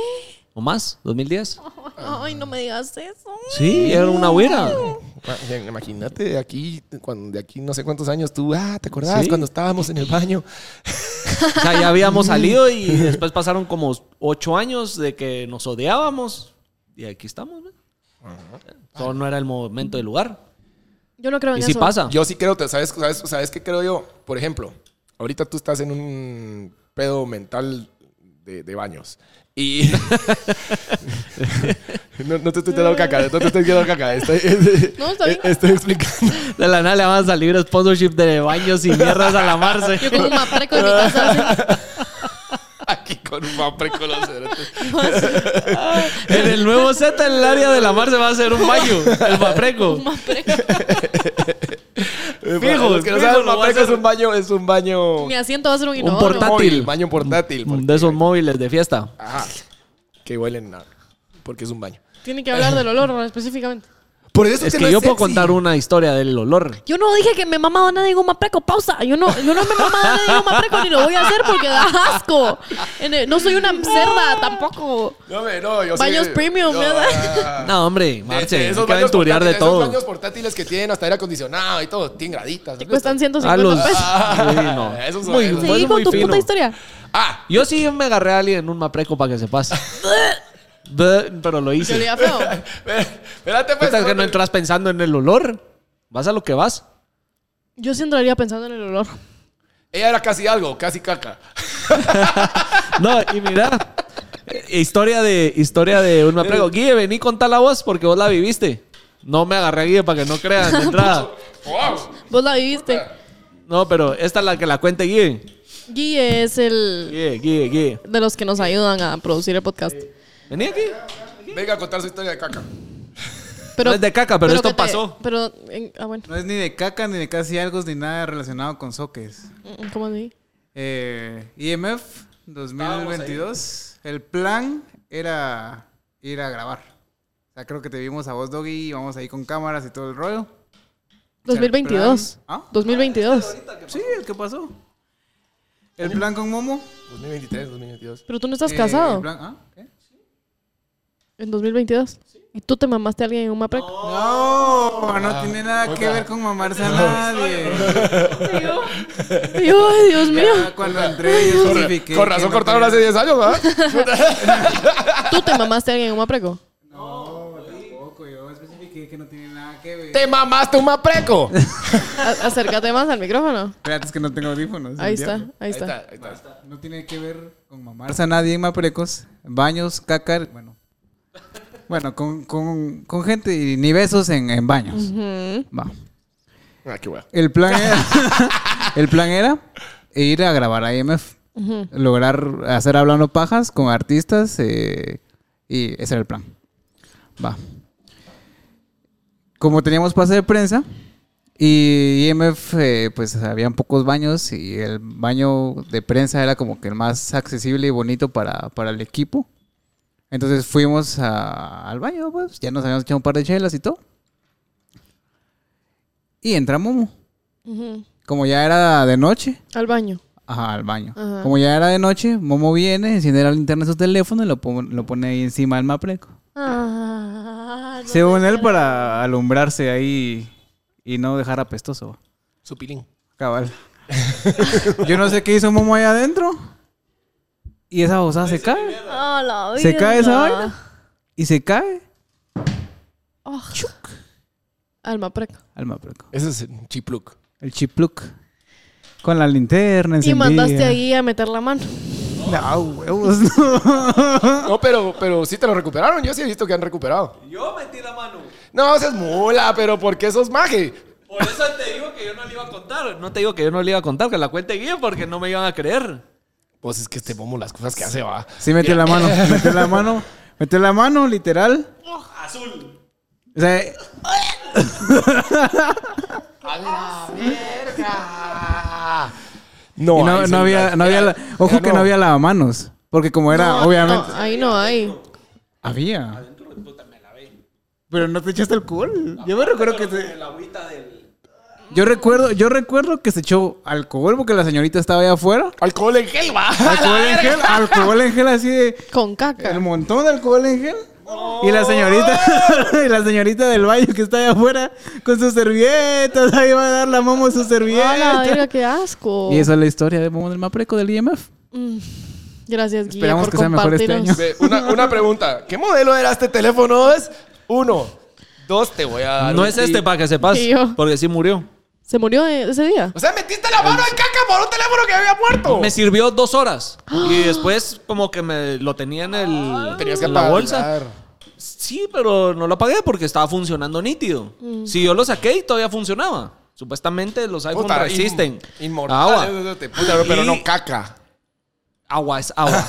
Speaker 2: O más, 2010.
Speaker 1: Ah.
Speaker 3: Ay, no me digas eso.
Speaker 2: Sí, era una güera.
Speaker 1: Ah, Imagínate, aquí, cuando, de aquí no sé cuántos años tú, ah, ¿te acordás
Speaker 2: Sí.
Speaker 1: cuando estábamos en el baño?
Speaker 2: O sea, ya habíamos salido y después pasaron como 8 años de que nos odiábamos. Y aquí estamos, ¿no? Solo no era el momento del lugar.
Speaker 3: Yo no creo en
Speaker 2: Y
Speaker 3: eso.
Speaker 2: si pasa.
Speaker 1: Yo sí creo, te- ¿sabes, sabes, ¿sabes qué creo yo? Por ejemplo, ahorita tú estás en un pedo mental de, de baños. Y. no, no te estoy tirando caca, no te estoy tirando caca. Estoy,
Speaker 3: No, está bien.
Speaker 1: estoy explicando.
Speaker 2: De la nada le van a salir sponsorship de baños y mierdas a la Marce.
Speaker 3: Yo como un mapreco en mi casa. así.
Speaker 1: Aquí con un mapre con los cerotes.
Speaker 2: En el nuevo set, en el área de la mar se va a hacer un baño. El mapreco.
Speaker 1: Para los que no saben,
Speaker 2: fijo, lo voy a
Speaker 1: mapreco es
Speaker 2: hacer.
Speaker 1: un baño. Es un baño.
Speaker 3: Mi asiento va a ser un inodoro.
Speaker 2: portátil.
Speaker 1: Móvil, baño portátil. porque-
Speaker 2: De esos móviles de fiesta.
Speaker 1: Ajá. Que huelen a. Porque es un baño.
Speaker 3: Tiene que hablar del olor ¿no? específicamente.
Speaker 1: Por eso
Speaker 2: Es
Speaker 1: no
Speaker 2: que yo puedo
Speaker 1: sexy.
Speaker 2: contar una historia del olor.
Speaker 3: Yo no dije que me mamaba nada de un mapreco. Pausa. Yo no, yo no me mamaba nada de un mapreco ni lo voy a hacer porque da asco. En el- no soy una cerda tampoco.
Speaker 1: No, hombre, no, yo sí-
Speaker 3: Baños premium,
Speaker 1: no,
Speaker 3: ¿verdad?
Speaker 1: ah.
Speaker 2: No, hombre,
Speaker 1: De- de
Speaker 2: Marce, hay
Speaker 1: esos
Speaker 2: que
Speaker 1: baños
Speaker 2: aventurear de
Speaker 1: portátiles, esos
Speaker 2: todo.
Speaker 1: baños portátiles que tienen hasta aire acondicionado y todo, tienen graditas.
Speaker 3: Te cuestan
Speaker 2: A
Speaker 3: 150
Speaker 2: los.
Speaker 3: pesos.
Speaker 2: Sí, no.
Speaker 1: Esos son
Speaker 2: Muy,
Speaker 1: esos.
Speaker 2: fue
Speaker 3: Seguí con
Speaker 2: muy
Speaker 3: tu
Speaker 2: fino.
Speaker 3: puta historia.
Speaker 1: Ah,
Speaker 2: Yo sí me agarré a alguien en un mapreco para que se pase. Bleh, Pero lo
Speaker 3: Yo
Speaker 2: hice.
Speaker 3: olía feo.
Speaker 1: espérate, pues.
Speaker 2: Puta, es que no
Speaker 1: porque-
Speaker 2: entras pensando en el olor. Vas a lo que vas.
Speaker 3: Yo sí entraría pensando en el olor.
Speaker 1: Ella era casi algo, casi caca.
Speaker 2: No, y mira. eh, Historia de, historia de un mapreco. Guille, vení contar la voz porque vos la viviste. No me agarré a Guille para que no crean de entrada.
Speaker 1: Wow.
Speaker 3: Vos la viviste.
Speaker 2: No, pero esta es la que la cuente Guille.
Speaker 3: Guille es el
Speaker 2: Guille, Guille, Guille.
Speaker 3: de los que nos ayudan a producir el podcast.
Speaker 2: Vení aquí.
Speaker 1: Venga a contar su historia de caca.
Speaker 3: Pero,
Speaker 2: No es de caca, pero esto
Speaker 3: que te-
Speaker 2: pasó.
Speaker 3: Pero, en- ah, bueno.
Speaker 4: No es ni de caca, ni de casi algo, ni nada relacionado con soques.
Speaker 3: Mm, ¿Cómo así?
Speaker 4: Eh, IMF 2022. El plan era ir a grabar. O sea, creo que te vimos a vos, Doggy, y vamos ahí con cámaras y todo el rollo.
Speaker 3: 2022.
Speaker 4: ¿Ah?
Speaker 3: 2022.
Speaker 4: Sí, el que pasó. El plan con Momo.
Speaker 1: 2023, 2022.
Speaker 3: Pero tú no estás
Speaker 4: eh, el
Speaker 3: casado
Speaker 4: plan- ¿ah? ¿Qué?
Speaker 3: en 2022. ¿Y tú te mamaste a alguien en un mapreco?
Speaker 4: No, no
Speaker 1: Ah,
Speaker 4: tiene nada que ver con mamarse a nadie.
Speaker 3: Ay, Dios mío.
Speaker 4: Ya Cuando entré, yo justifiqué
Speaker 1: Con
Speaker 4: que
Speaker 1: razón
Speaker 4: no
Speaker 1: cortaron hace
Speaker 4: tenía-
Speaker 1: 10 años, ¿verdad?
Speaker 3: ¿Tú te mamaste a alguien en un mapreco?
Speaker 4: No, tampoco. Yo especifiqué que no tiene nada que qué?
Speaker 1: ¡Te mamaste un mapreco!
Speaker 3: A- Acércate más al micrófono.
Speaker 4: Espérate, es que no tengo audífonos.
Speaker 3: Ahí
Speaker 4: el diablo.
Speaker 3: está, ahí está.
Speaker 1: ahí está.
Speaker 4: No tiene que ver con mamarse a nadie en Maprecos. Baños, caca, bueno. Bueno, con, con- con gente y ni besos en, en baños.
Speaker 3: Ujú.
Speaker 4: Va.
Speaker 1: Ah, qué huevo.
Speaker 4: El plan era, el plan era ir a grabar a IMF. Lograr hacer hablando pajas con artistas eh, y ese era el plan. Va. Como teníamos pase de prensa y IMF, eh, pues habían pocos baños y el baño de prensa era como que el más accesible y bonito para, para el equipo. Entonces fuimos a- al baño, pues ya nos habíamos echado un par de chelas y todo. Y entra Momo.
Speaker 3: Ujú.
Speaker 4: Como ya era de noche,
Speaker 3: Al baño.
Speaker 4: ajá, al baño.
Speaker 3: Ajá.
Speaker 4: Como ya era de noche, Momo viene, enciende la linterna de su teléfono y lo, pon- lo pone ahí encima del mapreco.
Speaker 3: Ah, no
Speaker 4: Según
Speaker 3: te
Speaker 4: él,
Speaker 3: creo.
Speaker 4: para alumbrarse ahí y no dejar apestoso.
Speaker 1: Su pilín.
Speaker 4: Cabal. Yo no sé qué hizo Momo ahí adentro. Y esa bozada se cae.
Speaker 3: Ah, la
Speaker 4: Se cae esa
Speaker 3: virga.
Speaker 4: vaina. Y se cae
Speaker 3: Ah. Alma preca.
Speaker 4: al mapreco.
Speaker 1: Ese es un chipluc.
Speaker 4: El chipluc. Con la
Speaker 3: Y
Speaker 4: linterna encendida.
Speaker 3: mandaste ahí a meter la mano.
Speaker 4: No, huevos, no.
Speaker 1: No, pero, pero sí te lo recuperaron. Yo sí he visto que han recuperado.
Speaker 2: Yo metí la mano.
Speaker 1: No, esa es mula, pero ¿por qué sos maje?
Speaker 2: Por eso te digo que yo no le iba a contar. No te digo que yo no le iba a contar, que la cuente bien porque no me iban a creer.
Speaker 1: Pues es que este momo las cosas que hace va.
Speaker 4: Sí, metió la mano, metió la mano, metió la mano, literal.
Speaker 2: azul.
Speaker 4: O sea,
Speaker 1: No,
Speaker 4: y no,
Speaker 1: Oh, ahí sí,
Speaker 4: no había, no había, la- ojo que no había lavamanos, porque como era, obviamente,
Speaker 3: No, ahí no hay.
Speaker 4: había. Pero no te echaste alcohol. Yo me recuerdo que se,
Speaker 2: El agüita del.
Speaker 4: yo recuerdo, yo recuerdo que se echó alcohol porque la señorita estaba allá afuera.
Speaker 1: Alcohol en gel va.
Speaker 4: Alcohol en gel, alcohol en gel así de
Speaker 3: Con caca.
Speaker 4: el montón de alcohol en gel. Y la señorita, y la señorita del baño que está allá afuera con sus servietas, ahí va a dar la momo su
Speaker 3: Ah, la
Speaker 4: servieta.
Speaker 3: verga, qué asco.
Speaker 4: Y esa es la historia de Momo del Mapreco del IMF.
Speaker 3: Gracias, Guille,
Speaker 4: Esperamos
Speaker 3: por
Speaker 4: que sea mejor este
Speaker 3: compartirnos.
Speaker 4: año.
Speaker 1: Ve, Una, una pregunta. ¿Qué modelo era este teléfono? Es uno. Dos, te voy a dar.
Speaker 2: No
Speaker 1: un
Speaker 2: es
Speaker 1: tip.
Speaker 2: este, para que sepas.
Speaker 3: Sí, yo.
Speaker 2: Porque sí murió.
Speaker 3: ¿Se murió eh, ese día?
Speaker 4: Pues,
Speaker 1: O sea, metiste la mano en caca por un teléfono que había muerto.
Speaker 2: Me sirvió dos horas. Y después, como que me lo tenía en,
Speaker 3: Ah.
Speaker 2: el,
Speaker 1: Tenías que
Speaker 2: en la
Speaker 1: apagar.
Speaker 2: bolsa. Sí, pero no lo apagué porque estaba funcionando nítido.
Speaker 3: Mm.
Speaker 2: Si yo lo saqué y todavía funcionaba. Supuestamente los iPhone
Speaker 1: Puta,
Speaker 2: resisten.
Speaker 1: in- inmortal.
Speaker 2: Agua.
Speaker 1: Puta, no, pero no caca.
Speaker 2: Agua es agua.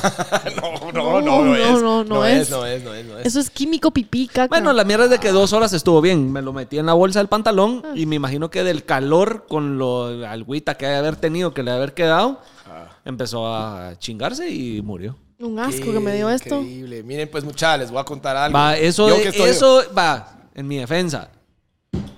Speaker 1: No, no,
Speaker 3: No,
Speaker 1: no,
Speaker 3: no,
Speaker 1: no es.
Speaker 3: no, no es.
Speaker 1: No es, no es, no es.
Speaker 3: Eso es químico pipí, caca.
Speaker 2: bueno, la mierda es de que dos horas estuvo bien. Me lo metí en la bolsa del pantalón
Speaker 3: Ah.
Speaker 2: y me imagino que del calor con lo la agüita que ha de haber tenido, que le ha de haber quedado,
Speaker 1: Ah.
Speaker 2: empezó a chingarse y murió.
Speaker 3: Un asco que me dio esto.
Speaker 1: Increíble. Miren, pues, muchachos, les voy a contar algo.
Speaker 2: Va, eso,
Speaker 1: Yo
Speaker 2: de-
Speaker 1: que estoy-
Speaker 2: eso va, en mi defensa.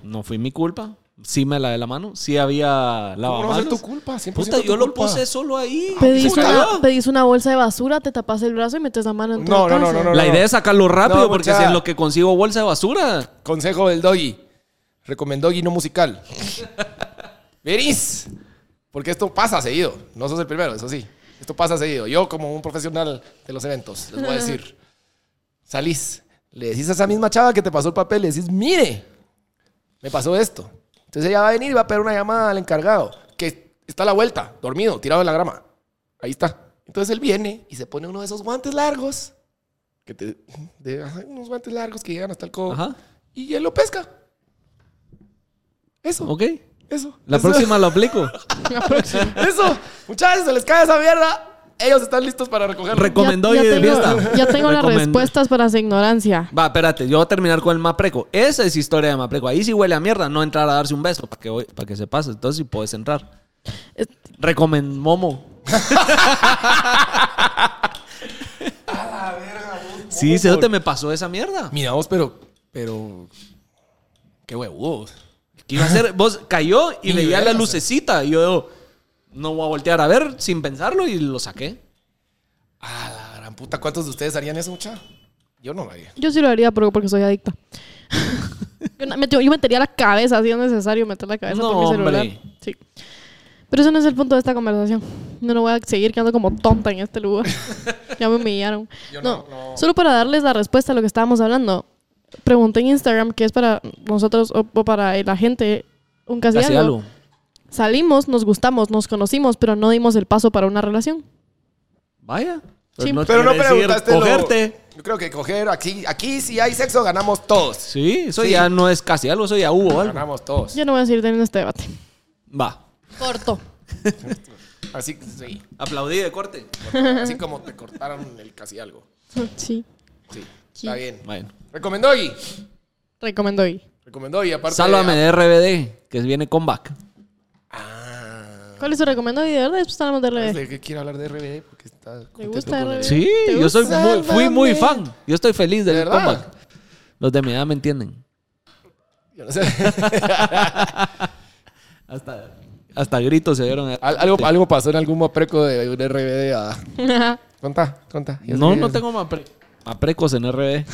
Speaker 2: No fui mi culpa. Sí me lavé la mano. Sí había
Speaker 1: ¿Cómo no va a
Speaker 2: lavamanos.
Speaker 1: ser tu culpa? 100%
Speaker 2: Puta,
Speaker 1: tu
Speaker 2: yo lo
Speaker 1: culpa.
Speaker 2: puse solo ahí.
Speaker 3: Pedís
Speaker 2: Se
Speaker 3: una,
Speaker 2: cayó.
Speaker 3: pedís una bolsa de basura, te tapas el brazo y metes la mano en tu
Speaker 1: No, no, no,
Speaker 3: taza.
Speaker 1: no, no,
Speaker 2: La idea es sacarlo rápido
Speaker 1: No,
Speaker 2: porque
Speaker 1: mucha-
Speaker 2: si es lo que consigo bolsa de basura.
Speaker 1: Consejo del doggy. Recomendó doggy no musical. Verís. Porque esto pasa seguido. No sos el primero, eso sí. Esto pasa seguido. Yo, como un profesional de los eventos, les voy a decir. Salís. Le decís a esa misma chava que te pasó el papel, le decís, mire, me pasó esto. Entonces ella va a venir y va a pedir una llamada al encargado, que está a la vuelta, dormido, tirado en la grama. Ahí está. Entonces él viene y se pone uno de esos guantes largos, que te, de- ajá, unos guantes largos que llegan hasta el codo.
Speaker 2: Ajá.
Speaker 1: Y él lo pesca. Eso,
Speaker 2: Ok.
Speaker 1: eso.
Speaker 2: La
Speaker 1: eso,
Speaker 2: próxima lo aplico.
Speaker 1: Eso. Muchachos, se les cae esa mierda. Ellos están listos para recogerlo.
Speaker 2: Reco- Recomendó
Speaker 3: ya,
Speaker 2: ir de
Speaker 3: tengo,
Speaker 2: fiesta.
Speaker 3: Ya tengo las
Speaker 2: Recomendó.
Speaker 3: respuestas para esa ignorancia.
Speaker 2: Va, espérate, yo voy a terminar con el Mapreco. Esa es historia de Mapreco. Ahí sí huele a mierda, no entrar a darse un beso para que, hoy- para que se pase. Entonces sí puedes entrar.
Speaker 3: Es-
Speaker 2: Recomen Momo. Sí, se te me pasó esa mierda.
Speaker 1: Mira vos, pero. Pero. Qué huevos.
Speaker 2: ¿Qué iba a hacer? Vos cayó y
Speaker 1: Ni
Speaker 2: le di a la
Speaker 1: vergas.
Speaker 2: lucecita. Y yo no voy a voltear a ver sin pensarlo y lo saqué.
Speaker 1: Ah, la gran puta. ¿Cuántos de ustedes harían eso, muchacha? Yo no lo haría.
Speaker 3: Yo sí lo haría, pero porque soy adicta. yo, na- me tengo- yo metería la cabeza, si es necesario meter la cabeza
Speaker 2: No,
Speaker 3: por mi celular.
Speaker 2: hombre.
Speaker 3: Sí. Pero eso no es el punto de esta conversación. No, no voy a seguir quedando como tonta en este lugar. ya me humillaron.
Speaker 1: Yo
Speaker 3: no,
Speaker 1: no, no.
Speaker 3: solo para darles la respuesta a lo que estábamos hablando. pregunté en Instagram que es para nosotros o, o para la gente un casi,
Speaker 2: Casi
Speaker 3: algo.
Speaker 2: algo.
Speaker 3: Salimos, nos gustamos, nos conocimos, pero no dimos el paso para una relación.
Speaker 2: Vaya. Pues
Speaker 3: Sí.
Speaker 1: Pero no
Speaker 2: quiere decir
Speaker 1: preguntaste. lo-
Speaker 2: Cogerte.
Speaker 1: Yo creo que coger aquí, aquí si hay sexo, ganamos todos.
Speaker 2: Sí, eso
Speaker 1: Sí.
Speaker 2: ya no es casi algo, eso ya hubo algo.
Speaker 1: Ganamos todos.
Speaker 3: Yo no voy a seguir teniendo este debate.
Speaker 2: Va.
Speaker 3: Corto.
Speaker 1: Así, sí.
Speaker 2: Aplaudí de corte.
Speaker 1: Así como te cortaron el casi algo.
Speaker 3: Sí.
Speaker 1: Sí. Está
Speaker 3: Sí.
Speaker 1: bien.
Speaker 2: Bueno.
Speaker 1: Recomendó y.
Speaker 3: Recomendó hoy.
Speaker 1: Recomendó y aparte.
Speaker 2: Sálvame de RBD, que viene comeback.
Speaker 1: Ah.
Speaker 3: ¿Cuál es tu recomendado? Y de verdad, pues, después hablamos de
Speaker 1: Es
Speaker 3: RBD.
Speaker 1: de que quiero hablar de RBD porque está.
Speaker 3: ¿Te
Speaker 1: contento
Speaker 3: gusta
Speaker 1: con
Speaker 3: RBD?
Speaker 1: el-
Speaker 2: Sí,
Speaker 3: ¿Te
Speaker 2: yo soy
Speaker 3: gusta?
Speaker 2: muy, fui muy
Speaker 3: Sálvame.
Speaker 2: fan. Yo estoy feliz
Speaker 1: ¿De
Speaker 2: del
Speaker 1: verdad?
Speaker 2: comeback. Los de mi edad me entienden.
Speaker 1: Yo no sé.
Speaker 2: Hasta, hasta gritos se dieron.
Speaker 1: Al- algo, algo pasó en algún mopreco de, de RBD a. Conta, conta. Yo
Speaker 2: No,
Speaker 1: sé que
Speaker 2: no
Speaker 1: es-
Speaker 2: tengo mapre- maprecos en RBD.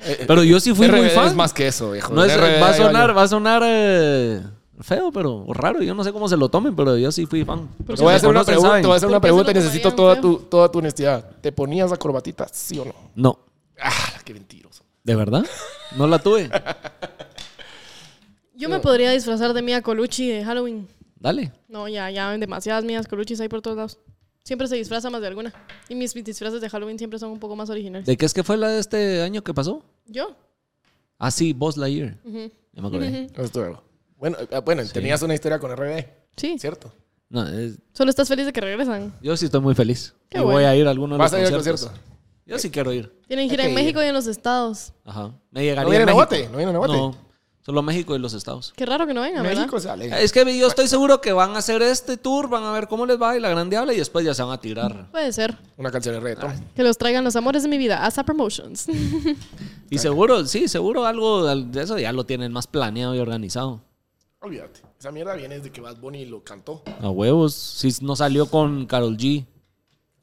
Speaker 2: pero yo sí fui
Speaker 1: RBD
Speaker 2: muy fan.
Speaker 1: es más que eso, viejo.
Speaker 2: No es-
Speaker 1: RBD
Speaker 2: va a
Speaker 1: ahí yo.
Speaker 2: sonar, va a sonar eh, feo, pero o raro. Yo no sé cómo se lo tomen, pero yo sí fui fan.
Speaker 1: Te voy a hacer una
Speaker 2: Reconocen,
Speaker 1: pregunta,
Speaker 2: ¿saben?
Speaker 1: te voy a hacer
Speaker 3: ¿Por
Speaker 1: una
Speaker 3: qué se
Speaker 1: pregunta y
Speaker 3: lo
Speaker 1: necesito
Speaker 3: tomarían
Speaker 1: toda
Speaker 3: feo?
Speaker 1: tu, toda tu honestidad. ¿Te ponías la corbatita, sí o no?
Speaker 2: No,
Speaker 1: Ah, qué mentiroso.
Speaker 2: ¿de verdad? No la tuve.
Speaker 3: Yo me podría disfrazar de Mia Colucci de Halloween.
Speaker 2: Dale.
Speaker 3: No, ya, ya, hay demasiadas Mias Coluchis hay por todos lados. Siempre se disfraza más de alguna. Y mis mis disfraces de Halloween siempre son un poco más originales.
Speaker 2: ¿De qué es que fue la de este año que pasó?
Speaker 3: ¿Yo?
Speaker 2: Ah, sí, Boss Lightyear. Ya me acordé.
Speaker 1: Esto luego. Bueno, eh, bueno tenías una historia con RBD,
Speaker 3: Sí.
Speaker 1: ¿cierto?
Speaker 2: No, es-
Speaker 3: Solo estás feliz de que regresan.
Speaker 2: yo sí estoy muy feliz.
Speaker 3: Qué
Speaker 2: y voy
Speaker 3: bueno.
Speaker 2: a ir a alguno de los
Speaker 1: Vas a ir al
Speaker 2: conciertos.
Speaker 1: concierto.
Speaker 2: Yo sí quiero ir.
Speaker 3: Tienen gira
Speaker 1: Hay
Speaker 3: en
Speaker 1: que ir.
Speaker 3: México y en los estados.
Speaker 2: Ajá. Me llegaría
Speaker 1: ¿No vienen a
Speaker 2: México.
Speaker 1: Guate? ¿No vienen a Guate?
Speaker 2: No, solo México y los estados.
Speaker 3: Qué raro que no vengan, ¿verdad?
Speaker 1: México se aleja.
Speaker 2: Es que yo estoy seguro que van a hacer este tour, van a ver cómo les va y la gran diabla y después ya se van a tirar.
Speaker 3: Puede ser.
Speaker 1: Una canción de reggaetón.
Speaker 2: Ah.
Speaker 3: Que los traigan los amores de mi vida. Asa Promotions.
Speaker 2: Y seguro, sí, seguro algo de eso ya lo tienen más planeado y organizado.
Speaker 1: Olvídate. Esa mierda viene desde que Bad Bunny lo cantó.
Speaker 2: A huevos. Si no salió con Carol G.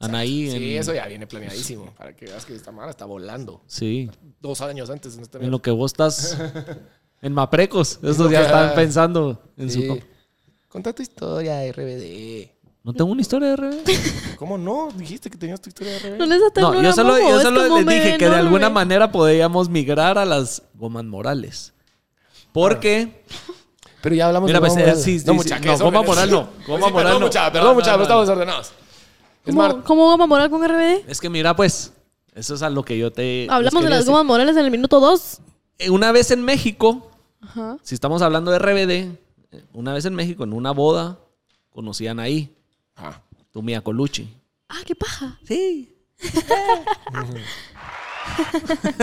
Speaker 2: Anaí.
Speaker 1: Sí,
Speaker 2: en-
Speaker 1: eso ya viene planeadísimo. Para que veas que esta mala está volando.
Speaker 2: Sí.
Speaker 1: Dos años antes. En esta
Speaker 2: En
Speaker 1: mierda.
Speaker 2: lo que vos estás. En Maprecos. Estos
Speaker 1: lo
Speaker 2: ya
Speaker 1: que-
Speaker 2: están pensando en su.
Speaker 1: Sí.
Speaker 2: top.
Speaker 1: Contá tu historia de RBD.
Speaker 2: No tengo una historia de RBD.
Speaker 1: ¿Cómo no? Dijiste que tenías tu historia de
Speaker 3: no
Speaker 1: RBD.
Speaker 3: les da
Speaker 2: No,
Speaker 3: ternura,
Speaker 2: yo solo,
Speaker 3: Momo,
Speaker 2: yo
Speaker 3: es
Speaker 2: solo
Speaker 3: como este
Speaker 2: les
Speaker 3: un
Speaker 2: dije
Speaker 3: bebé
Speaker 2: que de alguna
Speaker 3: enorme.
Speaker 2: manera podíamos migrar a las gomas morales. Porque.
Speaker 1: Pero ya hablamos
Speaker 2: Mira,
Speaker 1: de
Speaker 2: pues,
Speaker 1: Goma
Speaker 2: eh,
Speaker 1: Moral.
Speaker 2: sí, sí,
Speaker 1: No,
Speaker 2: sí.
Speaker 1: mucha, que
Speaker 2: No,
Speaker 1: eso
Speaker 2: Goma
Speaker 1: merece-
Speaker 2: Moral no.
Speaker 1: Pues
Speaker 2: Goma
Speaker 1: sí,
Speaker 2: Moral
Speaker 1: Perdón,
Speaker 2: no.
Speaker 1: mucha,
Speaker 2: No,
Speaker 1: perdón, mucha,
Speaker 2: no,
Speaker 1: pero estamos
Speaker 2: no.
Speaker 1: ordenados. Es
Speaker 3: ¿Cómo,
Speaker 1: Marta.
Speaker 3: ¿Cómo goma moral con RBD?
Speaker 2: Es que mira, pues. Eso es a lo que yo te. les
Speaker 3: Hablamos de
Speaker 2: quería
Speaker 3: las
Speaker 2: decir.
Speaker 3: gomas morales en el minuto 2.
Speaker 2: Eh, Una vez en México,
Speaker 3: Ajá.
Speaker 2: si estamos hablando de RBD, eh, una vez en México, en una boda, conocían ahí,
Speaker 1: Ah.
Speaker 2: tu Mia Colucci.
Speaker 3: Ah, qué paja.
Speaker 2: Sí.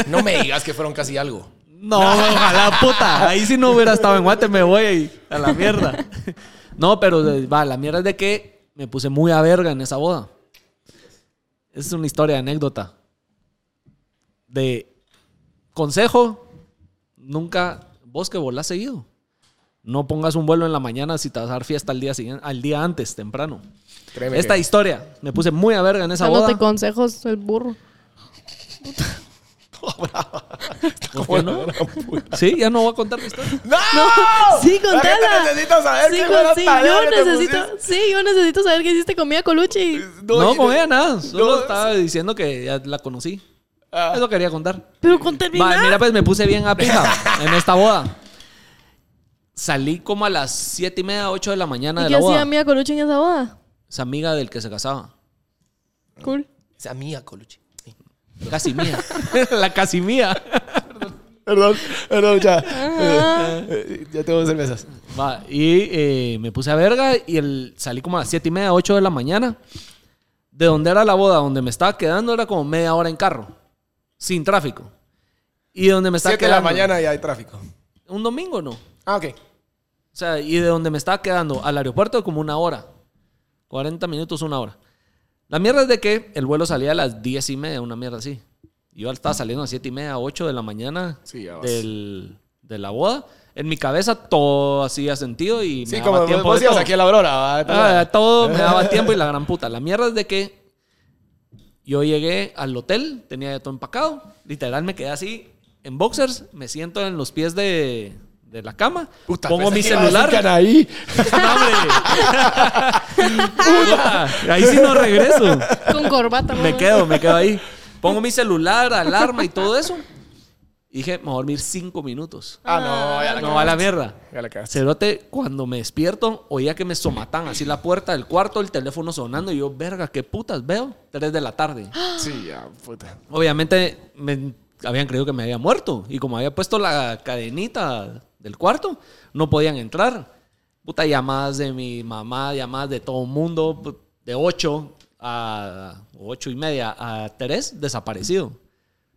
Speaker 1: No me digas que fueron casi algo.
Speaker 2: No, ojalá, puta. Ahí si no hubiera estado en Guate, me voy a la mierda. No, pero eh, va, la mierda es de que me puse muy a verga en esa boda. Es una historia, anécdota. De consejo, nunca, vos que volás seguido, no pongas un vuelo en la mañana si te vas a dar fiesta al día, siguiente, al día antes, temprano.
Speaker 1: Créeme.
Speaker 2: Esta
Speaker 1: que-
Speaker 2: historia, me puse muy a verga en esa boda.
Speaker 3: Dándote consejos, el burro.
Speaker 2: ¿Por qué no? Sí, ya no voy a contar mi historia.
Speaker 1: ¡No!
Speaker 3: Sí,
Speaker 1: La gente
Speaker 3: contala.
Speaker 1: necesita saber
Speaker 3: Sí,
Speaker 1: qué
Speaker 3: con-
Speaker 1: buena
Speaker 3: sí,
Speaker 1: tarea
Speaker 3: yo
Speaker 1: que te
Speaker 3: necesito, sí, yo necesito saber qué hiciste con Mia Colucci.
Speaker 1: pusiste.
Speaker 2: No,
Speaker 1: y-
Speaker 2: con ella nada. Solo
Speaker 1: no,
Speaker 2: estaba diciendo que ya la conocí.
Speaker 1: Ah.
Speaker 2: Eso quería contar.
Speaker 3: Pero con
Speaker 2: Va,
Speaker 3: terminar.
Speaker 2: mira, pues me puse bien a pija en esta boda. Salí como a las siete y media, ocho de la mañana
Speaker 3: ¿Y
Speaker 2: de
Speaker 3: qué
Speaker 2: la
Speaker 3: hacía
Speaker 2: boda.
Speaker 3: Mia Colucci en esa boda?
Speaker 2: Es amiga del que se casaba.
Speaker 3: Cool.
Speaker 1: Esa mía, Coluche. Sí.
Speaker 2: Casi mía. la casi mía.
Speaker 1: Perdón, perdón, ya. Eh, Ya tengo cervezas.
Speaker 2: Va, y eh, me puse a verga y el, salí como a las siete y media, ocho de la mañana. De donde era la boda, donde me estaba quedando, era como media hora en carro. Sin tráfico. Y donde me estaba
Speaker 1: Siete de la
Speaker 2: quedando...
Speaker 1: mañana y hay tráfico.
Speaker 2: Un domingo, ¿no?
Speaker 1: Ah, ok.
Speaker 2: O sea, y de donde me estaba quedando al aeropuerto como una hora. 40 minutos, una hora. La mierda es de que el vuelo salía a las 10 y media, una mierda así. Yo estaba saliendo a las 7 y media, 8 de la mañana
Speaker 1: Sí, ya vas.
Speaker 2: del, de la boda. En mi cabeza todo hacía sentido y me
Speaker 1: Sí,
Speaker 2: daba
Speaker 1: como
Speaker 2: tiempo
Speaker 1: vos
Speaker 2: de
Speaker 1: ibas
Speaker 2: todo.
Speaker 1: aquí a la Aurora. ¿va?
Speaker 2: Ah, todo me daba tiempo y la gran puta. La mierda es de que yo llegué al hotel, tenía ya todo empacado. Literal, me quedé así en boxers, me siento en los pies de, de la cama,
Speaker 1: Puta,
Speaker 2: pongo
Speaker 1: pensé
Speaker 2: mi
Speaker 1: que ibas a
Speaker 2: celular.
Speaker 1: decir que ahí.
Speaker 2: ¡No, hombre! Puta, ahí sí no regreso.
Speaker 3: Con corbata.
Speaker 2: Me
Speaker 3: mamá.
Speaker 2: quedo, me quedo ahí. Pongo mi celular, alarma y todo eso. Y dije, me voy a dormir cinco minutos.
Speaker 1: Ah, no, ya la
Speaker 2: No, a la mierda.
Speaker 1: Ya la cagaste.
Speaker 2: Cerote, cuando me despierto, oía que me somatan así la puerta del cuarto, el teléfono sonando. Y yo, verga, qué putas veo. Tres de la tarde.
Speaker 1: Sí, ya, puta.
Speaker 2: Obviamente me habían creído que me había muerto. Y como había puesto la cadenita del cuarto, no podían entrar. Puta, llamadas de mi mamá, llamadas de todo el mundo, pu- de 8 a 8 y media a 3, desaparecido.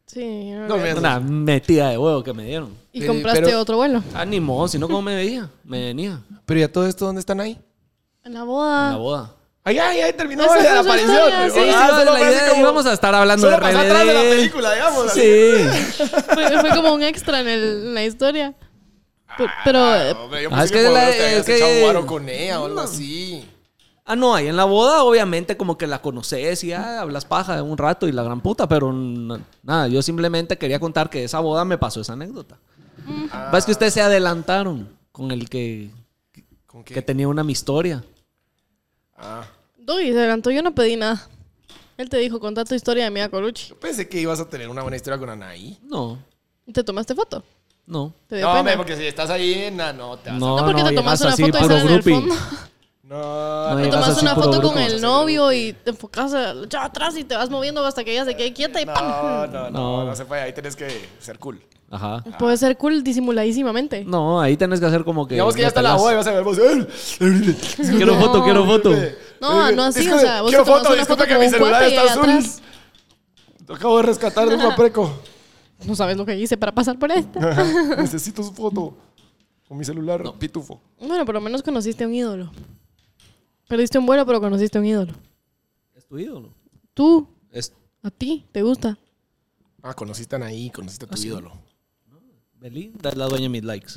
Speaker 3: Sí.
Speaker 1: No, mira,
Speaker 2: Una metida de huevo que me dieron.
Speaker 3: y
Speaker 1: pero-
Speaker 3: compraste
Speaker 1: pero-
Speaker 3: otro vuelo.
Speaker 2: Ánimo, si no, ¿cómo me veía? Me venía
Speaker 1: Pero ya todo esto, ¿dónde están ahí?
Speaker 3: En la
Speaker 2: en
Speaker 3: boda.
Speaker 2: la boda.
Speaker 1: Ay, ay, ay, terminó
Speaker 3: Esa
Speaker 1: la
Speaker 3: fue su
Speaker 1: aparición.
Speaker 3: historia, sí.
Speaker 2: Sí,
Speaker 1: Ah,
Speaker 2: sí,
Speaker 1: solo
Speaker 2: la
Speaker 1: parece
Speaker 2: idea,
Speaker 1: como-
Speaker 2: íbamos a estar hablando
Speaker 1: solo
Speaker 2: de
Speaker 1: pasó
Speaker 2: RBD.
Speaker 1: atrás de la película, digamos. así.
Speaker 2: Sí.
Speaker 3: Fue, fue como un extra en, el- en la historia. Pe- Pero, eh,
Speaker 1: Ah, hombre, yo
Speaker 2: Ah,
Speaker 1: pensé
Speaker 2: es que
Speaker 1: por lo
Speaker 2: la-
Speaker 1: menos te habías
Speaker 2: es que-
Speaker 1: echado un guaro con ella o algo así.
Speaker 2: Ah, no, ahí en la boda, obviamente, como que la conoces y ah, hablas paja de un rato y la gran puta, pero n- nada, yo simplemente quería contar que esa boda me pasó esa anécdota.
Speaker 3: Mm.
Speaker 2: Va, Es que ustedes se adelantaron con el que,
Speaker 1: ¿Con qué?
Speaker 2: que tenía una mi historia.
Speaker 1: Ah.
Speaker 3: Doggy, se adelantó, yo no pedí nada. Él te dijo, contá tu historia de Mia Colucci.
Speaker 1: Yo pensé que ibas a tener una buena historia con Anaí.
Speaker 2: No,
Speaker 3: ¿Te tomaste foto?
Speaker 2: no.
Speaker 3: ¿Te dio
Speaker 1: No,
Speaker 3: pena?
Speaker 1: hombre, porque si estás ahí, na, no, te vas a-
Speaker 2: No,
Speaker 3: No, porque te
Speaker 2: llegas
Speaker 3: tomas una
Speaker 2: así,
Speaker 3: foto y
Speaker 2: puro
Speaker 3: sale en el
Speaker 2: groupie.
Speaker 3: fondo.
Speaker 1: No,
Speaker 2: No
Speaker 1: no,
Speaker 3: Te
Speaker 2: llegas
Speaker 1: no,
Speaker 3: tomas
Speaker 2: así,
Speaker 3: una
Speaker 2: puro
Speaker 3: foto con
Speaker 2: grupo.
Speaker 3: el novio y te enfocas allá atrás y te vas moviendo hasta que ella se quede quieta y ¡pam!
Speaker 1: no, no, no,
Speaker 2: No.
Speaker 1: no se puede. Ahí tenés que ser cool.
Speaker 2: Ajá.
Speaker 3: Puede ser cool disimuladísimamente.
Speaker 2: No, ahí tenés que hacer como que.
Speaker 1: Digamos que ya está la
Speaker 2: metalás.
Speaker 1: boda y vas a ver vos. "Ay".
Speaker 2: Quiero foto, quiero foto.
Speaker 3: No, no así,
Speaker 1: Eh, Disculpe,
Speaker 3: o sea, vos te
Speaker 1: quiero
Speaker 3: tomas
Speaker 1: foto,
Speaker 3: una
Speaker 1: disculpe
Speaker 3: foto
Speaker 1: que
Speaker 3: con
Speaker 1: mi
Speaker 3: un
Speaker 1: celular
Speaker 3: cuate y
Speaker 1: está
Speaker 3: allá
Speaker 1: azul.
Speaker 3: atrás.
Speaker 1: Lo acabo de rescatar de un guapreco.
Speaker 3: No sabes lo que hice para pasar por esta.
Speaker 1: Necesito su foto. Con mi celular, pitufo.
Speaker 3: Bueno, por lo menos conociste a un ídolo. Perdiste un vuelo, pero conociste a un ídolo.
Speaker 2: Es tu ídolo.
Speaker 3: Tú,
Speaker 2: Es
Speaker 3: a ti, te gusta.
Speaker 1: Ah, conociste a Anaí, conociste a tu ídolo.
Speaker 2: Belinda, es la dueña de mis likes.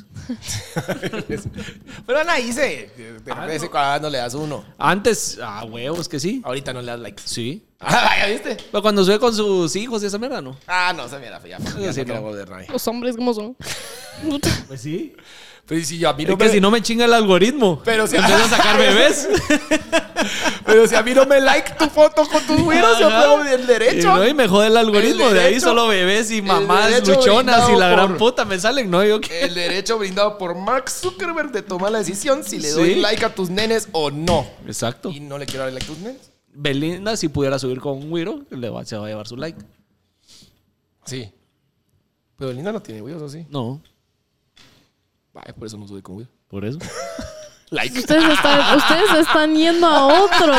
Speaker 1: Pero Anaí se. De de vez en cuando le das uno.
Speaker 2: Antes, ah, huevos que sí.
Speaker 1: Ahorita no le das likes.
Speaker 2: Sí.
Speaker 1: Ah, ¿ya viste?
Speaker 2: Pero cuando sube con sus hijos y esa mierda, ¿no?
Speaker 1: Ah, no, se mira, ya, ya
Speaker 2: sí,
Speaker 1: no quiero
Speaker 2: no.
Speaker 1: volver nadie.
Speaker 3: Los hombres como son. Puta.
Speaker 2: Pues sí.
Speaker 1: Pero si yo a mí
Speaker 2: Es
Speaker 1: no
Speaker 2: que
Speaker 1: me,
Speaker 2: si no me chinga el algoritmo.
Speaker 1: Pero si-
Speaker 2: Empieza a sacar bebés.
Speaker 1: pero si a mí no me like tu foto con tus güeros, yo
Speaker 2: Ajá.
Speaker 1: puedo el
Speaker 2: Y,
Speaker 1: derecho.
Speaker 2: no, y me jode el algoritmo.
Speaker 1: El
Speaker 2: de ahí
Speaker 1: derecho-
Speaker 2: solo bebés y mamás
Speaker 1: derecho
Speaker 2: luchonas y
Speaker 1: brindado
Speaker 2: la gran
Speaker 1: por-
Speaker 2: puta me salen. No, yo qué.
Speaker 1: El derecho brindado por Mark Zuckerberg de tomar la decisión si le doy
Speaker 2: Sí.
Speaker 1: like a tus nenes o no.
Speaker 2: Exacto.
Speaker 1: Y no le quiero dar like a tus nenes.
Speaker 2: Belinda, si pudiera subir con un güiro, le va, se va a llevar su like.
Speaker 1: Sí. Pero Linda no tiene güeros, ¿o sí?
Speaker 2: No,
Speaker 1: Vaya, por eso no sube con güeros.
Speaker 2: por eso.
Speaker 1: Like.
Speaker 3: Ustedes están, ustedes están yendo a otro.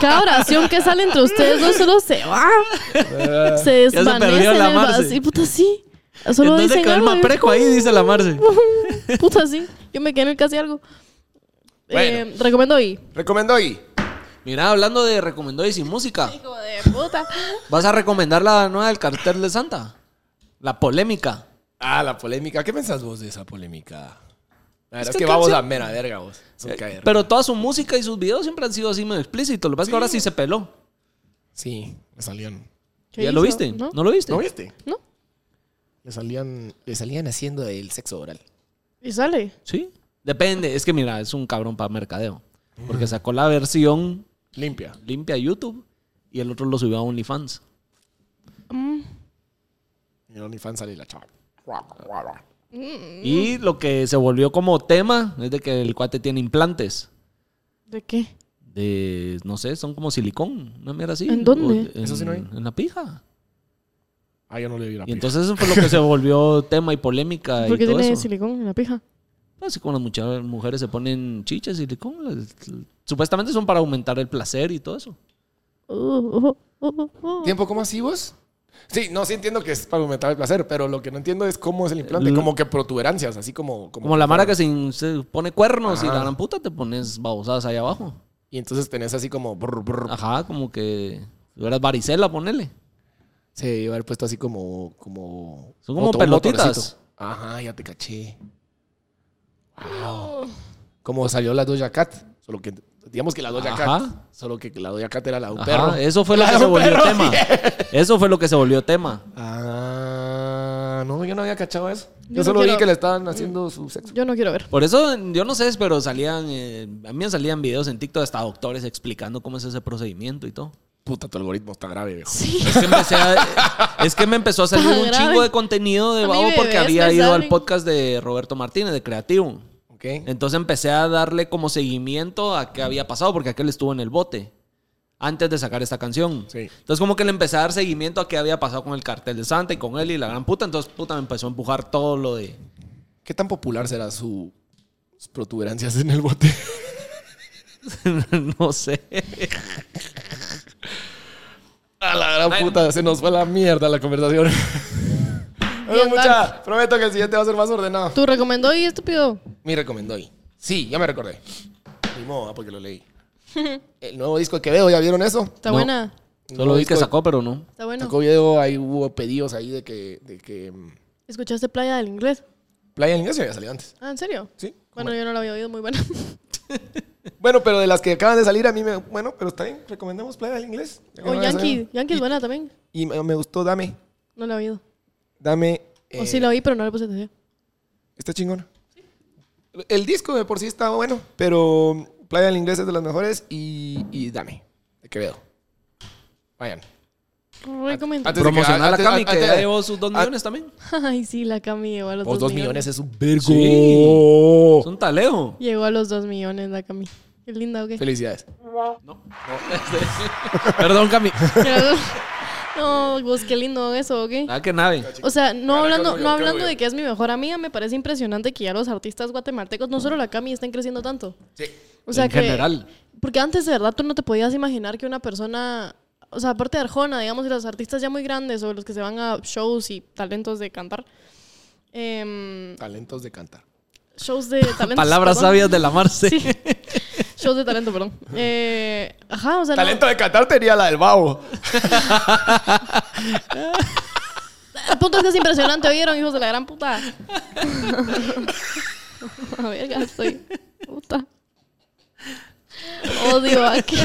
Speaker 3: Cada oración que sale entre ustedes dos solo se va. Se
Speaker 2: perdió
Speaker 3: desvanece en
Speaker 2: la
Speaker 3: el
Speaker 2: Marce.
Speaker 3: vacío. Puta, sí. Solo
Speaker 2: Entonces
Speaker 3: dicen
Speaker 2: quedó el
Speaker 3: algo y-
Speaker 2: mapreco ahí, dice la Marce.
Speaker 3: Puta, sí. Yo me quedé en el casi algo. Eh, recomiendo y.
Speaker 1: Recomiendo ahí.
Speaker 2: Mira, hablando de recomendó y sin música,
Speaker 3: Hijo de puta.
Speaker 2: ¿vas a recomendar la nueva del cartel de Santa? La polémica.
Speaker 1: Ah, la polémica. ¿Qué pensás vos de esa polémica? La verdad es
Speaker 2: que
Speaker 1: que vamos
Speaker 2: canción-
Speaker 1: a mera verga vos. Es un caer.
Speaker 2: Pero toda su música y sus videos siempre han sido así medio explícitos. Lo que pasa es que ahora sí se peló.
Speaker 1: Sí, le salían.
Speaker 3: ¿Qué
Speaker 2: ¿Ya lo
Speaker 3: hizo?
Speaker 2: viste? ¿No?
Speaker 3: ¿No?
Speaker 2: lo viste?
Speaker 1: ¿No viste?
Speaker 3: ¿No?
Speaker 1: Le salían, le salían haciendo el sexo oral.
Speaker 3: Y sale.
Speaker 2: Sí. Depende. Es que mira, es un cabrón para mercadeo. Porque sacó la versión
Speaker 1: Limpia.
Speaker 2: limpia a YouTube y el otro lo subió a OnlyFans.
Speaker 3: Mm,
Speaker 1: Y en OnlyFans sale la chava.
Speaker 2: Y
Speaker 3: Mm.
Speaker 2: lo que se volvió como tema es de que el cuate tiene implantes.
Speaker 3: ¿De qué?
Speaker 2: De, no sé, son como silicón, una mierda así.
Speaker 3: ¿En dónde?
Speaker 2: O en-
Speaker 1: Eso sí no hay.
Speaker 2: En la pija.
Speaker 1: Ah, yo no le vi la
Speaker 2: Y
Speaker 1: pija.
Speaker 2: entonces eso fue lo que se volvió tema y polémica Ah,
Speaker 3: Porque
Speaker 2: y todo
Speaker 3: tiene
Speaker 2: eso.
Speaker 3: silicón en la pija.
Speaker 2: Así como las mucha- mujeres se ponen chichas y silicón. las- l- Supuestamente son para aumentar el placer y todo eso.
Speaker 3: Uh, uh, uh, uh.
Speaker 1: ¿Tiempo cómo así vos? Sí, no, sí entiendo que es para aumentar el placer, pero lo que no entiendo es cómo es el implante,
Speaker 2: L-
Speaker 1: como que protuberancias, así como...
Speaker 2: Como la mara que se, in- se pone cuernos y
Speaker 1: Ajá.
Speaker 2: la gran puta te pones babosadas ahí abajo.
Speaker 1: Y entonces tenés así como... brr, brr.
Speaker 2: Ajá, como que si fueras varicela, ponele.
Speaker 1: Se debe haber puesto así como... como
Speaker 2: Son como
Speaker 1: moto- un
Speaker 2: pelotitas.
Speaker 1: motorcito. Ajá, ya te caché. Wow. Como salió la Doja Cat, solo que... Digamos que la Doja
Speaker 2: Ajá.
Speaker 1: Cat, solo que la Doja Cat era la de un
Speaker 2: Ajá,
Speaker 1: perro.
Speaker 2: Eso fue lo
Speaker 1: La
Speaker 2: que
Speaker 1: de
Speaker 2: se
Speaker 1: un
Speaker 2: volvió
Speaker 1: perro,
Speaker 2: tema. Eso fue lo que se volvió tema.
Speaker 1: Ah, no, yo no había cachado eso. Yo,
Speaker 3: Yo no
Speaker 1: solo vi
Speaker 3: quiero-
Speaker 1: que le estaban haciendo su sexo.
Speaker 3: Yo no quiero ver.
Speaker 2: Por eso, yo no sé, pero salían, eh, a mí me salían videos en TikTok hasta doctores explicando cómo es ese procedimiento y todo.
Speaker 1: Puta, tu algoritmo está grave, viejo.
Speaker 3: Sí.
Speaker 2: Es que, empecé a- es que me empezó a salir
Speaker 3: Está
Speaker 2: un
Speaker 3: grave.
Speaker 2: chingo de contenido de
Speaker 3: A mí
Speaker 2: babo porque
Speaker 3: bebés
Speaker 2: había
Speaker 3: me
Speaker 2: ido al
Speaker 3: salen.
Speaker 2: podcast de Roberto Martínez, de Creativo.
Speaker 1: ¿Ok?
Speaker 2: Entonces empecé a darle como seguimiento a qué había pasado porque aquel estuvo en el bote antes de sacar esta canción.
Speaker 1: Sí.
Speaker 2: Entonces como que le empecé a dar seguimiento a qué había pasado con el cartel de Santa y con él y la gran puta. Entonces puta me empezó a empujar todo lo de...
Speaker 1: ¿Qué tan popular será su- sus protuberancias en el bote?
Speaker 2: no sé.
Speaker 1: A la gran
Speaker 2: Ay.
Speaker 1: puta, se nos fue la mierda la conversación. Bueno,
Speaker 3: Bien,
Speaker 1: mucha, prometo que el siguiente va a ser más ordenado.
Speaker 3: ¿Tú recomendó y estúpido?
Speaker 1: Me recomendó hoy. Sí, ya me recordé. Ni modo, ah, porque lo leí. El nuevo disco que veo, ¿ya vieron eso?
Speaker 3: Está
Speaker 2: No.
Speaker 3: buena.
Speaker 2: Solo vi que
Speaker 1: Disco-
Speaker 2: sacó, pero no.
Speaker 3: Está bueno.
Speaker 1: Sacó video, ahí hubo pedidos ahí de que, de que mm,
Speaker 3: ¿Escuchaste Playa del Inglés?
Speaker 1: Playa del Inglés ya había salido antes.
Speaker 3: Ah, ¿en serio?
Speaker 1: Sí.
Speaker 3: Bueno, yo no la había oído, muy buena.
Speaker 1: Bueno, pero de las que acaban de salir, a mí me. Bueno, pero está bien, recomendamos Playa del Inglés. Ya que
Speaker 3: o
Speaker 1: no había
Speaker 3: Yankee.
Speaker 1: salido.
Speaker 3: Yankee es buena también.
Speaker 1: Y me, me gustó Dame.
Speaker 3: No la he oído.
Speaker 1: Dame.
Speaker 3: o
Speaker 1: eh,
Speaker 3: sí la oí, pero no le puse atención.
Speaker 1: Está chingón. El disco de por sí está bueno, pero Playa del Inglés es de las mejores y, y Dame, de Quevedo. Vayan.
Speaker 3: Recomendó.
Speaker 1: antes de que-
Speaker 2: Promocionar a
Speaker 1: antes-
Speaker 2: Cami, que
Speaker 1: antes-
Speaker 2: ya llevó sus dos
Speaker 1: a- Oh.
Speaker 2: millones también.
Speaker 3: Ay, sí, la Cami llegó a los
Speaker 1: Los
Speaker 3: dos,
Speaker 1: dos millones es un vergo.
Speaker 2: Sí. Es un taleo.
Speaker 3: Llegó a los dos millones la Cami. Qué linda, ¿o qué?
Speaker 1: Felicidades.
Speaker 2: Perdón, Cami.
Speaker 3: Pero- no, pues qué lindo eso, ¿o qué?
Speaker 1: Ah,
Speaker 2: Nada que nave.
Speaker 3: O sea, no
Speaker 1: Gana Carlos
Speaker 3: hablando, no
Speaker 1: Gallardo,
Speaker 3: hablando de
Speaker 1: güey.
Speaker 3: que es mi mejor amiga, me parece impresionante que ya los artistas guatemaltecos, no solo la Cami, estén creciendo tanto.
Speaker 1: Sí.
Speaker 3: O sea
Speaker 2: En
Speaker 3: que,
Speaker 2: general.
Speaker 3: Porque antes de verdad tú no te podías imaginar que una persona, o sea, aparte de Arjona, digamos, y los artistas ya muy grandes o los que se van a shows y talentos de cantar, em,
Speaker 1: Talentos de cantar.
Speaker 3: shows de talentos.
Speaker 2: Palabras
Speaker 3: perdón.
Speaker 2: sabias de la Marce.
Speaker 3: Sí. Shows de talento, perdón. Eh, ajá, o sea, no-
Speaker 1: Talento de cantar tenía la del babo.
Speaker 3: El punto es que es impresionante, ¿oyeron, hijos de la gran puta? A ver, ya estoy. Puta. Odio a que.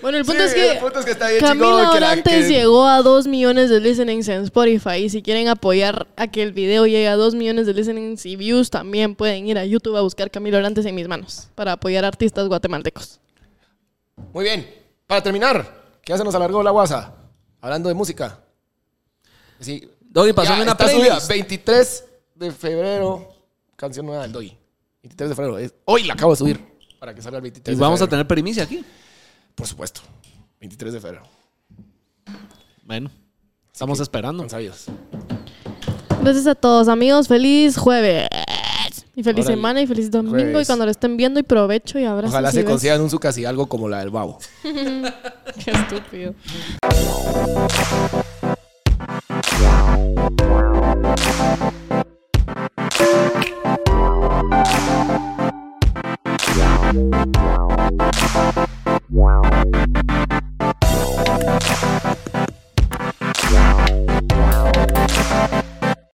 Speaker 3: Bueno, el punto
Speaker 1: Sí,
Speaker 3: es que
Speaker 1: El punto es que está bien
Speaker 3: Camila
Speaker 1: chingón. que la-
Speaker 3: Orantes
Speaker 1: que-
Speaker 3: llegó a 2 millones de listenings en Spotify. Y si quieren apoyar a que el video llegue a 2 millones de listenings y views, también pueden ir a YouTube a buscar Camila Orantes en mis manos para apoyar a artistas guatemaltecos.
Speaker 1: Muy bien. Para terminar, que ya se nos alargó la guasa. Hablando de música. Sí.
Speaker 2: Doggy, pasó
Speaker 1: Ya,
Speaker 2: una
Speaker 1: está subida.
Speaker 2: playlist.
Speaker 1: 23 de febrero. Canción nueva del Doggy. 23 de febrero. es- hoy la acabo de subir. Para que salga el 23
Speaker 2: Y
Speaker 1: de
Speaker 2: vamos a
Speaker 1: febrero.
Speaker 2: tener primicia aquí.
Speaker 1: Por supuesto. 23 de febrero.
Speaker 2: Bueno, estamos esperando.
Speaker 1: Con sabios.
Speaker 3: Gracias a todos, amigos. Feliz jueves. Y feliz
Speaker 1: Órale.
Speaker 3: semana y feliz domingo.
Speaker 1: Jueves.
Speaker 3: Y cuando lo estén viendo, y provecho y abrazos.
Speaker 1: Ojalá
Speaker 3: y
Speaker 1: se
Speaker 3: besos.
Speaker 1: consigan un sucas y algo como la del babo.
Speaker 3: Qué estúpido.